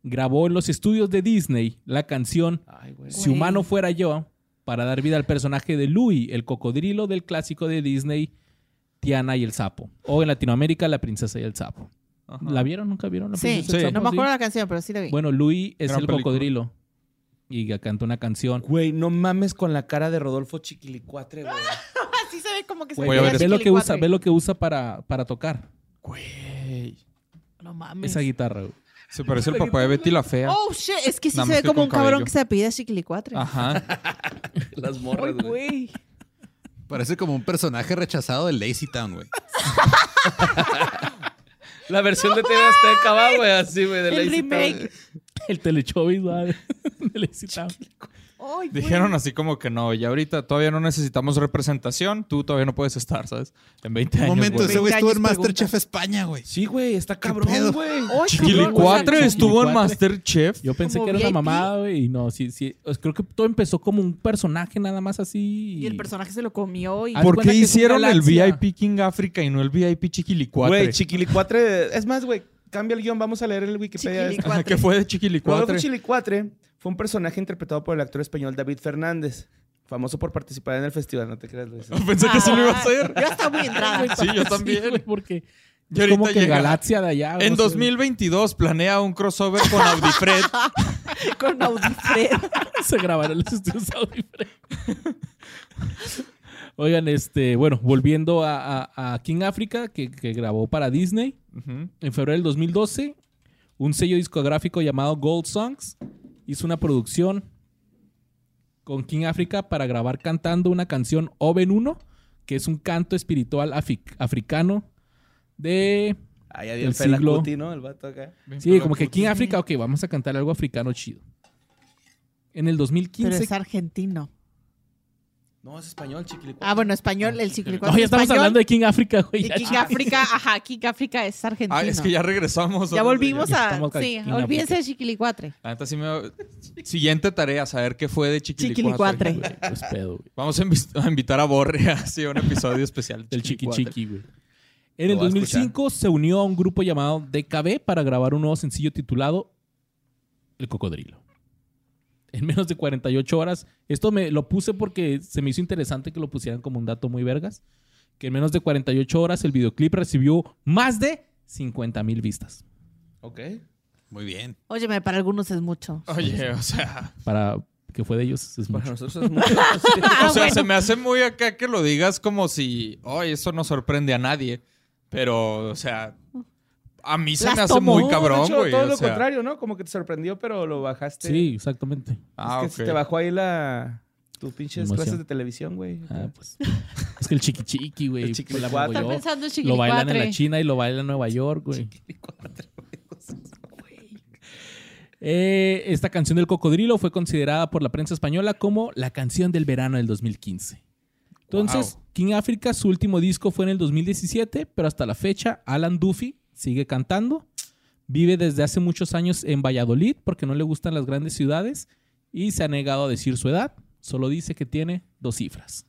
[SPEAKER 1] grabó en los estudios de Disney la canción
[SPEAKER 2] Ay, güey.
[SPEAKER 1] Si
[SPEAKER 4] Güey.
[SPEAKER 1] humano fuera yo para dar vida al personaje de Louie, el cocodrilo del clásico de Disney Tiana y el sapo. O en Latinoamérica La princesa y el sapo.
[SPEAKER 3] Ajá.
[SPEAKER 1] ¿La vieron? ¿Nunca vieron La
[SPEAKER 4] Ah. Sí,
[SPEAKER 1] princesa y el
[SPEAKER 3] Sí.
[SPEAKER 4] no
[SPEAKER 1] sapo?
[SPEAKER 4] me acuerdo
[SPEAKER 1] Sí.
[SPEAKER 4] la canción, pero sí la vi.
[SPEAKER 1] Bueno, Louie es
[SPEAKER 3] Gran
[SPEAKER 1] el
[SPEAKER 3] película.
[SPEAKER 1] cocodrilo y canta una canción.
[SPEAKER 2] Güey, no mames con la cara de Rodolfo Chiquilicuatre, güey.
[SPEAKER 4] sí se ve como que se
[SPEAKER 3] Voy a
[SPEAKER 4] veía
[SPEAKER 3] ver
[SPEAKER 1] Ve lo que usa,
[SPEAKER 4] chiquilicuatre.
[SPEAKER 1] ve lo que usa para, para tocar
[SPEAKER 3] Güey.
[SPEAKER 4] No mames.
[SPEAKER 1] esa guitarra. güey.
[SPEAKER 3] Se parece al papá de Betty la Fea.
[SPEAKER 4] Oh, shit. Es que sí
[SPEAKER 3] Nada
[SPEAKER 4] se
[SPEAKER 3] más
[SPEAKER 4] ve
[SPEAKER 3] que
[SPEAKER 4] como
[SPEAKER 3] con
[SPEAKER 4] un cabrón
[SPEAKER 3] cabello.
[SPEAKER 4] que se apellida Chiquilicuatre.
[SPEAKER 1] Ah.
[SPEAKER 3] Ajá.
[SPEAKER 2] Las
[SPEAKER 4] Ay,
[SPEAKER 2] morras, güey.
[SPEAKER 4] güey.
[SPEAKER 5] Parece como un personaje rechazado de Lazy Town, güey.
[SPEAKER 2] La versión de TV Azteca va, güey, así, güey. de
[SPEAKER 4] El
[SPEAKER 2] Lazy Town.
[SPEAKER 4] remake.
[SPEAKER 1] El Teletubbies va de- de la excitable.
[SPEAKER 4] Ay, güey.
[SPEAKER 3] Dijeron así como que no, y ahorita todavía no necesitamos representación, tú todavía no puedes estar, ¿sabes? En 20 años.
[SPEAKER 5] Momento,
[SPEAKER 3] güey.
[SPEAKER 5] ese güey estuvo en
[SPEAKER 4] 20 años
[SPEAKER 5] Masterchef España, güey.
[SPEAKER 2] Sí, güey, está
[SPEAKER 5] pedo?
[SPEAKER 2] cabrón, güey.
[SPEAKER 4] Ay,
[SPEAKER 3] Chiquilicuatre
[SPEAKER 4] cabrón, o
[SPEAKER 3] estuvo
[SPEAKER 4] sea,
[SPEAKER 3] en
[SPEAKER 1] Chiquilicuatre.
[SPEAKER 3] Masterchef.
[SPEAKER 1] Yo pensé
[SPEAKER 4] Como
[SPEAKER 1] que era una
[SPEAKER 4] VIP.
[SPEAKER 1] mamada, güey. Y no, sí, sí. Pues, creo que todo empezó como un personaje nada más así.
[SPEAKER 4] Y el personaje se lo comió y...
[SPEAKER 1] Haz
[SPEAKER 3] ¿Por
[SPEAKER 1] cuenta
[SPEAKER 3] qué
[SPEAKER 1] que es una
[SPEAKER 3] hicieron el
[SPEAKER 1] galaxia.
[SPEAKER 3] VIP King África y no el VIP Chiquilicuatre?
[SPEAKER 2] Güey, Chiquilicuatre. Es más, güey, cambia el guión. Vamos a leer el Wikipedia.
[SPEAKER 4] Chiquilicuatre.
[SPEAKER 3] Ajá, ¿Qué fue de
[SPEAKER 2] Rodolfo
[SPEAKER 3] Chiquilicuatre?
[SPEAKER 2] Chilicuatre fue un personaje interpretado por el actor español David Fernández, famoso por participar en el festival, no te creas, Luis.
[SPEAKER 1] pues,
[SPEAKER 3] Pensé que sí lo iba
[SPEAKER 4] Ah.
[SPEAKER 3] a hacer.
[SPEAKER 4] Yo estaba muy entrada.
[SPEAKER 3] Sí, yo también.
[SPEAKER 1] güey, porque
[SPEAKER 3] Y
[SPEAKER 1] es como
[SPEAKER 3] ahorita
[SPEAKER 1] que
[SPEAKER 3] llega-
[SPEAKER 1] galaxia de allá. güey,
[SPEAKER 3] En
[SPEAKER 1] no sé.
[SPEAKER 3] 2022 planea un crossover con Audifred.
[SPEAKER 4] Con Audifred.
[SPEAKER 1] se grabaron los estudios Audi Fred. Oigan, este, bueno, volviendo a, a- a King Africa, que, que grabó para Disney
[SPEAKER 3] Ujú.
[SPEAKER 1] en febrero del 2012, un sello discográfico llamado Gold Songs hizo una producción con King Africa para grabar cantando una canción Oven 1, que es un canto espiritual afi- africano de...
[SPEAKER 2] Ah, ya vi el,
[SPEAKER 1] El
[SPEAKER 2] Fela
[SPEAKER 1] siglo-
[SPEAKER 2] Kuti, ¿no? El vato acá.
[SPEAKER 1] Sí, como que King Africa, ok, vamos a cantar algo africano chido. En el
[SPEAKER 4] Pero
[SPEAKER 1] 2015...
[SPEAKER 4] es argentino.
[SPEAKER 2] No, es español, chiquilicuate.
[SPEAKER 4] Ah, bueno, español, el ciclicuato
[SPEAKER 1] No, ya estamos
[SPEAKER 4] español,
[SPEAKER 1] hablando de King Africa, güey.
[SPEAKER 4] Y
[SPEAKER 1] ya
[SPEAKER 4] King África, ajá, King África es argentino.
[SPEAKER 3] Ah, es que ya regresamos.
[SPEAKER 4] Ya volvimos
[SPEAKER 1] Ya
[SPEAKER 4] a...
[SPEAKER 1] estamos con
[SPEAKER 4] Sí,
[SPEAKER 1] King
[SPEAKER 4] olvídense
[SPEAKER 1] África.
[SPEAKER 4] de Chiquilicuatre.
[SPEAKER 3] La neta sí me... Siguiente tarea, saber qué fue de Chiquilicuatre.
[SPEAKER 4] Chiquilicuatre.
[SPEAKER 1] Güey, pues pedo, güey.
[SPEAKER 3] Vamos a, invi- a invitar a Borre así a un episodio especial.
[SPEAKER 1] Del chiqui
[SPEAKER 3] Chiquilicuatre.
[SPEAKER 1] chiqui, güey. En el
[SPEAKER 2] Lo vas a
[SPEAKER 1] 2005 se unió a un grupo llamado DKB para grabar un nuevo sencillo titulado El Cocodrilo. En menos de 48 horas, esto me lo puse porque se me hizo interesante que lo pusieran como un dato muy vergas, que en menos de 48 horas el videoclip recibió más de 50 mil vistas.
[SPEAKER 2] Ok.
[SPEAKER 5] Muy bien.
[SPEAKER 4] Óyeme, para algunos es mucho.
[SPEAKER 3] Oye, o sea...
[SPEAKER 1] Para que fue de ellos, es
[SPEAKER 2] Para
[SPEAKER 1] mucho.
[SPEAKER 2] nosotros es mucho.
[SPEAKER 4] Ah,
[SPEAKER 3] o sea,
[SPEAKER 4] bueno.
[SPEAKER 3] se me hace muy acá que lo digas como si, ay, eso no sorprende a nadie. Pero, o sea, a mí se
[SPEAKER 4] Las
[SPEAKER 3] me hace
[SPEAKER 4] tomó.
[SPEAKER 3] muy cabrón,
[SPEAKER 2] De hecho,
[SPEAKER 3] güey.
[SPEAKER 2] Todo
[SPEAKER 3] o
[SPEAKER 2] lo
[SPEAKER 3] sea.
[SPEAKER 2] contrario, ¿no? Como que te sorprendió, pero lo bajaste.
[SPEAKER 1] Sí, exactamente.
[SPEAKER 3] Ah,
[SPEAKER 2] es que
[SPEAKER 3] ok.
[SPEAKER 2] te bajó ahí la... Tus pinches
[SPEAKER 1] Emoción.
[SPEAKER 2] clases de televisión, güey.
[SPEAKER 1] Ah, pues. Es que el chiqui chiqui, güey.
[SPEAKER 2] El
[SPEAKER 1] pues, la
[SPEAKER 2] chiquilicuatre.
[SPEAKER 1] mogolló.
[SPEAKER 4] Están pensando en
[SPEAKER 1] Lo bailan en
[SPEAKER 4] Chiquilicuatre.
[SPEAKER 1] la China y lo bailan en Nueva York, güey. Eh, esta canción del cocodrilo fue considerada por la prensa española como la canción del verano del 2015. Entonces,
[SPEAKER 3] Wow.
[SPEAKER 1] King Africa, su último disco fue en el 2017, pero hasta la fecha, Alan Duffy sigue cantando. Vive desde hace muchos años en Valladolid porque no le gustan las grandes ciudades y se ha negado a decir su edad. Solo dice que tiene dos cifras.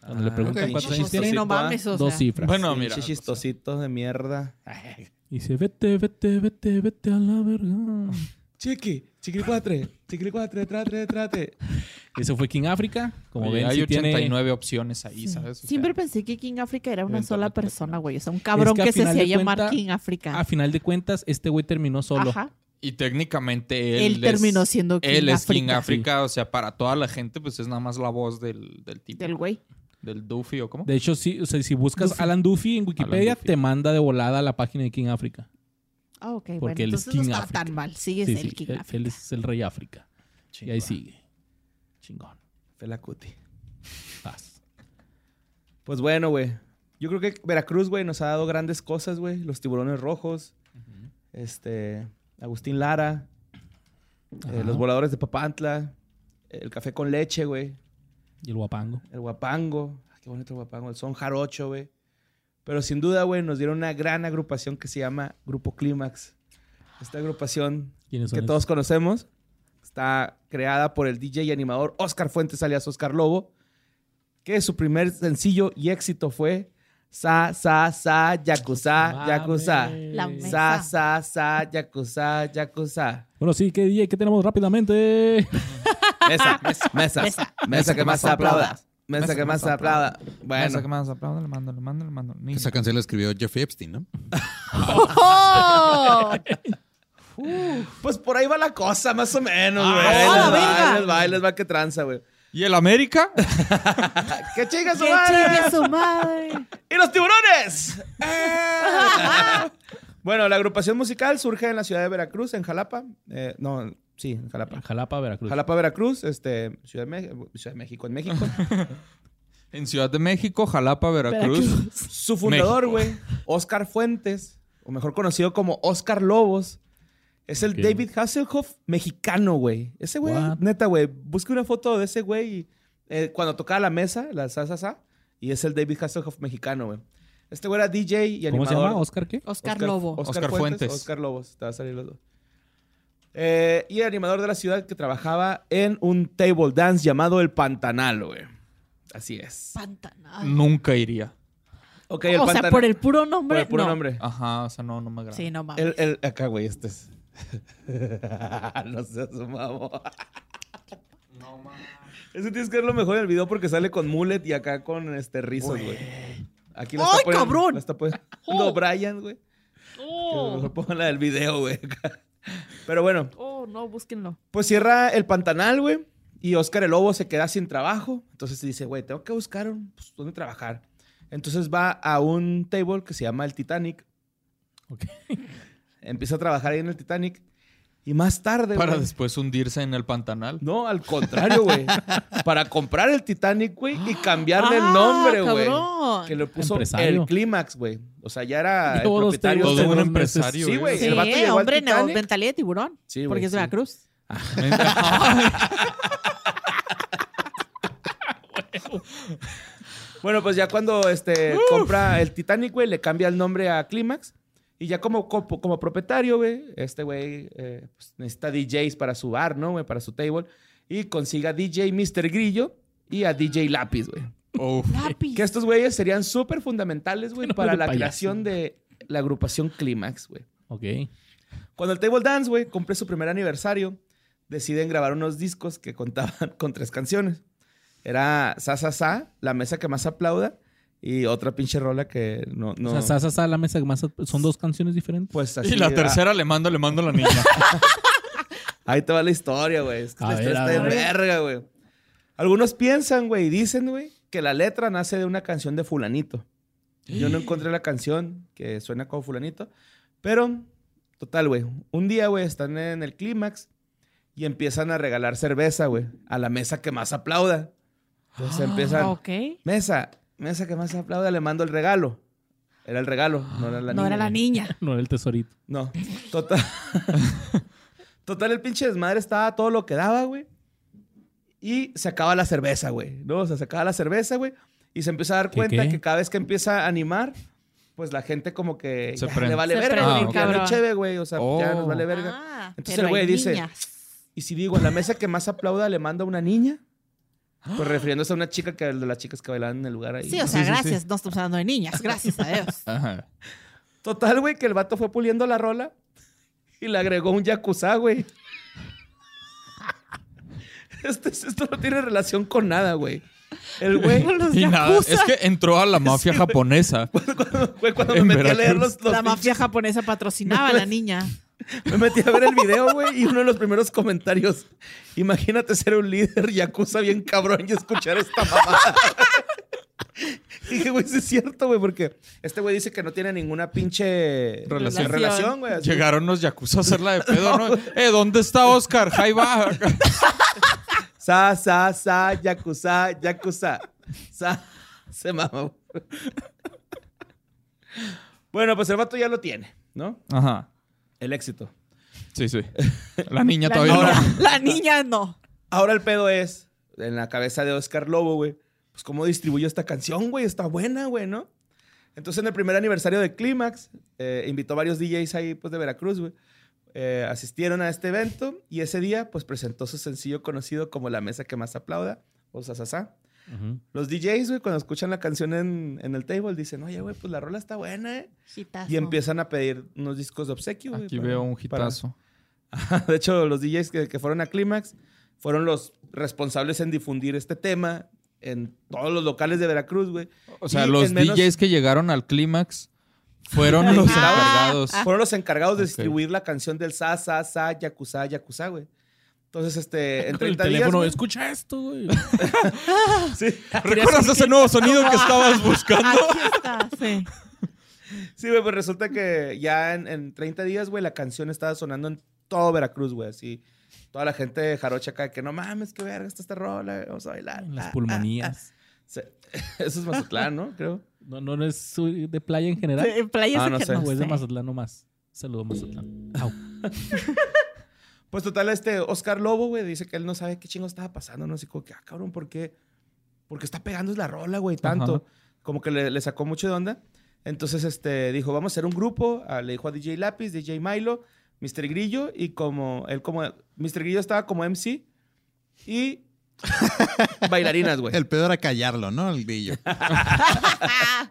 [SPEAKER 1] Cuando le
[SPEAKER 2] Ah,
[SPEAKER 1] preguntan
[SPEAKER 5] ok.
[SPEAKER 1] cuántos años
[SPEAKER 4] Sí,
[SPEAKER 1] tiene,
[SPEAKER 2] Chistosito,
[SPEAKER 4] no
[SPEAKER 2] ¿ah?
[SPEAKER 4] mames, o
[SPEAKER 1] dos
[SPEAKER 4] sea.
[SPEAKER 1] cifras.
[SPEAKER 3] Bueno, mira.
[SPEAKER 2] Pinches chistositos de mierda.
[SPEAKER 1] Y dice, vete, vete, vete, vete a la verga.
[SPEAKER 2] Chiqui, chiquilicuatre, chiquilicuatre, trate, trate.
[SPEAKER 1] Ese fue King África. Como
[SPEAKER 3] Oye,
[SPEAKER 1] ven,
[SPEAKER 3] hay
[SPEAKER 1] sí tiene-
[SPEAKER 3] 89 opciones ahí, ¿sabes? O
[SPEAKER 4] Siempre
[SPEAKER 3] sea,
[SPEAKER 4] pensé que King África era una
[SPEAKER 3] Eventualmente
[SPEAKER 4] sola
[SPEAKER 3] la
[SPEAKER 4] persona,
[SPEAKER 3] final.
[SPEAKER 4] güey. O sea, un cabrón
[SPEAKER 1] que a
[SPEAKER 4] que, se
[SPEAKER 1] final
[SPEAKER 4] hacía
[SPEAKER 1] de
[SPEAKER 4] llamar
[SPEAKER 1] cuenta-
[SPEAKER 4] King África.
[SPEAKER 1] A final de cuentas, este güey terminó solo.
[SPEAKER 4] Ajá.
[SPEAKER 3] Y técnicamente él,
[SPEAKER 4] Él, terminó
[SPEAKER 3] es,
[SPEAKER 4] siendo King
[SPEAKER 3] él es
[SPEAKER 4] África.
[SPEAKER 3] King África. O sea, para toda la gente, pues es nada más la voz del, del tipo.
[SPEAKER 4] Del
[SPEAKER 3] Del,
[SPEAKER 4] güey.
[SPEAKER 3] Duffy o cómo.
[SPEAKER 1] De hecho, sí, o sea, si buscas
[SPEAKER 4] Duffy.
[SPEAKER 1] Alan Duffy en Wikipedia,
[SPEAKER 3] Alan Duffy.
[SPEAKER 1] te manda de volada a la página de King África.
[SPEAKER 4] Ah, ok.
[SPEAKER 1] Porque
[SPEAKER 4] Bueno,
[SPEAKER 1] él es
[SPEAKER 4] entonces no
[SPEAKER 1] King
[SPEAKER 4] está
[SPEAKER 1] África.
[SPEAKER 4] tan mal. Sí, es
[SPEAKER 1] Sí,
[SPEAKER 4] el
[SPEAKER 1] sí,
[SPEAKER 4] King
[SPEAKER 1] él,
[SPEAKER 4] África.
[SPEAKER 1] él es el rey África. Y ahí sigue. Chingón.
[SPEAKER 2] Fela Kuti.
[SPEAKER 1] Vas.
[SPEAKER 2] Pues bueno, güey. Yo creo que Veracruz, güey, nos ha dado grandes cosas, güey. Los tiburones rojos. Este. Agustín Lara. eh,
[SPEAKER 1] Ajá.
[SPEAKER 2] los voladores de Papantla. El café con leche, güey.
[SPEAKER 1] Y el guapango.
[SPEAKER 2] El guapango. Ah, qué bonito el guapango. El son jarocho, güey. Pero sin duda, güey, nos dieron una gran agrupación que se llama Grupo Clímax. Esta agrupación
[SPEAKER 1] ¿Quiénes son
[SPEAKER 2] que
[SPEAKER 1] esos?
[SPEAKER 2] todos conocemos. Está creada por el DJ y animador Oscar Fuentes, alias Oscar Lobo, que su primer sencillo y éxito fue Sa, Sa, Sa, Yakuza, Yakuza.
[SPEAKER 1] Mames.
[SPEAKER 4] La me-
[SPEAKER 2] Sa, Sa, Sa, Yakuza, Yakuza.
[SPEAKER 1] Bueno, sí, ¿qué, DJ? ¿Qué tenemos rápidamente?
[SPEAKER 2] Mesa, mesa, mesa,
[SPEAKER 4] Mesa.
[SPEAKER 2] mesa que más aplauda. Mesa que más aplauda.
[SPEAKER 3] Bueno.
[SPEAKER 2] Bueno,
[SPEAKER 3] más aplaudo, le mando, le mando, le mando. Ni-
[SPEAKER 5] Esa canción la escribió Jeffrey Epstein, ¿no?
[SPEAKER 4] ¡Oh!
[SPEAKER 2] pues por ahí va la cosa, más o menos, güey.
[SPEAKER 4] Ah,
[SPEAKER 2] Ahí
[SPEAKER 4] la
[SPEAKER 2] les va,
[SPEAKER 4] verga.
[SPEAKER 2] ahí les va, ahí les va, que tranza, güey.
[SPEAKER 3] ¿Y el América?
[SPEAKER 2] ¡Qué chingas,
[SPEAKER 4] ¡Qué chingue su madre!
[SPEAKER 2] ¡Y los tiburones! ¡Eh! bueno, la agrupación musical surge en la ciudad de Veracruz, en Jalapa. Eh, no, sí, en Jalapa.
[SPEAKER 1] Jalapa, Veracruz.
[SPEAKER 2] Jalapa, Veracruz, este, ciudad, de Mex- Ciudad de México, en México.
[SPEAKER 3] En Ciudad de México, Jalapa, Veracruz.
[SPEAKER 2] Su fundador, güey, Oscar Fuentes, o mejor conocido como Oscar Lobos, es el
[SPEAKER 1] Ok.
[SPEAKER 2] David Hasselhoff mexicano, güey. Ese güey,
[SPEAKER 1] What?
[SPEAKER 2] neta, güey, busque una foto de ese güey y, eh, cuando tocaba la mesa, la sa, sa, sa, y es el David Hasselhoff mexicano, güey. Este güey era DJ y
[SPEAKER 1] ¿Cómo
[SPEAKER 2] animador.
[SPEAKER 1] se llama? ¿Oscar qué?
[SPEAKER 4] Oscar Lobo.
[SPEAKER 2] Oscar,
[SPEAKER 3] Oscar
[SPEAKER 2] Fuentes.
[SPEAKER 3] Fuentes.
[SPEAKER 2] Oscar Lobos. Te va a salir los dos. Eh, y el animador de la ciudad que trabajaba en un table dance llamado El Pantanal, güey. Así es.
[SPEAKER 4] Pantanal.
[SPEAKER 3] Nunca iría.
[SPEAKER 2] Ok,
[SPEAKER 4] o sea, por el puro
[SPEAKER 2] por
[SPEAKER 4] nombre.
[SPEAKER 2] el puro
[SPEAKER 4] no.
[SPEAKER 2] nombre.
[SPEAKER 3] Ajá, o sea, no, no me agrada.
[SPEAKER 4] Sí, no mames.
[SPEAKER 2] El, el- acá, güey, este es. no seas mamón. Eso tienes que ver lo mejor en el video porque sale con mullet y acá con este rizos, güey. Aquí la está
[SPEAKER 4] ¡Ay,
[SPEAKER 2] poniendo-
[SPEAKER 4] cabrón!
[SPEAKER 2] La está poniendo Brian, güey. Que mejor pongan la del video, güey. Pero bueno,
[SPEAKER 4] Oh, no, búsquenlo.
[SPEAKER 2] Pues cierra el Pantanal, güey. Y Oscar el Lobo se queda sin trabajo. Entonces dice, güey, tengo que buscar un, pues, dónde trabajar. Entonces va a un table que se llama el Titanic.
[SPEAKER 1] Ok.
[SPEAKER 2] Empieza a trabajar ahí en el Titanic. Y más tarde,
[SPEAKER 3] Para
[SPEAKER 2] güey,
[SPEAKER 3] después hundirse en el pantanal.
[SPEAKER 2] No, al contrario, güey. Para comprar el Titanic, güey, y cambiarle el
[SPEAKER 4] Ah,
[SPEAKER 2] nombre, güey.
[SPEAKER 4] cabrón.
[SPEAKER 2] Que le puso
[SPEAKER 1] Empresario.
[SPEAKER 2] el clímax, güey. O sea, ya era Ah, el
[SPEAKER 1] Llevo dos
[SPEAKER 2] propietario
[SPEAKER 1] tables
[SPEAKER 3] Todo
[SPEAKER 1] en
[SPEAKER 3] un
[SPEAKER 1] dos
[SPEAKER 3] empresario.
[SPEAKER 1] meses.
[SPEAKER 2] Sí, güey.
[SPEAKER 4] Sí,
[SPEAKER 2] el vato llegó al
[SPEAKER 4] hombre, no,
[SPEAKER 2] Titanic.
[SPEAKER 4] mentalidad de tiburón.
[SPEAKER 2] Sí, güey,
[SPEAKER 4] porque es
[SPEAKER 2] sí.
[SPEAKER 4] de Veracruz.
[SPEAKER 2] Bueno, pues ya cuando este, compra el Titanic, güey, le cambia el nombre a Clímax. Y ya como, como, como propietario, güey, este güey eh, pues, necesita DJs para su bar, ¿no, güey? Para su table. Y consiga DJ Mr. Grillo y a DJ Lápiz, güey.
[SPEAKER 3] Uf.
[SPEAKER 4] Lápiz.
[SPEAKER 2] Que estos güeyes serían súper fundamentales, güey,
[SPEAKER 1] Qué nombre
[SPEAKER 2] para
[SPEAKER 1] de
[SPEAKER 2] la
[SPEAKER 1] payaso.
[SPEAKER 2] creación de la agrupación Clímax, güey.
[SPEAKER 1] Ok.
[SPEAKER 2] Cuando el Table Dance, güey, cumple su primer aniversario, deciden grabar unos discos que contaban con tres canciones. Era Sa Sa Sa, La Mesa que Más Aplauda, y otra pinche rola que no... no
[SPEAKER 1] O sea, sa, sa, sa, la mesa que más... Son dos canciones diferentes.
[SPEAKER 2] pues así,
[SPEAKER 3] Y la
[SPEAKER 2] ah,
[SPEAKER 3] tercera le mando, le mando a la niña.
[SPEAKER 2] ahí te va la historia, güey. Es que
[SPEAKER 1] A
[SPEAKER 2] la
[SPEAKER 1] ver,
[SPEAKER 2] historia
[SPEAKER 1] a
[SPEAKER 2] está de
[SPEAKER 1] ver.
[SPEAKER 2] verga, güey. Algunos piensan, güey, y dicen, güey, que la letra nace de una canción de fulanito. Yo no encontré la canción que suena como fulanito. Pero, total, güey. Un día, güey, están en el clímax y empiezan a regalar cerveza, güey, a la mesa que más aplauda. Entonces empiezan,
[SPEAKER 4] Ah, Ok.
[SPEAKER 2] mesa, mesa que más aplauda, le mando el regalo. Era el regalo, no era la
[SPEAKER 4] no
[SPEAKER 2] niña.
[SPEAKER 4] era la niña.
[SPEAKER 1] No, era el tesorito.
[SPEAKER 2] No, total. total, el pinche desmadre estaba todo lo que daba, güey. Y se acaba la cerveza, güey. No, o sea, se acaba la cerveza, güey. Y se empieza a dar
[SPEAKER 1] ¿Qué,
[SPEAKER 2] cuenta
[SPEAKER 1] qué?
[SPEAKER 2] que cada vez que empieza a animar, pues la gente como que
[SPEAKER 3] Se
[SPEAKER 2] ya
[SPEAKER 3] prende.
[SPEAKER 2] le vale
[SPEAKER 4] Se
[SPEAKER 2] verga,
[SPEAKER 4] prende,
[SPEAKER 2] güey, porque ya no es
[SPEAKER 4] cabrón.
[SPEAKER 2] chévere, güey. O sea, ya nos
[SPEAKER 3] Oh.
[SPEAKER 2] vale verga.
[SPEAKER 4] Ah,
[SPEAKER 2] Entonces
[SPEAKER 4] pero
[SPEAKER 2] el güey
[SPEAKER 4] hay
[SPEAKER 2] dice-
[SPEAKER 4] niñas.
[SPEAKER 2] Y si digo, en la mesa que más aplauda le manda una niña, pues refiriéndose a una chica que de las chicas que bailaban en el lugar ahí.
[SPEAKER 4] Sí, o sea, gracias. No estamos hablando de niñas. Gracias a Dios.
[SPEAKER 3] Ajá.
[SPEAKER 2] Total, güey, que el vato fue puliendo la rola y le agregó un yakuza, güey. Este- esto no tiene relación con nada, güey. El güey,
[SPEAKER 4] Los
[SPEAKER 3] Y nada,
[SPEAKER 4] yakuza.
[SPEAKER 3] es que entró a la mafia japonesa.
[SPEAKER 2] güey, cuando me
[SPEAKER 3] En
[SPEAKER 2] metí a leer
[SPEAKER 3] Veracruz.
[SPEAKER 2] los, los-
[SPEAKER 4] la mafia japonesa patrocinaba a la niña.
[SPEAKER 2] Me metí a ver el video, güey, y uno de los primeros comentarios. Imagínate ser un líder yakuza bien cabrón y escuchar esta mamada. Dije, güey, sí es cierto, güey, porque este güey dice que no tiene ninguna pinche
[SPEAKER 3] Relación.
[SPEAKER 2] relación, güey. así.
[SPEAKER 3] Llegaron los yakuza a hacerla de pedo, ¿no? Eh, ¿dónde está Oscar? Ahí va.
[SPEAKER 2] Sa, sa, sa, yakuza, yakuza. Sa, se mama. Bueno, pues el vato ya lo tiene, ¿no?
[SPEAKER 3] Ajá.
[SPEAKER 2] El éxito.
[SPEAKER 3] Sí, sí. La niña
[SPEAKER 4] La
[SPEAKER 3] todavía
[SPEAKER 4] niña,
[SPEAKER 3] no.
[SPEAKER 4] la niña no.
[SPEAKER 2] Ahora el pedo es, en la cabeza de Oscar Lobo, güey, pues cómo distribuyó esta canción, güey, está buena, güey, ¿no? Entonces en el primer aniversario de Clímax, eh, invitó varios DJs ahí, pues de Veracruz, güey. Eh, asistieron a este evento y ese día, pues presentó su sencillo conocido como La Mesa que Más Aplauda, o Sasasá.
[SPEAKER 1] Ujú.
[SPEAKER 2] Los DJs, güey, cuando escuchan la canción en, en el table, dicen, oye, güey, pues la rola está buena, ¿eh?
[SPEAKER 4] Hitazo.
[SPEAKER 2] Y empiezan a pedir unos discos de obsequio, güey.
[SPEAKER 3] Aquí
[SPEAKER 2] para-
[SPEAKER 3] veo un
[SPEAKER 2] para-
[SPEAKER 3] hitazo.
[SPEAKER 2] De hecho, los DJs que, que fueron a Clímax fueron los responsables en difundir este tema en todos los locales de Veracruz, güey.
[SPEAKER 3] O sea,
[SPEAKER 2] Y
[SPEAKER 3] los
[SPEAKER 2] en menos-
[SPEAKER 3] DJs que llegaron al clímax fueron los encargados.
[SPEAKER 2] Fueron los encargados de
[SPEAKER 3] Ok.
[SPEAKER 2] distribuir la canción del Sa, Sa, Sa, Yakuza, Yakuza, güey. Entonces, este, en
[SPEAKER 1] Con el
[SPEAKER 2] 30 días...
[SPEAKER 1] teléfono,
[SPEAKER 2] güey,
[SPEAKER 1] escucha esto, güey.
[SPEAKER 2] sí.
[SPEAKER 3] ¿Recuerdas ese nuevo sonido que estabas buscando?
[SPEAKER 4] Aquí está, sí.
[SPEAKER 2] Sí, güey, pues resulta que ya en, en 30 días, güey, la canción estaba sonando en todo Veracruz, güey, así. Toda la gente de jarocha acá, que no mames, qué verga está esta rola, güey, vamos a bailar. Ah,
[SPEAKER 1] Las
[SPEAKER 2] ah,
[SPEAKER 1] pulmonías.
[SPEAKER 2] ah. Se- Eso es Mazatlán, ¿no? Creo.
[SPEAKER 1] No, no, no es su- de playa en general.
[SPEAKER 4] En playas
[SPEAKER 2] Ah,
[SPEAKER 4] de
[SPEAKER 2] no
[SPEAKER 4] que-
[SPEAKER 2] sé.
[SPEAKER 4] no
[SPEAKER 1] o es de
[SPEAKER 4] sé.
[SPEAKER 1] Mazatlán nomás. Saludo Mazatlán. Au.
[SPEAKER 2] Pues total, este Oscar Lobo, güey, dice que él no sabe qué chingo estaba pasando, ¿no? Así como que, ah, cabrón, ¿por qué? Porque está pegando la rola, güey, tanto.
[SPEAKER 3] Ajá.
[SPEAKER 2] Como que le, le sacó mucho de onda. Entonces, este, dijo, vamos a hacer un grupo. Ah, le dijo a DJ Lápiz, DJ Milo, Mr. Grillo y como, él como, Mr. Grillo estaba como MC y bailarinas, güey.
[SPEAKER 5] El pedo era callarlo, ¿no? El grillo.
[SPEAKER 4] Ah,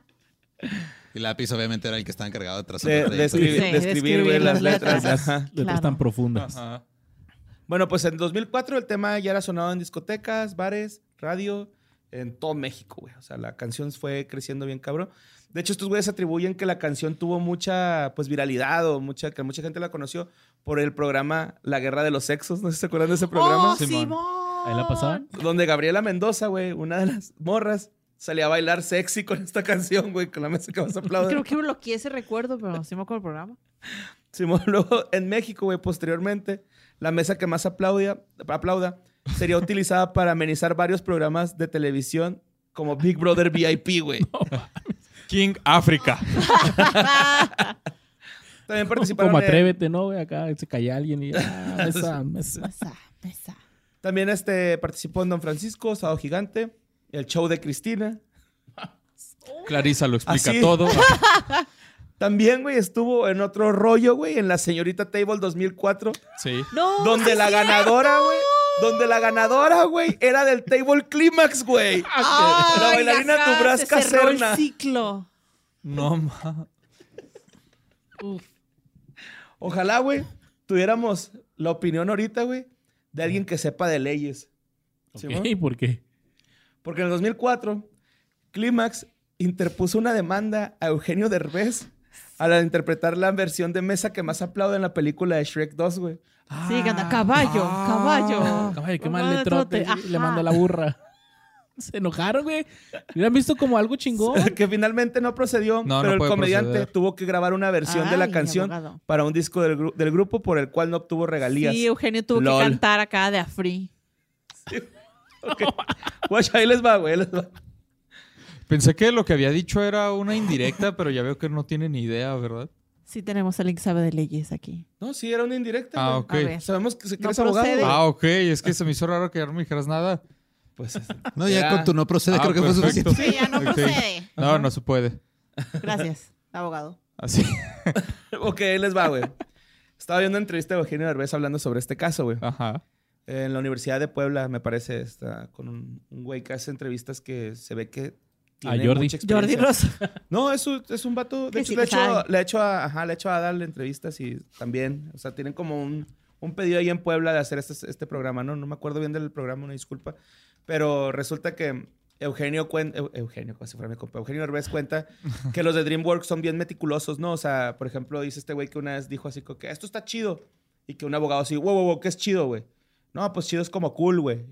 [SPEAKER 5] y lápiz, obviamente, era el que estaba encargado de trazar
[SPEAKER 2] De,
[SPEAKER 5] la
[SPEAKER 2] de
[SPEAKER 5] trayectoria.
[SPEAKER 2] escribir, de
[SPEAKER 4] Sí, de
[SPEAKER 2] escribir, güey,
[SPEAKER 4] escribir
[SPEAKER 2] las
[SPEAKER 4] las
[SPEAKER 2] letras.
[SPEAKER 4] letras.
[SPEAKER 2] Ajá.
[SPEAKER 1] Letras
[SPEAKER 4] Claro.
[SPEAKER 1] tan profundas.
[SPEAKER 3] Ajá.
[SPEAKER 2] Bueno, pues en 2004 el tema ya era sonado en discotecas, bares, radio, en todo México, güey. O sea, la canción fue creciendo bien cabrón. De hecho, estos güeyes atribuyen que la canción tuvo mucha, pues, viralidad o mucha, que mucha gente la conoció por el programa La Guerra de los Sexos. No sé si se acuerdan de ese programa.
[SPEAKER 4] ¡Oh, Simón!
[SPEAKER 1] Ahí la pasaban.
[SPEAKER 2] Donde Gabriela Mendoza, güey, una de las morras, salía a bailar sexy con esta canción, güey, con la mesa que vas a aplaudir.
[SPEAKER 4] Creo que bloqueé ese recuerdo, pero sí me acuerdo el programa.
[SPEAKER 2] Simón, luego en México, güey, posteriormente, la mesa que más aplaudia, aplauda sería utilizada para amenizar varios programas de televisión como Big Brother VIP, güey.
[SPEAKER 3] King África.
[SPEAKER 2] También participaron
[SPEAKER 1] Como
[SPEAKER 2] en-
[SPEAKER 1] atrévete, ¿no? güey? Acá se caía alguien y ah, mesa, mesa.
[SPEAKER 4] Mesa, mesa.
[SPEAKER 2] También este, participó en Don Francisco, Sábado Gigante, el show de Cristina.
[SPEAKER 3] Clarisa lo explica
[SPEAKER 2] Así.
[SPEAKER 3] todo.
[SPEAKER 2] También, güey, estuvo en otro rollo, güey, en la señorita Table 2004,
[SPEAKER 3] Sí.
[SPEAKER 4] No.
[SPEAKER 2] donde
[SPEAKER 4] sí
[SPEAKER 2] la
[SPEAKER 4] es
[SPEAKER 2] ganadora, güey, donde la ganadora, güey, era del Table Clímax, güey.
[SPEAKER 4] Ay,
[SPEAKER 2] La bailarina
[SPEAKER 4] acá
[SPEAKER 2] Dubraz
[SPEAKER 4] se cerró el
[SPEAKER 2] Caserna.
[SPEAKER 4] ciclo.
[SPEAKER 3] No, ma.
[SPEAKER 4] Uf.
[SPEAKER 2] Ojalá, güey, tuviéramos la opinión ahorita, güey, de alguien que sepa de leyes. ¿Sí,
[SPEAKER 1] Ok,
[SPEAKER 2] mo?
[SPEAKER 1] ¿por qué?
[SPEAKER 2] Porque en el 2004, Clímax interpuso una demanda a Eugenio Derbez al interpretar la versión de mesa que más aplaude en la película de Shrek 2, güey.
[SPEAKER 4] Sí, canta caballo, caballo.
[SPEAKER 1] Caballo, qué
[SPEAKER 4] Mamá
[SPEAKER 1] mal
[SPEAKER 4] de
[SPEAKER 1] le trote.
[SPEAKER 4] trote,
[SPEAKER 1] Le
[SPEAKER 4] ajá.
[SPEAKER 1] mandó a la burra. Se enojaron, güey. Hubieran visto como algo chingón.
[SPEAKER 2] que finalmente no procedió,
[SPEAKER 3] No, no
[SPEAKER 2] pero el
[SPEAKER 3] puede
[SPEAKER 2] comediante
[SPEAKER 3] proceder.
[SPEAKER 2] tuvo que grabar una versión de
[SPEAKER 4] Ay,
[SPEAKER 2] la canción
[SPEAKER 4] abogado.
[SPEAKER 2] para un disco del, gru- del grupo por el cual no obtuvo regalías.
[SPEAKER 4] Sí, Eugenio tuvo
[SPEAKER 2] Lol.
[SPEAKER 4] que cantar acá de Afri.
[SPEAKER 2] Ok. Guacha, ahí les va, güey. ahí les va.
[SPEAKER 3] Pensé que lo que había dicho era una indirecta, pero ya veo que no tiene ni idea, ¿verdad?
[SPEAKER 4] Sí tenemos a alguien que sabe de leyes aquí.
[SPEAKER 2] No, sí, era una indirecta.
[SPEAKER 3] Ah,
[SPEAKER 2] güey.
[SPEAKER 3] ok.
[SPEAKER 4] A ver.
[SPEAKER 2] Sabemos que se
[SPEAKER 4] No
[SPEAKER 2] crees abogado.
[SPEAKER 4] procede.
[SPEAKER 2] güey.
[SPEAKER 3] Ah, ok. Es que se me hizo raro que ya no me dijeras nada.
[SPEAKER 2] Pues,
[SPEAKER 5] No, ya
[SPEAKER 2] Ya.
[SPEAKER 5] con tu no procede,
[SPEAKER 3] Ah,
[SPEAKER 5] creo que fue
[SPEAKER 3] perfecto.
[SPEAKER 5] suficiente.
[SPEAKER 4] Sí, ya no
[SPEAKER 3] Ok.
[SPEAKER 4] procede.
[SPEAKER 3] No, no se puede.
[SPEAKER 4] Gracias, abogado.
[SPEAKER 3] Así.
[SPEAKER 2] ok, ahí les va, güey. Estaba viendo una entrevista de Eugenio Derbez hablando sobre este caso, güey.
[SPEAKER 3] Ajá.
[SPEAKER 2] En la Universidad de Puebla, me parece, está con un, un güey que hace entrevistas que se ve que tiene
[SPEAKER 1] Ah, Jordi.
[SPEAKER 2] mucha
[SPEAKER 4] Jordi
[SPEAKER 2] experiencia.
[SPEAKER 4] Rosa.
[SPEAKER 2] No, es un, es un vato. De
[SPEAKER 4] Que
[SPEAKER 2] hecho,
[SPEAKER 4] sí
[SPEAKER 2] le, he
[SPEAKER 4] le
[SPEAKER 2] hecho,
[SPEAKER 4] sabe.
[SPEAKER 2] le he hecho a, ajá, le he hecho a darle entrevistas y también, o sea, tienen como un, un pedido ahí en Puebla de hacer este, este programa, ¿no? No me acuerdo bien del programa, una disculpa. Pero resulta que Eugenio cuenta, Eugenio, como si fuera mi compa, Eugenio Herbes cuenta que los de DreamWorks son bien meticulosos, ¿no? O sea, por ejemplo, dice este güey que una vez dijo así como que esto está chido y que un abogado así, wow, wow, wow, ¿qué es chido, güey? No, pues chido es como cool, güey.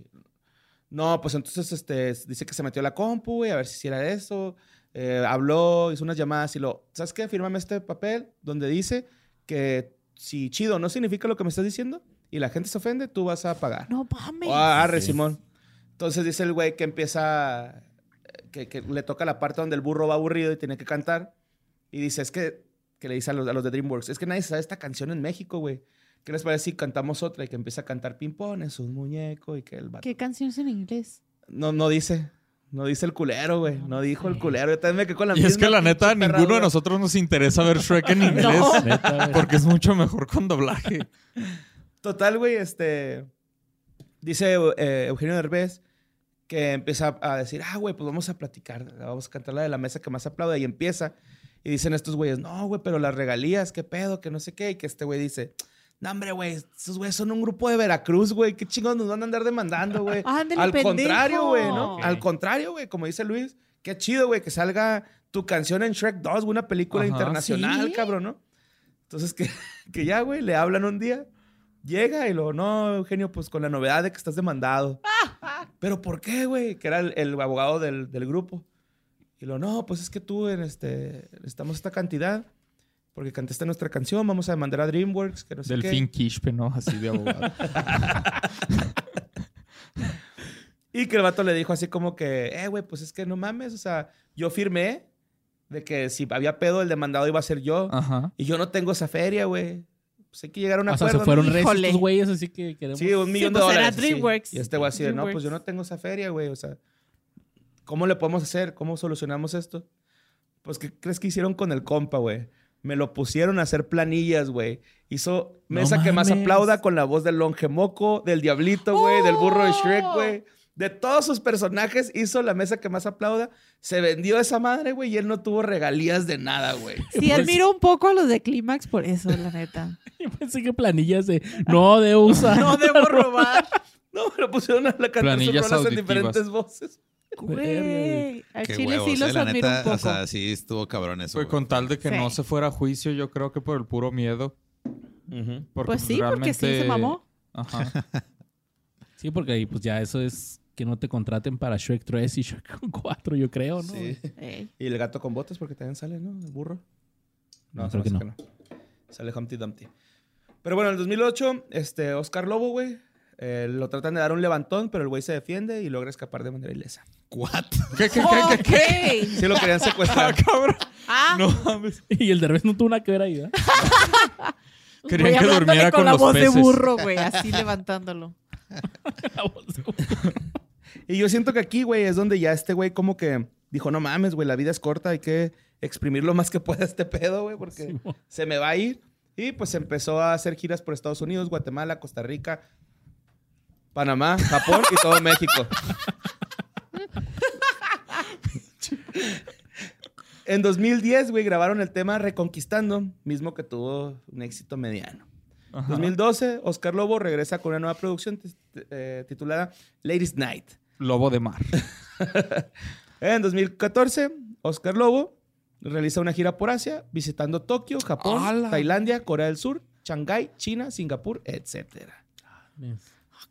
[SPEAKER 2] No, pues entonces este, dice que se metió a la compu, güey, a ver si era eso. Eh, habló, hizo unas llamadas y lo, ¿sabes qué? Fírmame este papel donde dice que si chido no significa lo que me estás diciendo y la gente se ofende, tú vas a pagar.
[SPEAKER 4] No mames.
[SPEAKER 2] Ah, arre,
[SPEAKER 1] Sí.
[SPEAKER 2] Simón. Entonces dice el güey que empieza, que, que le toca la parte donde el burro va aburrido y tiene que cantar. Y dice, es que, que le dice a los, a los de DreamWorks, es que nadie sabe esta canción en México, güey. ¿Qué les parece si cantamos otra y que empieza a cantar pimpones, un muñeco y que el vato...
[SPEAKER 4] ¿Qué canción es en inglés?
[SPEAKER 2] No, no dice. No dice el culero, güey. No dijo el culero. Yo también me quedé con la
[SPEAKER 3] Y es
[SPEAKER 2] misma
[SPEAKER 3] que la neta,
[SPEAKER 2] pinche
[SPEAKER 3] ninguno
[SPEAKER 2] perradura.
[SPEAKER 3] de nosotros nos interesa ver Shrek en inglés.
[SPEAKER 1] Neta, güey.
[SPEAKER 3] Porque es mucho mejor con doblaje.
[SPEAKER 2] Total, güey, este. Dice eh, Eugenio Derbez que empieza a decir, ah, güey, pues vamos a platicar, vamos a cantar la de la mesa que más aplaude. Y empieza. Y dicen estos güeyes, no, güey, pero las regalías, qué pedo, que no sé qué. Y que este güey dice, no, hombre, güey, esos güeyes son un grupo de Veracruz, güey, qué chingón nos van a andar demandando, güey.
[SPEAKER 4] Ándale,
[SPEAKER 2] Al
[SPEAKER 4] pendejo.
[SPEAKER 2] contrario, güey, ¿no?
[SPEAKER 1] Ok.
[SPEAKER 2] Al contrario, güey, como dice Luis, qué chido, güey, que salga tu canción en Shrek 2, güey, una película
[SPEAKER 3] Ajá.
[SPEAKER 2] internacional,
[SPEAKER 4] Sí.
[SPEAKER 2] cabrón, ¿no? Entonces, que, que ya, güey, le hablan un día, llega y lo, no, Eugenio, pues con la novedad de que estás demandado. Pero ¿por qué, güey? Que era el, el abogado del, del grupo. Y lo, no, pues es que tú, en este, necesitamos esta cantidad. Porque cantaste nuestra canción, vamos a demandar a DreamWorks, que no sé qué.
[SPEAKER 3] Delfín Quispe, ¿no? Así de abogado.
[SPEAKER 2] Y que el vato le dijo así como que, eh, güey, pues es que no mames, o sea, yo firmé de que si había pedo, el demandado iba a ser yo.
[SPEAKER 3] Ajá.
[SPEAKER 2] Y yo no tengo esa feria, güey. Pues hay que llegar a un
[SPEAKER 1] Ah. O sea,
[SPEAKER 2] acuerdo.
[SPEAKER 1] se
[SPEAKER 2] ¿no?".
[SPEAKER 1] fueron reces
[SPEAKER 4] Híjole.
[SPEAKER 1] estos güeyes, así que queremos...
[SPEAKER 2] Sí, un millón
[SPEAKER 4] pues
[SPEAKER 2] de
[SPEAKER 4] era
[SPEAKER 2] dólares. sí.
[SPEAKER 4] DreamWorks.
[SPEAKER 2] Y este güey así de, no,
[SPEAKER 4] DreamWorks.
[SPEAKER 2] pues yo no tengo esa feria, güey. O sea, ¿cómo le podemos hacer? ¿Cómo solucionamos esto? Pues, ¿qué crees que hicieron con el compa, güey? Me lo pusieron a hacer planillas, güey. Hizo
[SPEAKER 1] No
[SPEAKER 2] mesa que más
[SPEAKER 1] mames.
[SPEAKER 2] aplauda con la voz del longe moco, del diablito, güey, del burro de Shrek, güey. De todos sus personajes hizo la mesa que más aplauda. Se vendió esa madre, güey, y él no tuvo regalías de nada, güey.
[SPEAKER 4] Sí,
[SPEAKER 1] Pues-
[SPEAKER 4] admiro un poco a los de Clímax por eso, la neta.
[SPEAKER 1] Yo pensé que planillas de... No, de USA.
[SPEAKER 4] No debo robar.
[SPEAKER 2] No, me lo pusieron a la cantar sus
[SPEAKER 3] Planillas
[SPEAKER 2] rolas en
[SPEAKER 3] auditivas.
[SPEAKER 2] diferentes voces.
[SPEAKER 4] Güey, al
[SPEAKER 5] Qué
[SPEAKER 4] chile
[SPEAKER 5] huevos,
[SPEAKER 4] sí
[SPEAKER 5] eh,
[SPEAKER 4] los
[SPEAKER 5] la
[SPEAKER 4] admiro
[SPEAKER 5] neta,
[SPEAKER 4] un poco.
[SPEAKER 5] O sea, sí estuvo cabrón eso.
[SPEAKER 3] Fue
[SPEAKER 5] güey.
[SPEAKER 3] con tal de que
[SPEAKER 4] Sí.
[SPEAKER 3] no se fuera a juicio, yo creo que por el puro miedo. Porque
[SPEAKER 4] pues sí, Pues porque sí se
[SPEAKER 3] realmente-
[SPEAKER 4] mamó.
[SPEAKER 3] Ajá.
[SPEAKER 1] Sí, porque ahí pues ya eso es que no te contraten para Shrek 3 y Shrek 4, yo creo, ¿no?
[SPEAKER 2] Sí.
[SPEAKER 4] Ey.
[SPEAKER 2] Y el gato con botas, porque también sale, ¿no? El burro.
[SPEAKER 1] No,
[SPEAKER 2] se me
[SPEAKER 1] creo que
[SPEAKER 2] hace que no. Sale Humpty Dumpty. Pero bueno, en el 2008, este, Oscar Lobo, güey, eh, lo tratan de dar un levantón, pero el güey se defiende y logra escapar de manera ilesa.
[SPEAKER 5] ¿What?
[SPEAKER 3] ¿Qué, qué, qué, qué, qué?
[SPEAKER 4] Ok.
[SPEAKER 2] Sí, lo querían secuestrar.
[SPEAKER 3] Cabrón.
[SPEAKER 4] Ah,
[SPEAKER 3] No mames.
[SPEAKER 1] Y el derbez no tuvo nada que ver ahí, ¿verdad?
[SPEAKER 3] Querían
[SPEAKER 4] voy
[SPEAKER 3] que
[SPEAKER 4] hablándole
[SPEAKER 3] durmiera
[SPEAKER 4] con,
[SPEAKER 3] con
[SPEAKER 4] la
[SPEAKER 3] los
[SPEAKER 4] voz
[SPEAKER 3] peces.
[SPEAKER 4] de burro, güey, así levantándolo.
[SPEAKER 2] y yo siento que aquí, güey, es donde ya este güey como que dijo, no mames, güey, la vida es corta, hay que exprimir lo más que pueda este pedo, güey, porque
[SPEAKER 1] Sí, mo.
[SPEAKER 2] se me va a ir. Y pues empezó a hacer giras por Estados Unidos, Guatemala, Costa Rica, Panamá, Japón y todo México. En 2010, güey, grabaron el tema Reconquistando, mismo que tuvo un éxito mediano.
[SPEAKER 3] Ajá.
[SPEAKER 2] 2012, Oscar Lobo regresa con una nueva producción tis- eh, titulada Ladies Night.
[SPEAKER 3] Lobo de mar.
[SPEAKER 2] En 2014, Oscar Lobo realiza una gira por Asia, visitando Tokio, Japón,
[SPEAKER 3] ¡Hala!
[SPEAKER 2] Tailandia, Corea del Sur, Shanghái, China, Singapur, etc. Sí,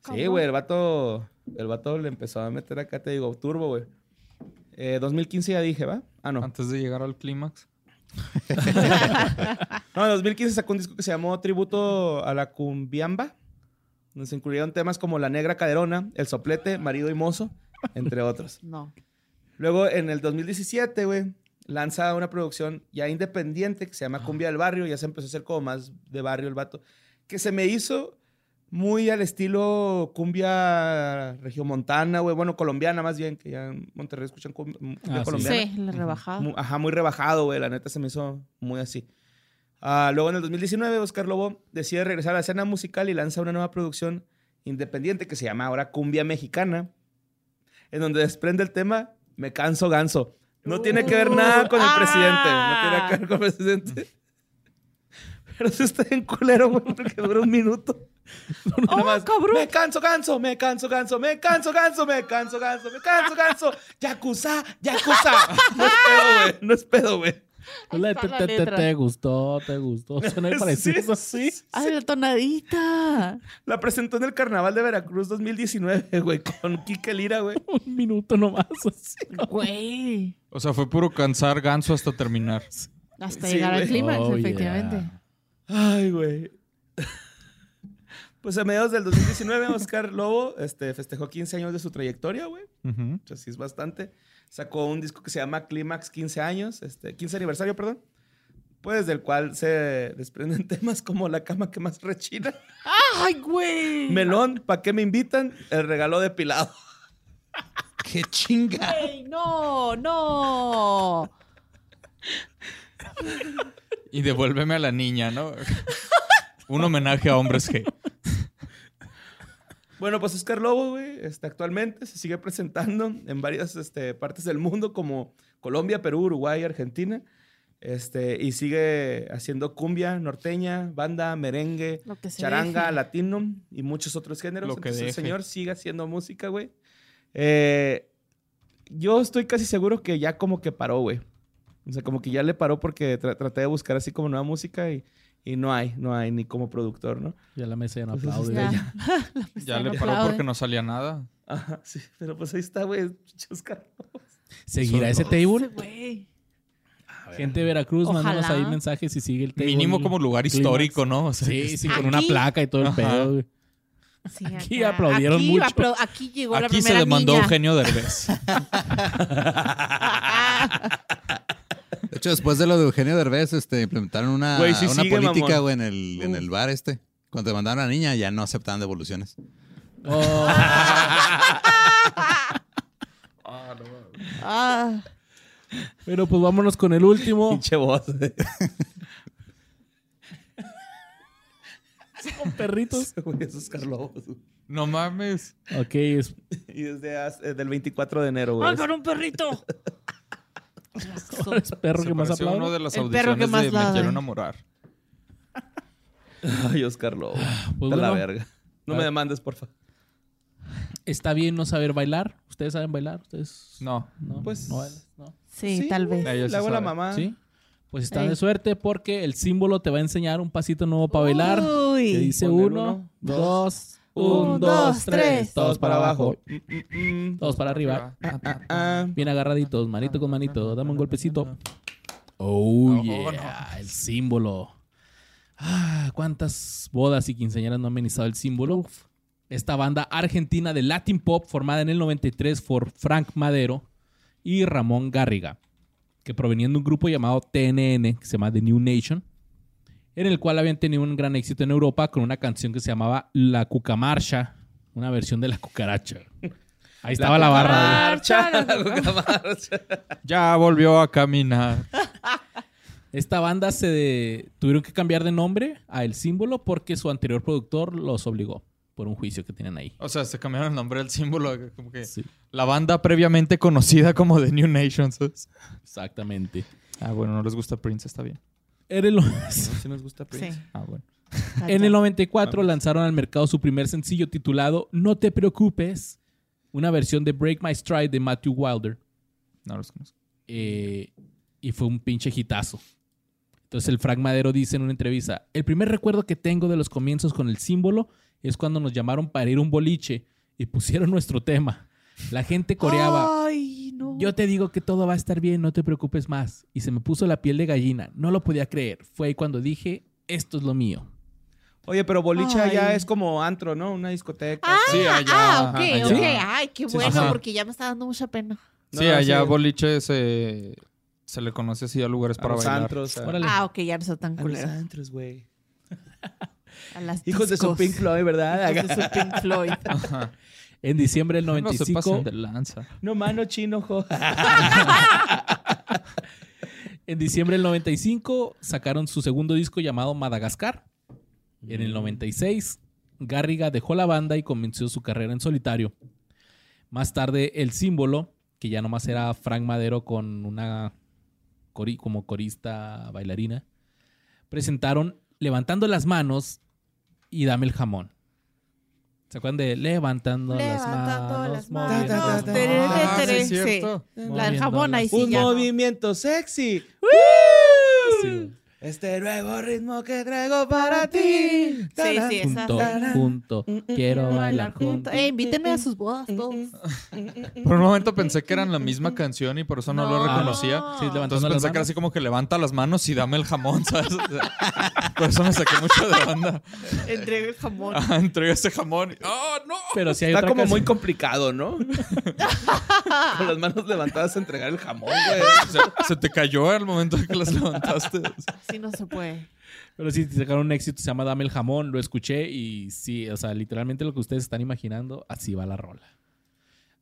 [SPEAKER 4] cabrón.
[SPEAKER 2] güey, el vato, el vato le empezó a meter acá, te digo, turbo, güey. Eh, 2015 ya dije, ¿va? Ah, no.
[SPEAKER 3] Antes de llegar al clímax.
[SPEAKER 2] No, en 2015 sacó un disco que se llamó Tributo a la Cumbiamba. Nos incluyeron temas como La Negra Caderona, El Soplete, Marido y Mozo, entre otros.
[SPEAKER 4] No.
[SPEAKER 2] Luego, en el 2017, güey, lanza una producción ya independiente que se llama Cumbia del Barrio. Ya se empezó a hacer como más de barrio el vato. Que se me hizo muy al estilo cumbia regiomontana, güey. Bueno, colombiana más bien, que ya en Monterrey escuchan cum- cumbia
[SPEAKER 1] Ah, sí.
[SPEAKER 2] colombiana.
[SPEAKER 4] Sí, la rebajada.
[SPEAKER 2] Mu- Ajá, muy rebajado, güey. La neta se me hizo muy así. Ah, luego en el 2019, Oscar Lobo decide regresar a la escena musical y lanza una nueva producción independiente que se llama ahora Cumbia Mexicana, en donde desprende el tema Me canso ganso. No tiene que ver nada con el
[SPEAKER 4] Uh,
[SPEAKER 2] presidente. No
[SPEAKER 4] ah.
[SPEAKER 2] tiene que ver con el presidente. Pero se está en culero, güey, porque dura un minuto.
[SPEAKER 4] Oh,
[SPEAKER 2] Nada más,
[SPEAKER 4] cabrón.
[SPEAKER 2] Me canso ganso, me canso ganso, me canso ganso, me canso ganso, me canso ganso. Yakuza, yakuza. No es pedo, güey. No es pedo, güey.
[SPEAKER 4] Ahí
[SPEAKER 1] La-
[SPEAKER 4] está
[SPEAKER 1] te,
[SPEAKER 4] la
[SPEAKER 1] te- te-
[SPEAKER 4] letra.
[SPEAKER 1] te gustó, te gustó. Suena y parecido así.
[SPEAKER 4] Ay, la tonadita.
[SPEAKER 2] La presentó en el Carnaval de Veracruz 2019, güey, con Kike Lira, güey.
[SPEAKER 1] Un minuto nomás. así.
[SPEAKER 4] Güey.
[SPEAKER 3] O sea, fue puro cansar ganso hasta terminar.
[SPEAKER 4] Hasta
[SPEAKER 2] Sí,
[SPEAKER 4] llegar al
[SPEAKER 2] güey.
[SPEAKER 4] clímax,
[SPEAKER 1] Oh,
[SPEAKER 4] efectivamente.
[SPEAKER 1] yeah.
[SPEAKER 2] Ay, güey. Pues a mediados del 2019, Oscar Lobo este, festejó 15 años de su trayectoria, güey.
[SPEAKER 3] Ujú.
[SPEAKER 2] Así es bastante. Sacó un disco que se llama Clímax 15 años, este, 15 aniversario, perdón. Pues del cual se desprenden temas como La cama que más rechina,
[SPEAKER 4] Ay, güey.
[SPEAKER 2] Melón, ¿pa' qué me invitan? El regalo depilado.
[SPEAKER 5] ¡Qué chinga!
[SPEAKER 4] Güey, No, no.
[SPEAKER 3] Y devuélveme a la niña, ¿no? Un homenaje a hombres G.
[SPEAKER 2] Bueno, pues Oscar Lobo, güey, este, actualmente se sigue presentando en varias este, partes del mundo como Colombia, Perú, Uruguay, Argentina. Este, y sigue haciendo cumbia, norteña, banda, merengue,
[SPEAKER 4] Lo que se
[SPEAKER 2] charanga,
[SPEAKER 4] deje.
[SPEAKER 2] latino y muchos otros géneros.
[SPEAKER 3] Lo que
[SPEAKER 2] Entonces el
[SPEAKER 3] deje.
[SPEAKER 2] señor sigue haciendo música, güey. Eh, yo estoy casi seguro que ya como que paró, güey. O sea, como que ya le paró porque tra- traté de buscar así como nueva música y, y no hay, no hay ni como productor, ¿no?
[SPEAKER 1] Ya la mesa ya no
[SPEAKER 4] Pues
[SPEAKER 2] Entonces,
[SPEAKER 1] aplaude. Ya.
[SPEAKER 4] Ya. La mesa
[SPEAKER 3] Ya
[SPEAKER 4] no
[SPEAKER 3] le paró
[SPEAKER 4] aplaude.
[SPEAKER 3] porque no salía nada.
[SPEAKER 2] Ajá, sí, pero pues ahí está, güey. pinche Oscar.
[SPEAKER 1] ¿Seguirá ese
[SPEAKER 4] Ese
[SPEAKER 1] table?
[SPEAKER 4] güey.
[SPEAKER 1] Gente de Veracruz,
[SPEAKER 4] Ojalá.
[SPEAKER 1] mándanos ahí mensajes y sigue el table.
[SPEAKER 3] Mínimo como lugar
[SPEAKER 1] Clímax.
[SPEAKER 3] histórico, ¿no? O sea,
[SPEAKER 1] Sí, sí, con una
[SPEAKER 4] Aquí.
[SPEAKER 1] placa y todo el
[SPEAKER 3] Ajá.
[SPEAKER 1] pedo. güey.
[SPEAKER 4] Sí,
[SPEAKER 1] Aquí aplaudieron
[SPEAKER 4] Aquí
[SPEAKER 1] mucho.
[SPEAKER 4] aplau- aquí llegó la
[SPEAKER 3] Aquí
[SPEAKER 4] primera
[SPEAKER 3] se demandó
[SPEAKER 4] niña.
[SPEAKER 3] Eugenio Derbez.
[SPEAKER 4] Ah.
[SPEAKER 5] De hecho, después de lo de Eugenio Derbez, este, implementaron una,
[SPEAKER 2] Güey, sí
[SPEAKER 5] una
[SPEAKER 2] sigue,
[SPEAKER 5] política,
[SPEAKER 2] mamón.
[SPEAKER 5] güey, en el, en el bar este. Cuando te mandaron a la niña, ya no aceptaban devoluciones.
[SPEAKER 1] Oh,
[SPEAKER 4] Ah,
[SPEAKER 1] pero pues vámonos con el último.
[SPEAKER 2] Pinche voz.
[SPEAKER 1] con perritos.
[SPEAKER 2] Güey, es Oscar Lobo.
[SPEAKER 3] No mames.
[SPEAKER 1] Ok, es-
[SPEAKER 2] Y desde hace- eh, del 24 de enero, güey.
[SPEAKER 4] ¡Ay, con un perrito!
[SPEAKER 1] es perro
[SPEAKER 3] Se
[SPEAKER 1] que más
[SPEAKER 3] parece a
[SPEAKER 1] aplaude.
[SPEAKER 3] uno de las
[SPEAKER 4] El perro
[SPEAKER 3] audiciones
[SPEAKER 4] que
[SPEAKER 3] de
[SPEAKER 4] más
[SPEAKER 3] Me
[SPEAKER 4] lava.
[SPEAKER 3] Quiero Enamorar.
[SPEAKER 2] Ay, Oscar Lobo.
[SPEAKER 1] Pues
[SPEAKER 2] Está la
[SPEAKER 1] bueno.
[SPEAKER 2] verga. No me demandes, por favor.
[SPEAKER 1] Está bien no saber bailar. ¿Ustedes saben bailar? ¿Ustedes?
[SPEAKER 3] No.
[SPEAKER 1] No,
[SPEAKER 2] Pues- ah.
[SPEAKER 1] no bailas, ¿no?
[SPEAKER 4] Sí, tal
[SPEAKER 2] güey,
[SPEAKER 4] vez.
[SPEAKER 3] Ella sí
[SPEAKER 2] Le hago a la
[SPEAKER 3] sabe.
[SPEAKER 2] mamá.
[SPEAKER 1] ¿Sí? Pues están
[SPEAKER 4] Ey.
[SPEAKER 1] de suerte porque el símbolo te va a enseñar un pasito nuevo para bailar.
[SPEAKER 4] Uy.
[SPEAKER 1] Que dice
[SPEAKER 2] Poner
[SPEAKER 1] uno,
[SPEAKER 2] uno,
[SPEAKER 1] dos, Un, dos, tres. Todos para abajo.
[SPEAKER 2] Mm, mm, mm.
[SPEAKER 1] Todos para arriba.
[SPEAKER 3] Ah, ah, ah.
[SPEAKER 2] Ah,
[SPEAKER 1] Bien agarraditos, manito con manito. Dame un golpecito. Oh,
[SPEAKER 3] Oh,
[SPEAKER 1] yeah. El símbolo. Ah, cuántas bodas y quinceañeras no han amenizado el símbolo. Esta banda argentina de Latin Pop formada en el 93 por Frank Madero y Ramón Garriga, que provenían de un grupo llamado TNN, que se llama The New Nation, en el cual habían tenido un gran éxito en Europa con una canción que se llamaba La Cucamarcha, una versión de La Cucaracha. Ahí estaba la, barra. güey.
[SPEAKER 2] Marcha. Marcha.
[SPEAKER 3] Ya volvió a caminar.
[SPEAKER 1] Esta banda se de- tuvieron que cambiar de nombre a El Símbolo porque su anterior productor los obligó por un juicio que tenían ahí.
[SPEAKER 3] O sea, se cambiaron el nombre del símbolo. Como que
[SPEAKER 1] Sí,
[SPEAKER 3] la banda previamente conocida como The New Nations.
[SPEAKER 1] exactamente.
[SPEAKER 3] Ah, bueno, no les gusta Prince, está bien.
[SPEAKER 1] En el,
[SPEAKER 2] Sí nos gusta
[SPEAKER 4] Sí.
[SPEAKER 2] Prince.
[SPEAKER 3] Ah, bueno.
[SPEAKER 1] en el 94 lanzaron al mercado su primer sencillo titulado No te preocupes, una versión de Break My Stride de Matthew Wilder.
[SPEAKER 3] No los conozco.
[SPEAKER 1] eh, y fue un pinche hitazo. Entonces el Frank Madero dice en una entrevista, el primer recuerdo que tengo de los comienzos con el símbolo es cuando nos llamaron para ir a un boliche y pusieron nuestro tema. La gente
[SPEAKER 4] Oh.
[SPEAKER 1] coreaba,
[SPEAKER 4] Ay, no.
[SPEAKER 1] yo te digo que todo va a estar bien, no te preocupes más. Y se me puso la piel de gallina, no lo podía creer. Fue ahí cuando dije, esto es lo mío.
[SPEAKER 2] Oye, pero Bolicha ya
[SPEAKER 4] Ay.
[SPEAKER 2] es como antro, ¿no? Una discoteca.
[SPEAKER 4] Ah,
[SPEAKER 3] Sí, allá,
[SPEAKER 4] ah, ok,
[SPEAKER 3] ajá,
[SPEAKER 4] ok.
[SPEAKER 3] allá.
[SPEAKER 4] Ay, qué
[SPEAKER 2] Sí, sí,
[SPEAKER 4] bueno,
[SPEAKER 3] sí.
[SPEAKER 4] porque ya me está dando mucha pena.
[SPEAKER 2] No,
[SPEAKER 3] sí, allá
[SPEAKER 2] sí.
[SPEAKER 3] boliche se, se le conoce así a lugares
[SPEAKER 2] A
[SPEAKER 3] para
[SPEAKER 2] los
[SPEAKER 3] bailar.
[SPEAKER 2] antros. a-
[SPEAKER 1] Órale.
[SPEAKER 4] Ah, ok, ya no está tan
[SPEAKER 2] A los
[SPEAKER 4] culero.
[SPEAKER 2] antros, güey.
[SPEAKER 4] A las
[SPEAKER 2] Hijos de su
[SPEAKER 4] discos.
[SPEAKER 2] Pink Floyd,
[SPEAKER 4] Hijos de
[SPEAKER 2] ¿verdad?
[SPEAKER 4] su Pink Floyd.
[SPEAKER 3] Ajá.
[SPEAKER 1] En diciembre del
[SPEAKER 3] No se
[SPEAKER 1] 95...
[SPEAKER 3] pasen de lanza.
[SPEAKER 2] No mano chino, jo.
[SPEAKER 1] En diciembre del 95 sacaron su segundo disco llamado Madagascar. En el 96, Garriga dejó la banda y comenzó su carrera en solitario. Más tarde, El Símbolo, que ya nomás era Frank Madero con una cori- como corista bailarina, presentaron Levantando las manos y Dame el jamón. ¿Se acuerdan de Levantando,
[SPEAKER 4] Levantando
[SPEAKER 1] las
[SPEAKER 4] las
[SPEAKER 1] manos?
[SPEAKER 2] moviendo las
[SPEAKER 4] manos. Tere,
[SPEAKER 2] manos.
[SPEAKER 3] Ah, sí,
[SPEAKER 4] tere,
[SPEAKER 3] es
[SPEAKER 4] sí.
[SPEAKER 3] cierto.
[SPEAKER 4] La del jamón ahí sí
[SPEAKER 2] Un
[SPEAKER 4] ya. no.
[SPEAKER 2] movimiento sexy.
[SPEAKER 1] Sí.
[SPEAKER 2] Este nuevo ritmo que traigo para ti.
[SPEAKER 4] Sí, sí, esa. Mm,
[SPEAKER 1] Junto, junto, quiero bailar junto.
[SPEAKER 4] Eh, invítenme a sus bodas todos.
[SPEAKER 3] Por un momento pensé que eran la misma canción y por eso no, lo
[SPEAKER 4] No.
[SPEAKER 3] reconocía.
[SPEAKER 1] Sí, levantando
[SPEAKER 3] Entonces
[SPEAKER 1] las
[SPEAKER 3] pensé que era
[SPEAKER 1] manos.
[SPEAKER 3] así como que levanta las manos y dame el jamón, ¿sabes? O sea, por eso me saqué mucho de onda.
[SPEAKER 4] Entregue el jamón.
[SPEAKER 3] Ah, entregué ese jamón. y- ¡Oh, no!
[SPEAKER 1] Pero si hay
[SPEAKER 2] Está
[SPEAKER 1] otra
[SPEAKER 2] como muy
[SPEAKER 1] canción.
[SPEAKER 2] complicado, ¿no? Con las manos levantadas a entregar el jamón, güey.
[SPEAKER 3] Se, se te cayó al momento que las levantaste.
[SPEAKER 4] Así no se puede.
[SPEAKER 1] Pero sí, sacaron un éxito, se llama Dame el jamón, lo escuché y sí, o sea, literalmente lo que ustedes están imaginando, así va la rola.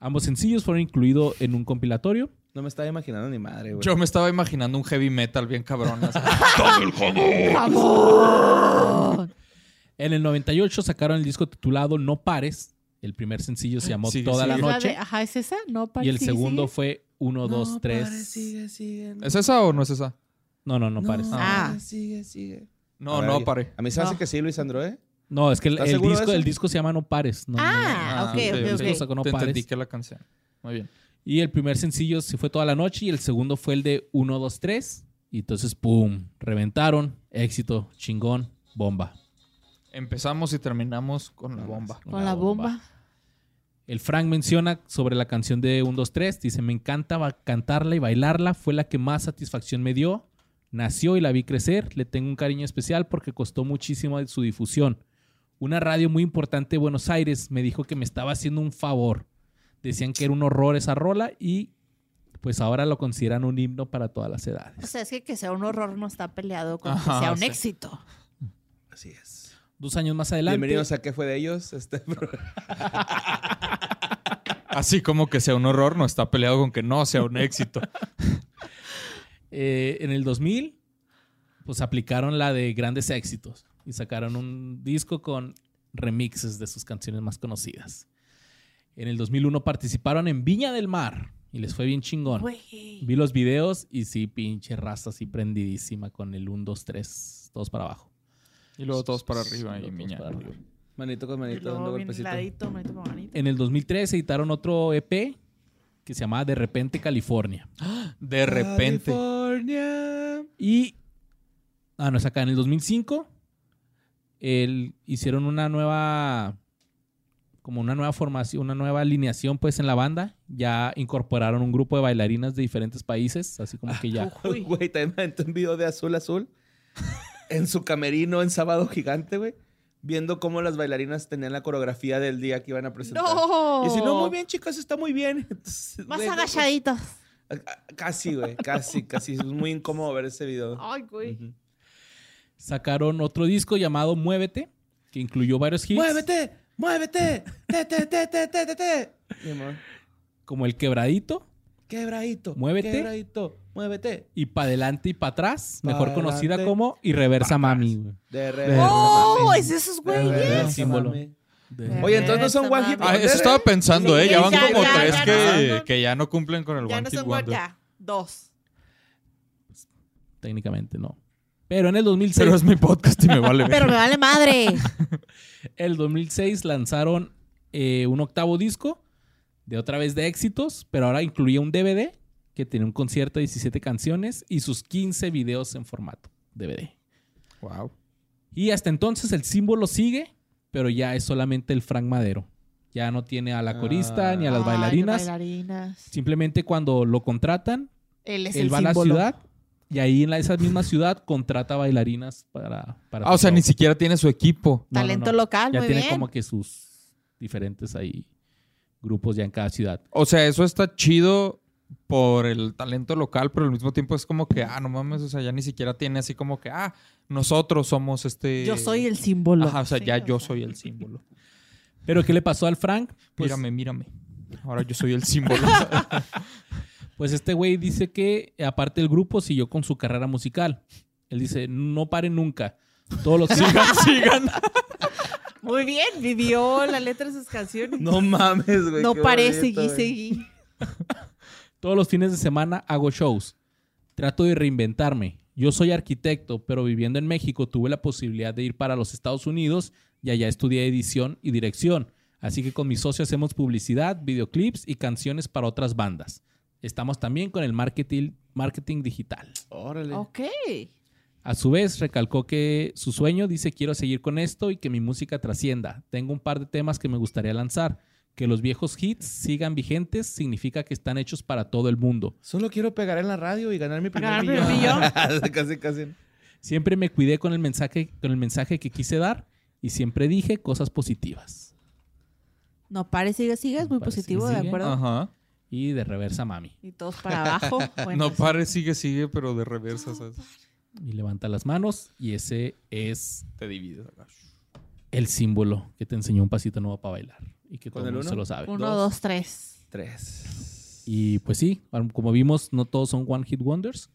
[SPEAKER 1] Ambos sencillos fueron incluidos en un compilatorio.
[SPEAKER 2] No me estaba imaginando ni madre, güey.
[SPEAKER 3] Yo me estaba imaginando un heavy metal bien cabrón. así.
[SPEAKER 4] ¡Jamón!
[SPEAKER 1] En el 98 sacaron el disco titulado No Pares. El primer sencillo se llamó
[SPEAKER 3] Sigue,
[SPEAKER 1] Toda la
[SPEAKER 4] Es
[SPEAKER 3] sigue.
[SPEAKER 4] la
[SPEAKER 1] Noche.
[SPEAKER 4] de- Ajá, ¿es esa? No,
[SPEAKER 1] Y el
[SPEAKER 4] parece-
[SPEAKER 1] segundo
[SPEAKER 4] Ah, sí.
[SPEAKER 1] fue 1, 2, 3.
[SPEAKER 2] Sigue, sigue.
[SPEAKER 3] ¿Es esa o no es esa?
[SPEAKER 1] No, no, no pares.
[SPEAKER 4] Ah.
[SPEAKER 2] pares, Sigue, sigue.
[SPEAKER 3] No,
[SPEAKER 2] A ver,
[SPEAKER 3] no,
[SPEAKER 2] yo-
[SPEAKER 3] paré.
[SPEAKER 2] A mí se hace
[SPEAKER 4] No.
[SPEAKER 2] que sí, Luis Andro, ¿eh?
[SPEAKER 1] No, es que el,
[SPEAKER 2] ¿Estás
[SPEAKER 1] el
[SPEAKER 2] seguro de
[SPEAKER 1] disco,
[SPEAKER 2] eso?
[SPEAKER 1] el disco se llama No Pares. No, no, no.
[SPEAKER 4] Ah, ok, ok,
[SPEAKER 1] sí, sí.
[SPEAKER 4] ok.
[SPEAKER 1] Sacó No
[SPEAKER 3] Te entendí
[SPEAKER 1] Pares.
[SPEAKER 3] que la canción. Muy bien.
[SPEAKER 1] Y el primer sencillo se fue toda la noche y el segundo fue el de 1, 2, 3. Y entonces, ¡pum! Reventaron. Éxito, chingón, bomba.
[SPEAKER 3] Empezamos y terminamos con la bomba.
[SPEAKER 4] Con la bomba.
[SPEAKER 1] El Frank menciona sobre la canción de 1, 2, 3. Dice, me encanta ba- cantarla y bailarla. Fue la que más satisfacción me dio. Nació y la vi crecer. Le tengo un cariño especial porque costó muchísimo de su difusión. Una radio muy importante de Buenos Aires me dijo que me estaba haciendo un favor. Decían que era un horror esa rola y pues ahora lo consideran un himno para todas las edades.
[SPEAKER 4] O sea, es que que sea un horror no está peleado con
[SPEAKER 3] Ajá,
[SPEAKER 4] que sea un
[SPEAKER 3] sí.
[SPEAKER 4] éxito.
[SPEAKER 2] Así es.
[SPEAKER 1] Dos años más adelante.
[SPEAKER 2] Bienvenidos a ¿Qué fue de ellos? Este programa.
[SPEAKER 3] Así como que sea un horror, no está peleado con que no sea un éxito.
[SPEAKER 1] Eh, en el 2000, pues aplicaron la de grandes éxitos y sacaron un disco con remixes de sus canciones más conocidas. En el 2001 participaron en Viña del Mar y les fue bien chingón.
[SPEAKER 4] Güey.
[SPEAKER 1] Vi los videos y sí, pinche raza así prendidísima con el 1, 2, 3, todos para abajo.
[SPEAKER 3] Y luego todos para arriba
[SPEAKER 1] Todos
[SPEAKER 3] y miña.
[SPEAKER 1] para arriba.
[SPEAKER 2] Manito con
[SPEAKER 4] Y
[SPEAKER 2] manito, dando
[SPEAKER 4] luego bien
[SPEAKER 2] golpecito.
[SPEAKER 4] heladito, manito por manito.
[SPEAKER 1] En el 2003 editaron otro EP que se llamaba De repente California.
[SPEAKER 3] De repente.
[SPEAKER 2] California.
[SPEAKER 1] Y. Ah, no, es acá. En el 2005 el- hicieron una nueva como una nueva formación, una nueva alineación pues en la banda. Ya incorporaron un grupo de bailarinas de diferentes países, así como que ya.
[SPEAKER 4] Uy.
[SPEAKER 2] Güey, también me aventé un video de Azul Azul en su camerino en Sábado Gigante, güey. Viendo cómo las bailarinas tenían la coreografía del día que iban a presentar.
[SPEAKER 4] No.
[SPEAKER 2] Y si no, muy bien, chicas, está muy bien. Entonces,
[SPEAKER 4] Más
[SPEAKER 2] güey, no,
[SPEAKER 4] agachaditos.
[SPEAKER 2] pues, a- a- Casi, güey, casi, casi. Es muy incómodo ver ese video.
[SPEAKER 4] Ay, güey.
[SPEAKER 2] Ujú.
[SPEAKER 1] Sacaron otro disco llamado Muévete, que incluyó varios hits.
[SPEAKER 2] ¡Muévete! ¡Muévete! ¡Te, te, te, te, te, te, te! Mi amor.
[SPEAKER 1] Como El Quebradito
[SPEAKER 2] Quebradito.
[SPEAKER 1] Muévete.
[SPEAKER 2] Quebradito. Muévete.
[SPEAKER 1] y Pa' Adelante y Pa' Atrás, mejor
[SPEAKER 2] Pa'
[SPEAKER 1] conocida
[SPEAKER 2] Adelante,
[SPEAKER 1] como Irreversa Mami. güey.
[SPEAKER 2] De
[SPEAKER 1] Verga,
[SPEAKER 4] ¡Oh! Es de esos
[SPEAKER 2] De
[SPEAKER 4] güeyes.
[SPEAKER 2] reversa,
[SPEAKER 1] símbolo.
[SPEAKER 2] mami.
[SPEAKER 1] De-
[SPEAKER 2] Oye, entonces no son one hit
[SPEAKER 3] Ah,
[SPEAKER 2] wonder,
[SPEAKER 3] eso estaba
[SPEAKER 2] ¿eh?
[SPEAKER 3] pensando, ¿eh? Ya van
[SPEAKER 4] Ya,
[SPEAKER 3] como
[SPEAKER 4] ya,
[SPEAKER 3] tres
[SPEAKER 4] ya
[SPEAKER 3] que,
[SPEAKER 4] no son-
[SPEAKER 3] que ya no cumplen con el
[SPEAKER 4] Ya
[SPEAKER 3] One
[SPEAKER 4] no
[SPEAKER 3] Hit
[SPEAKER 4] son guar-
[SPEAKER 3] Wonder.
[SPEAKER 4] ya. Dos.
[SPEAKER 1] técnicamente no. Pero en el 2006,
[SPEAKER 3] Pero es mi podcast y me vale
[SPEAKER 4] Pero me
[SPEAKER 3] ver.
[SPEAKER 4] vale madre.
[SPEAKER 1] el 2006 lanzaron eh, un octavo disco de otra vez de éxitos, pero ahora incluía un DVD que tenía un concierto de 17 canciones y sus 15 videos en formato DVD.
[SPEAKER 3] Wow.
[SPEAKER 1] Y hasta entonces el símbolo sigue, pero ya es solamente el Frank Madero. Ya no tiene a la corista
[SPEAKER 2] Ah.
[SPEAKER 1] ni a las
[SPEAKER 4] Ay,
[SPEAKER 1] bailarinas.
[SPEAKER 4] bailarinas.
[SPEAKER 1] Simplemente cuando lo contratan,
[SPEAKER 4] Él es
[SPEAKER 1] él
[SPEAKER 4] el
[SPEAKER 1] va a la
[SPEAKER 4] símbolo.
[SPEAKER 1] ciudad y ahí en la- esa misma ciudad contrata bailarinas para... para
[SPEAKER 3] Ah, o
[SPEAKER 1] su
[SPEAKER 3] sea,
[SPEAKER 1] show.
[SPEAKER 3] ni siquiera tiene su equipo.
[SPEAKER 1] No, no,
[SPEAKER 4] Talento
[SPEAKER 1] no.
[SPEAKER 4] local,
[SPEAKER 1] Ya
[SPEAKER 4] Ah, muy
[SPEAKER 1] tiene
[SPEAKER 4] bien.
[SPEAKER 1] como que sus diferentes ahí grupos ya en cada ciudad.
[SPEAKER 3] O sea, eso está chido por el talento local, pero al mismo tiempo es como que, ah, no mames, o sea, ya ni siquiera tiene así como que, ah, nosotros somos este...
[SPEAKER 4] Yo soy el símbolo.
[SPEAKER 3] Ajá, o sea,
[SPEAKER 4] Sí,
[SPEAKER 3] ya yo
[SPEAKER 4] sea.
[SPEAKER 3] soy el símbolo.
[SPEAKER 1] Pero ¿qué le pasó al Frank? Pues,
[SPEAKER 3] mírame, mírame. Ahora yo soy el símbolo.
[SPEAKER 1] pues este güey dice que aparte el grupo siguió con su carrera musical. Él dice, no pare nunca. Todos los sigan, sigan.
[SPEAKER 4] Muy bien, vivió la letra de sus canciones. No,
[SPEAKER 2] No mames, güey. qué
[SPEAKER 4] paré,
[SPEAKER 2] bonito,
[SPEAKER 4] seguí,
[SPEAKER 2] güey.
[SPEAKER 4] seguí.
[SPEAKER 1] Todos los fines de semana hago shows. Trato de reinventarme. Yo soy arquitecto, pero viviendo en México tuve la posibilidad de ir para los Estados Unidos y allá estudié edición y dirección. Así que con mi socio hacemos publicidad, videoclips y canciones para otras bandas. Estamos también con el marketing, marketing digital.
[SPEAKER 2] Órale.
[SPEAKER 4] Ok.
[SPEAKER 1] A su vez, recalcó que su sueño dice quiero seguir con esto y que mi música trascienda. Tengo un par de temas que me gustaría lanzar. Que los viejos hits sigan vigentes significa que están hechos para todo el mundo.
[SPEAKER 2] Solo quiero pegar en la radio y ganar mi primer
[SPEAKER 4] ganar mi
[SPEAKER 2] millón.
[SPEAKER 4] primer
[SPEAKER 2] casi, casi.
[SPEAKER 1] Siempre me cuidé con el mensaje, con el mensaje que quise dar y siempre dije cosas positivas.
[SPEAKER 4] No pare, sigue, sigue. Es muy
[SPEAKER 1] Pare, sigue,
[SPEAKER 4] positivo,
[SPEAKER 1] sigue.
[SPEAKER 4] ¿de acuerdo?
[SPEAKER 3] Ajá.
[SPEAKER 1] Y de reversa mami.
[SPEAKER 4] Y todos para abajo. Bueno, pues
[SPEAKER 3] no pare, sigue, sigue, pero de reversa, ¿sabes?
[SPEAKER 1] Y levanta las manos y ese es
[SPEAKER 3] Te divides.
[SPEAKER 1] el símbolo que te enseñó un pasito nuevo para bailar y que
[SPEAKER 2] ¿Con
[SPEAKER 1] todo el
[SPEAKER 2] el
[SPEAKER 1] mundo
[SPEAKER 2] uno?
[SPEAKER 1] se lo sabe.
[SPEAKER 4] Uno, dos, tres.
[SPEAKER 2] Tres.
[SPEAKER 1] Y pues sí, como vimos, no todos son one hit wonders,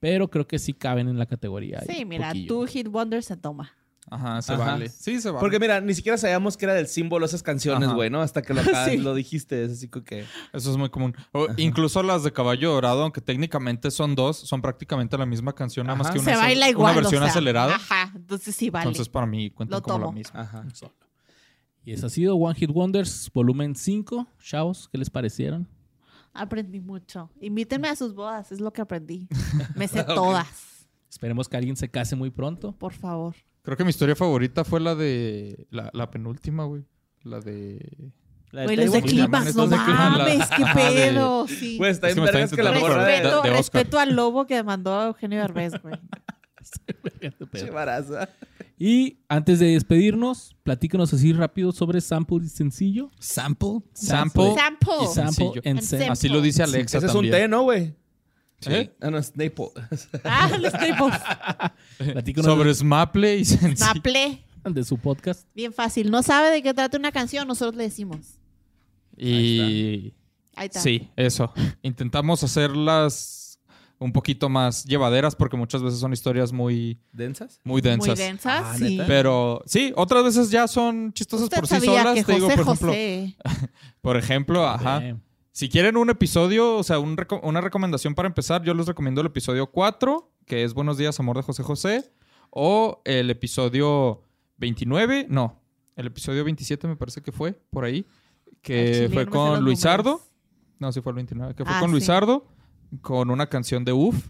[SPEAKER 1] pero creo que sí caben en la categoría. ahí
[SPEAKER 4] Sí,
[SPEAKER 1] un
[SPEAKER 4] mira,
[SPEAKER 1] poquillo.
[SPEAKER 4] tú Hit Wonder se toma.
[SPEAKER 3] Ajá, se
[SPEAKER 2] Ajá.
[SPEAKER 3] vale. Sí, se vale.
[SPEAKER 2] Porque mira, ni siquiera sabíamos que era del símbolo esas canciones,
[SPEAKER 3] Ajá.
[SPEAKER 2] güey, ¿no? Hasta que lo, acabas-
[SPEAKER 4] Sí.
[SPEAKER 2] lo dijiste, es así como que...
[SPEAKER 3] Eso es muy común. O incluso las de Caballo Dorado, aunque técnicamente son dos, son prácticamente la misma canción, nada más
[SPEAKER 2] Ajá.
[SPEAKER 3] que una,
[SPEAKER 4] se
[SPEAKER 3] es-
[SPEAKER 4] baila
[SPEAKER 3] una
[SPEAKER 4] igual. o
[SPEAKER 3] versión
[SPEAKER 4] sea,
[SPEAKER 3] acelerada.
[SPEAKER 4] Ajá, entonces sí vale.
[SPEAKER 3] Entonces, para mí, cuentan
[SPEAKER 4] Lo
[SPEAKER 3] como la
[SPEAKER 4] tomo.
[SPEAKER 3] misma.
[SPEAKER 2] Ajá.
[SPEAKER 1] Solo. Y eso ha sido One Hit Wonders, volumen 5. Chavos, ¿qué les parecieron?
[SPEAKER 4] Aprendí mucho. Invítenme a sus bodas, es lo que aprendí. Me sé todas,
[SPEAKER 1] Esperemos que alguien se case muy pronto.
[SPEAKER 4] por favor.
[SPEAKER 3] Creo que mi historia favorita fue la de. La, la penúltima, güey. La de.
[SPEAKER 2] La
[SPEAKER 4] Güey, los de
[SPEAKER 3] Table. clima.
[SPEAKER 4] climax, no
[SPEAKER 3] Los de climax, la-
[SPEAKER 4] mames, qué
[SPEAKER 3] ajá, de-
[SPEAKER 4] pedo. Sí.
[SPEAKER 2] Güey, está
[SPEAKER 3] Es que
[SPEAKER 2] en
[SPEAKER 3] me está
[SPEAKER 2] vergas que la
[SPEAKER 3] intentando
[SPEAKER 2] morra de...
[SPEAKER 4] respeto,
[SPEAKER 3] de- de Oscar.
[SPEAKER 4] respeto al lobo que mandó a Eugenio Derbez, güey.
[SPEAKER 2] Che, baraza.
[SPEAKER 1] Y antes de despedirnos, platícanos así rápido sobre Sample y Sencillo.
[SPEAKER 5] Sample.
[SPEAKER 3] Sample.
[SPEAKER 1] Y
[SPEAKER 4] Sample.
[SPEAKER 1] Sample
[SPEAKER 3] Sencillo.
[SPEAKER 1] and
[SPEAKER 4] And
[SPEAKER 1] Sen-
[SPEAKER 4] Sen-
[SPEAKER 3] Así lo dice Alexa
[SPEAKER 2] Ese es un
[SPEAKER 3] también.
[SPEAKER 2] té, ¿no, güey?
[SPEAKER 3] Sí.
[SPEAKER 2] ¿Eh? Ah, no, es Naples.
[SPEAKER 4] Ah, los tipos.
[SPEAKER 1] ah, Platícanos
[SPEAKER 3] Sobre Smaple y Sencillo.
[SPEAKER 4] Maple.
[SPEAKER 1] de su podcast.
[SPEAKER 4] Bien fácil. No sabe de qué trata una canción, nosotros le decimos.
[SPEAKER 3] Y.
[SPEAKER 4] Ahí está.
[SPEAKER 3] Sí, eso. Intentamos hacerlas un poquito más llevaderas porque muchas veces son historias muy,
[SPEAKER 2] ¿Densas?
[SPEAKER 3] muy densas.
[SPEAKER 4] Muy densas,
[SPEAKER 2] Ah,
[SPEAKER 4] sí.
[SPEAKER 2] ¿neta?
[SPEAKER 3] Pero sí, otras veces ya son chistosas
[SPEAKER 4] Usted
[SPEAKER 3] por sí
[SPEAKER 4] sabía
[SPEAKER 3] solas.
[SPEAKER 4] que
[SPEAKER 3] Te
[SPEAKER 4] José
[SPEAKER 3] digo, por ejemplo, eh,
[SPEAKER 4] José
[SPEAKER 3] por ejemplo, ajá.
[SPEAKER 1] Eh,
[SPEAKER 3] Si quieren un episodio, o sea, un reco- una recomendación para empezar, yo les recomiendo el episodio 4, que es Buenos días, amor de José José, o el episodio 29, no, el episodio 27 me parece que fue, por ahí,
[SPEAKER 4] Al
[SPEAKER 3] que
[SPEAKER 4] chile,
[SPEAKER 3] fue
[SPEAKER 4] no me sé los
[SPEAKER 3] con Luisardo,
[SPEAKER 4] nombres.
[SPEAKER 3] no, sí fue el 29, que fue
[SPEAKER 4] Ah,
[SPEAKER 3] con
[SPEAKER 4] sí.
[SPEAKER 3] Luisardo, con una canción de UF,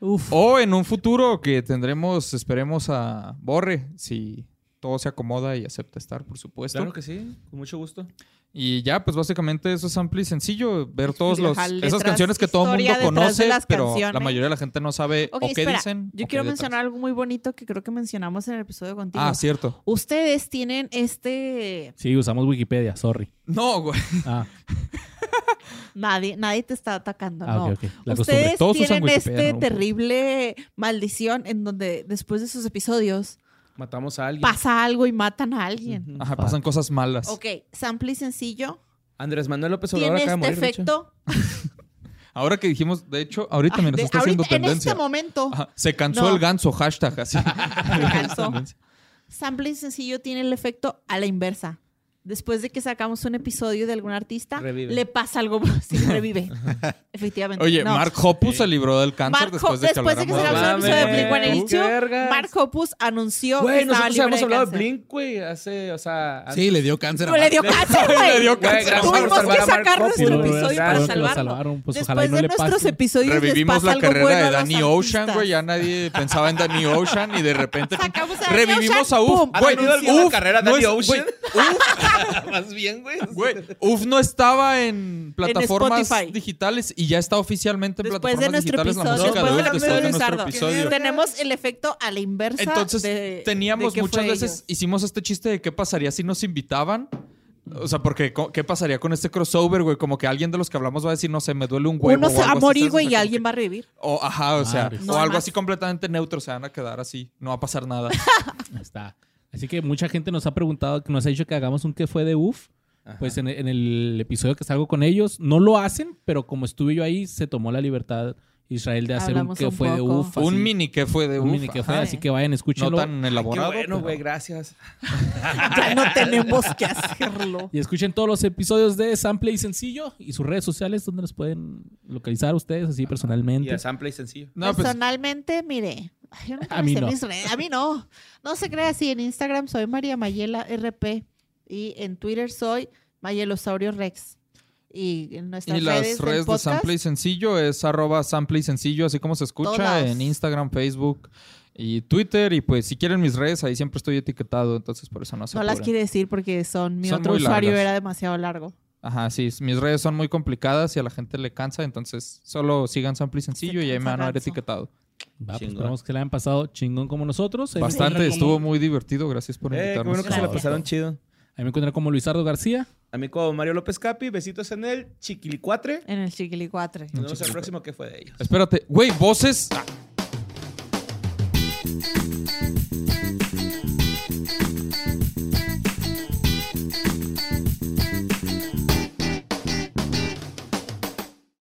[SPEAKER 4] Uf.
[SPEAKER 3] o en un futuro que tendremos, esperemos a Borre, si todo se acomoda y acepta estar, por supuesto.
[SPEAKER 2] Claro que sí, con mucho gusto.
[SPEAKER 3] Y ya, pues básicamente eso es sample y sencillo, ver todos
[SPEAKER 4] Y
[SPEAKER 3] los
[SPEAKER 4] dejar
[SPEAKER 3] esas
[SPEAKER 4] letras,
[SPEAKER 3] canciones que todo el mundo
[SPEAKER 4] historia detrás de
[SPEAKER 3] conoce,
[SPEAKER 4] las
[SPEAKER 3] pero la
[SPEAKER 4] canciones.
[SPEAKER 3] mayoría de la gente no sabe
[SPEAKER 4] Ok,
[SPEAKER 3] o qué
[SPEAKER 4] espera.
[SPEAKER 3] dicen.
[SPEAKER 4] Yo
[SPEAKER 3] o qué
[SPEAKER 4] quiero
[SPEAKER 3] hay detrás.
[SPEAKER 4] mencionar algo muy bonito que creo que mencionamos en el episodio contigo.
[SPEAKER 3] Ah, cierto.
[SPEAKER 4] Ustedes tienen este...
[SPEAKER 1] Sí, usamos Wikipedia, sorry.
[SPEAKER 3] No, güey.
[SPEAKER 1] Ah,
[SPEAKER 4] Nadie, nadie te está atacando,
[SPEAKER 1] ah
[SPEAKER 4] no.
[SPEAKER 1] ok, ok. La costumbre.
[SPEAKER 4] Ustedes
[SPEAKER 3] Todos usan
[SPEAKER 4] tienen
[SPEAKER 3] Wikipedia,
[SPEAKER 4] este
[SPEAKER 3] ¿no?
[SPEAKER 4] terrible maldición en donde después de sus episodios
[SPEAKER 2] Matamos a alguien.
[SPEAKER 4] pasa algo y matan a alguien.
[SPEAKER 2] Ujú.
[SPEAKER 3] Ajá, pasan cosas malas.
[SPEAKER 4] Ah. Ok, sample y sencillo.
[SPEAKER 2] Andrés Manuel López Obrador
[SPEAKER 4] Tiene
[SPEAKER 2] acaba
[SPEAKER 4] este
[SPEAKER 2] de morir. de hecho.
[SPEAKER 4] efecto.
[SPEAKER 3] Ahora que dijimos, de hecho, ahorita
[SPEAKER 4] Ah,
[SPEAKER 3] mira, se
[SPEAKER 4] de-
[SPEAKER 3] está haciendo
[SPEAKER 4] ahorita, en
[SPEAKER 3] tendencia.
[SPEAKER 4] este momento,
[SPEAKER 3] Ajá, se cansó
[SPEAKER 4] No.
[SPEAKER 3] el ganso, hashtag así.
[SPEAKER 4] se cansó. Sample y sencillo tiene el efecto a la inversa. Después de que sacamos un episodio de algún artista,
[SPEAKER 2] Revive.
[SPEAKER 4] le pasa algo, sí, revive. Efectivamente.
[SPEAKER 3] Oye,
[SPEAKER 4] No.
[SPEAKER 3] Mark Hoppus se libró del cáncer
[SPEAKER 4] Mark
[SPEAKER 3] después
[SPEAKER 4] Hopp-
[SPEAKER 3] de que
[SPEAKER 4] después de que
[SPEAKER 3] habláramos
[SPEAKER 4] se lanzó el episodio
[SPEAKER 3] de-
[SPEAKER 4] de Blink-182,
[SPEAKER 3] Uh,
[SPEAKER 2] Qué vergas.
[SPEAKER 4] Mark Hoppus anunció que
[SPEAKER 2] Güey,
[SPEAKER 4] estaba
[SPEAKER 2] nosotros
[SPEAKER 4] libre
[SPEAKER 2] habíamos
[SPEAKER 4] de
[SPEAKER 2] hablado de
[SPEAKER 4] cáncer.
[SPEAKER 2] Blink, güey, hace, o sea... antes-
[SPEAKER 5] Ah, Sí, le dio cáncer. a
[SPEAKER 4] Pero le dio cáncer, güey.
[SPEAKER 3] Le dio
[SPEAKER 2] cáncer.
[SPEAKER 4] Tuvimos
[SPEAKER 2] Salvar
[SPEAKER 4] que
[SPEAKER 2] a Mark
[SPEAKER 4] sacar
[SPEAKER 2] Hoppus.
[SPEAKER 1] Sí,
[SPEAKER 4] nuestro
[SPEAKER 1] lo-
[SPEAKER 4] episodio
[SPEAKER 1] lo-
[SPEAKER 4] para
[SPEAKER 1] lo
[SPEAKER 4] salvarlo.
[SPEAKER 1] salvaron, pues, ojalá y
[SPEAKER 4] Después
[SPEAKER 1] no
[SPEAKER 4] de
[SPEAKER 1] le
[SPEAKER 4] nuestros
[SPEAKER 1] pase.
[SPEAKER 4] episodios les
[SPEAKER 3] Revivimos
[SPEAKER 4] pasa
[SPEAKER 3] la
[SPEAKER 4] pues, algo
[SPEAKER 3] carrera
[SPEAKER 4] bueno
[SPEAKER 3] de
[SPEAKER 4] a los
[SPEAKER 3] Danny Ocean,
[SPEAKER 4] artistas.
[SPEAKER 3] güey. Ya nadie pensaba en Danny Ocean y de repente.
[SPEAKER 4] Sacamos a Danny
[SPEAKER 3] Revivimos
[SPEAKER 4] Ocean,
[SPEAKER 3] a Uf.
[SPEAKER 4] pum,
[SPEAKER 2] ¿Ha
[SPEAKER 3] Güey,
[SPEAKER 2] tenido alguna
[SPEAKER 3] Uf
[SPEAKER 2] carrera
[SPEAKER 3] no
[SPEAKER 2] Danny
[SPEAKER 3] es-
[SPEAKER 2] Ocean?
[SPEAKER 3] güey,
[SPEAKER 2] Más bien, güey.
[SPEAKER 3] Güey, Uf no estaba en plataformas
[SPEAKER 4] Spotify.
[SPEAKER 3] digitales y ya está oficialmente en
[SPEAKER 4] Después de
[SPEAKER 3] plataformas
[SPEAKER 4] nuestro
[SPEAKER 3] digitales la
[SPEAKER 4] episodio,
[SPEAKER 3] música de
[SPEAKER 2] después
[SPEAKER 3] Uf
[SPEAKER 2] de
[SPEAKER 3] después de nuestro
[SPEAKER 4] Lizardo.
[SPEAKER 3] episodio.
[SPEAKER 4] Tenemos el efecto a la inversa.
[SPEAKER 3] Entonces,
[SPEAKER 4] de-
[SPEAKER 3] teníamos
[SPEAKER 4] de que
[SPEAKER 3] muchas
[SPEAKER 4] fue
[SPEAKER 3] veces,
[SPEAKER 4] ellos.
[SPEAKER 3] hicimos este chiste de qué pasaría si nos invitaban. O sea, porque co- qué pasaría con este crossover, güey, como que alguien de los que hablamos va a decir, no sé, me duele un huevo.
[SPEAKER 4] Uno
[SPEAKER 3] o
[SPEAKER 4] se va a
[SPEAKER 3] algo así,
[SPEAKER 4] morir,
[SPEAKER 3] ¿sabes?
[SPEAKER 4] güey,
[SPEAKER 3] O
[SPEAKER 4] y
[SPEAKER 3] sea, como
[SPEAKER 4] alguien
[SPEAKER 3] que-
[SPEAKER 4] va a revivir.
[SPEAKER 3] O, ajá, o sea,
[SPEAKER 1] Madres.
[SPEAKER 3] o
[SPEAKER 4] No
[SPEAKER 3] algo
[SPEAKER 4] más.
[SPEAKER 3] así completamente neutro, se van a quedar así, no va a pasar nada.
[SPEAKER 1] Ahí está. Así que mucha gente nos ha preguntado, que nos ha dicho que hagamos un que fue de UF. Pues en, en el episodio que salgo con ellos, no lo hacen, pero como estuve yo ahí, se tomó la libertad Israel de hacer
[SPEAKER 4] Hablamos
[SPEAKER 1] un que
[SPEAKER 4] un
[SPEAKER 1] fue de
[SPEAKER 4] poco.
[SPEAKER 1] UF.
[SPEAKER 3] un
[SPEAKER 1] así,
[SPEAKER 3] mini que fue de
[SPEAKER 1] un
[SPEAKER 3] ufa,
[SPEAKER 1] mini que fue,
[SPEAKER 3] ajá.
[SPEAKER 1] así que vayan, escúchenlo.
[SPEAKER 3] no tan
[SPEAKER 2] Qué
[SPEAKER 3] elaborado.
[SPEAKER 2] bueno,
[SPEAKER 3] pero-
[SPEAKER 2] güey, gracias.
[SPEAKER 4] Ya no tenemos que hacerlo.
[SPEAKER 1] Y escuchen todos los episodios de Sample y Sencillo y sus redes sociales donde los pueden localizar ustedes así personalmente.
[SPEAKER 2] Y a sample y sencillo.
[SPEAKER 3] No, pues,
[SPEAKER 4] Personalmente, mire. ay, yo nunca
[SPEAKER 1] A
[SPEAKER 4] me
[SPEAKER 1] mí
[SPEAKER 4] sé
[SPEAKER 1] no.
[SPEAKER 4] mis redes. A mí no. No se crea así. En Instagram soy María Mayela RP. Y en Twitter soy Mayelosaurio Rex. Y en nuestras
[SPEAKER 3] y las
[SPEAKER 4] redes,
[SPEAKER 3] redes,
[SPEAKER 4] del
[SPEAKER 3] de
[SPEAKER 4] podcast,
[SPEAKER 3] Sample y Sencillo es arroba Sample y Sencillo, así como se escucha
[SPEAKER 4] Todas.
[SPEAKER 3] en Instagram, Facebook y Twitter. Y pues si quieren mis redes, ahí siempre estoy etiquetado, entonces por eso no se
[SPEAKER 4] No las
[SPEAKER 3] apuren.
[SPEAKER 4] quiere decir porque son mi
[SPEAKER 3] Son
[SPEAKER 4] otro
[SPEAKER 3] muy
[SPEAKER 4] usuario
[SPEAKER 3] largas.
[SPEAKER 4] era demasiado largo.
[SPEAKER 3] Ajá, sí, s- mis redes son muy complicadas y a la gente le cansa, entonces solo sigan Sample y Sencillo y ahí me
[SPEAKER 4] cansa,
[SPEAKER 3] van a ver
[SPEAKER 4] ganso.
[SPEAKER 3] etiquetado.
[SPEAKER 1] Va, pues
[SPEAKER 2] Chingón.
[SPEAKER 1] esperamos que la hayan pasado chingón como nosotros. Ahí me
[SPEAKER 3] Bastante,
[SPEAKER 1] encuentran como-
[SPEAKER 3] estuvo muy divertido, gracias por
[SPEAKER 2] Eh, qué
[SPEAKER 3] invitarnos.
[SPEAKER 2] bueno que se la
[SPEAKER 4] Gracias.
[SPEAKER 2] pasaron chido.
[SPEAKER 1] Ahí me encuentran como Luisardo García.
[SPEAKER 2] A mí como Mario López Capi, besitos en el chiquilicuatre.
[SPEAKER 4] En el Chiquilicuatre.
[SPEAKER 2] Nos vemos el próximo que fue de ellos.
[SPEAKER 3] Espérate, güey, voces. Ah,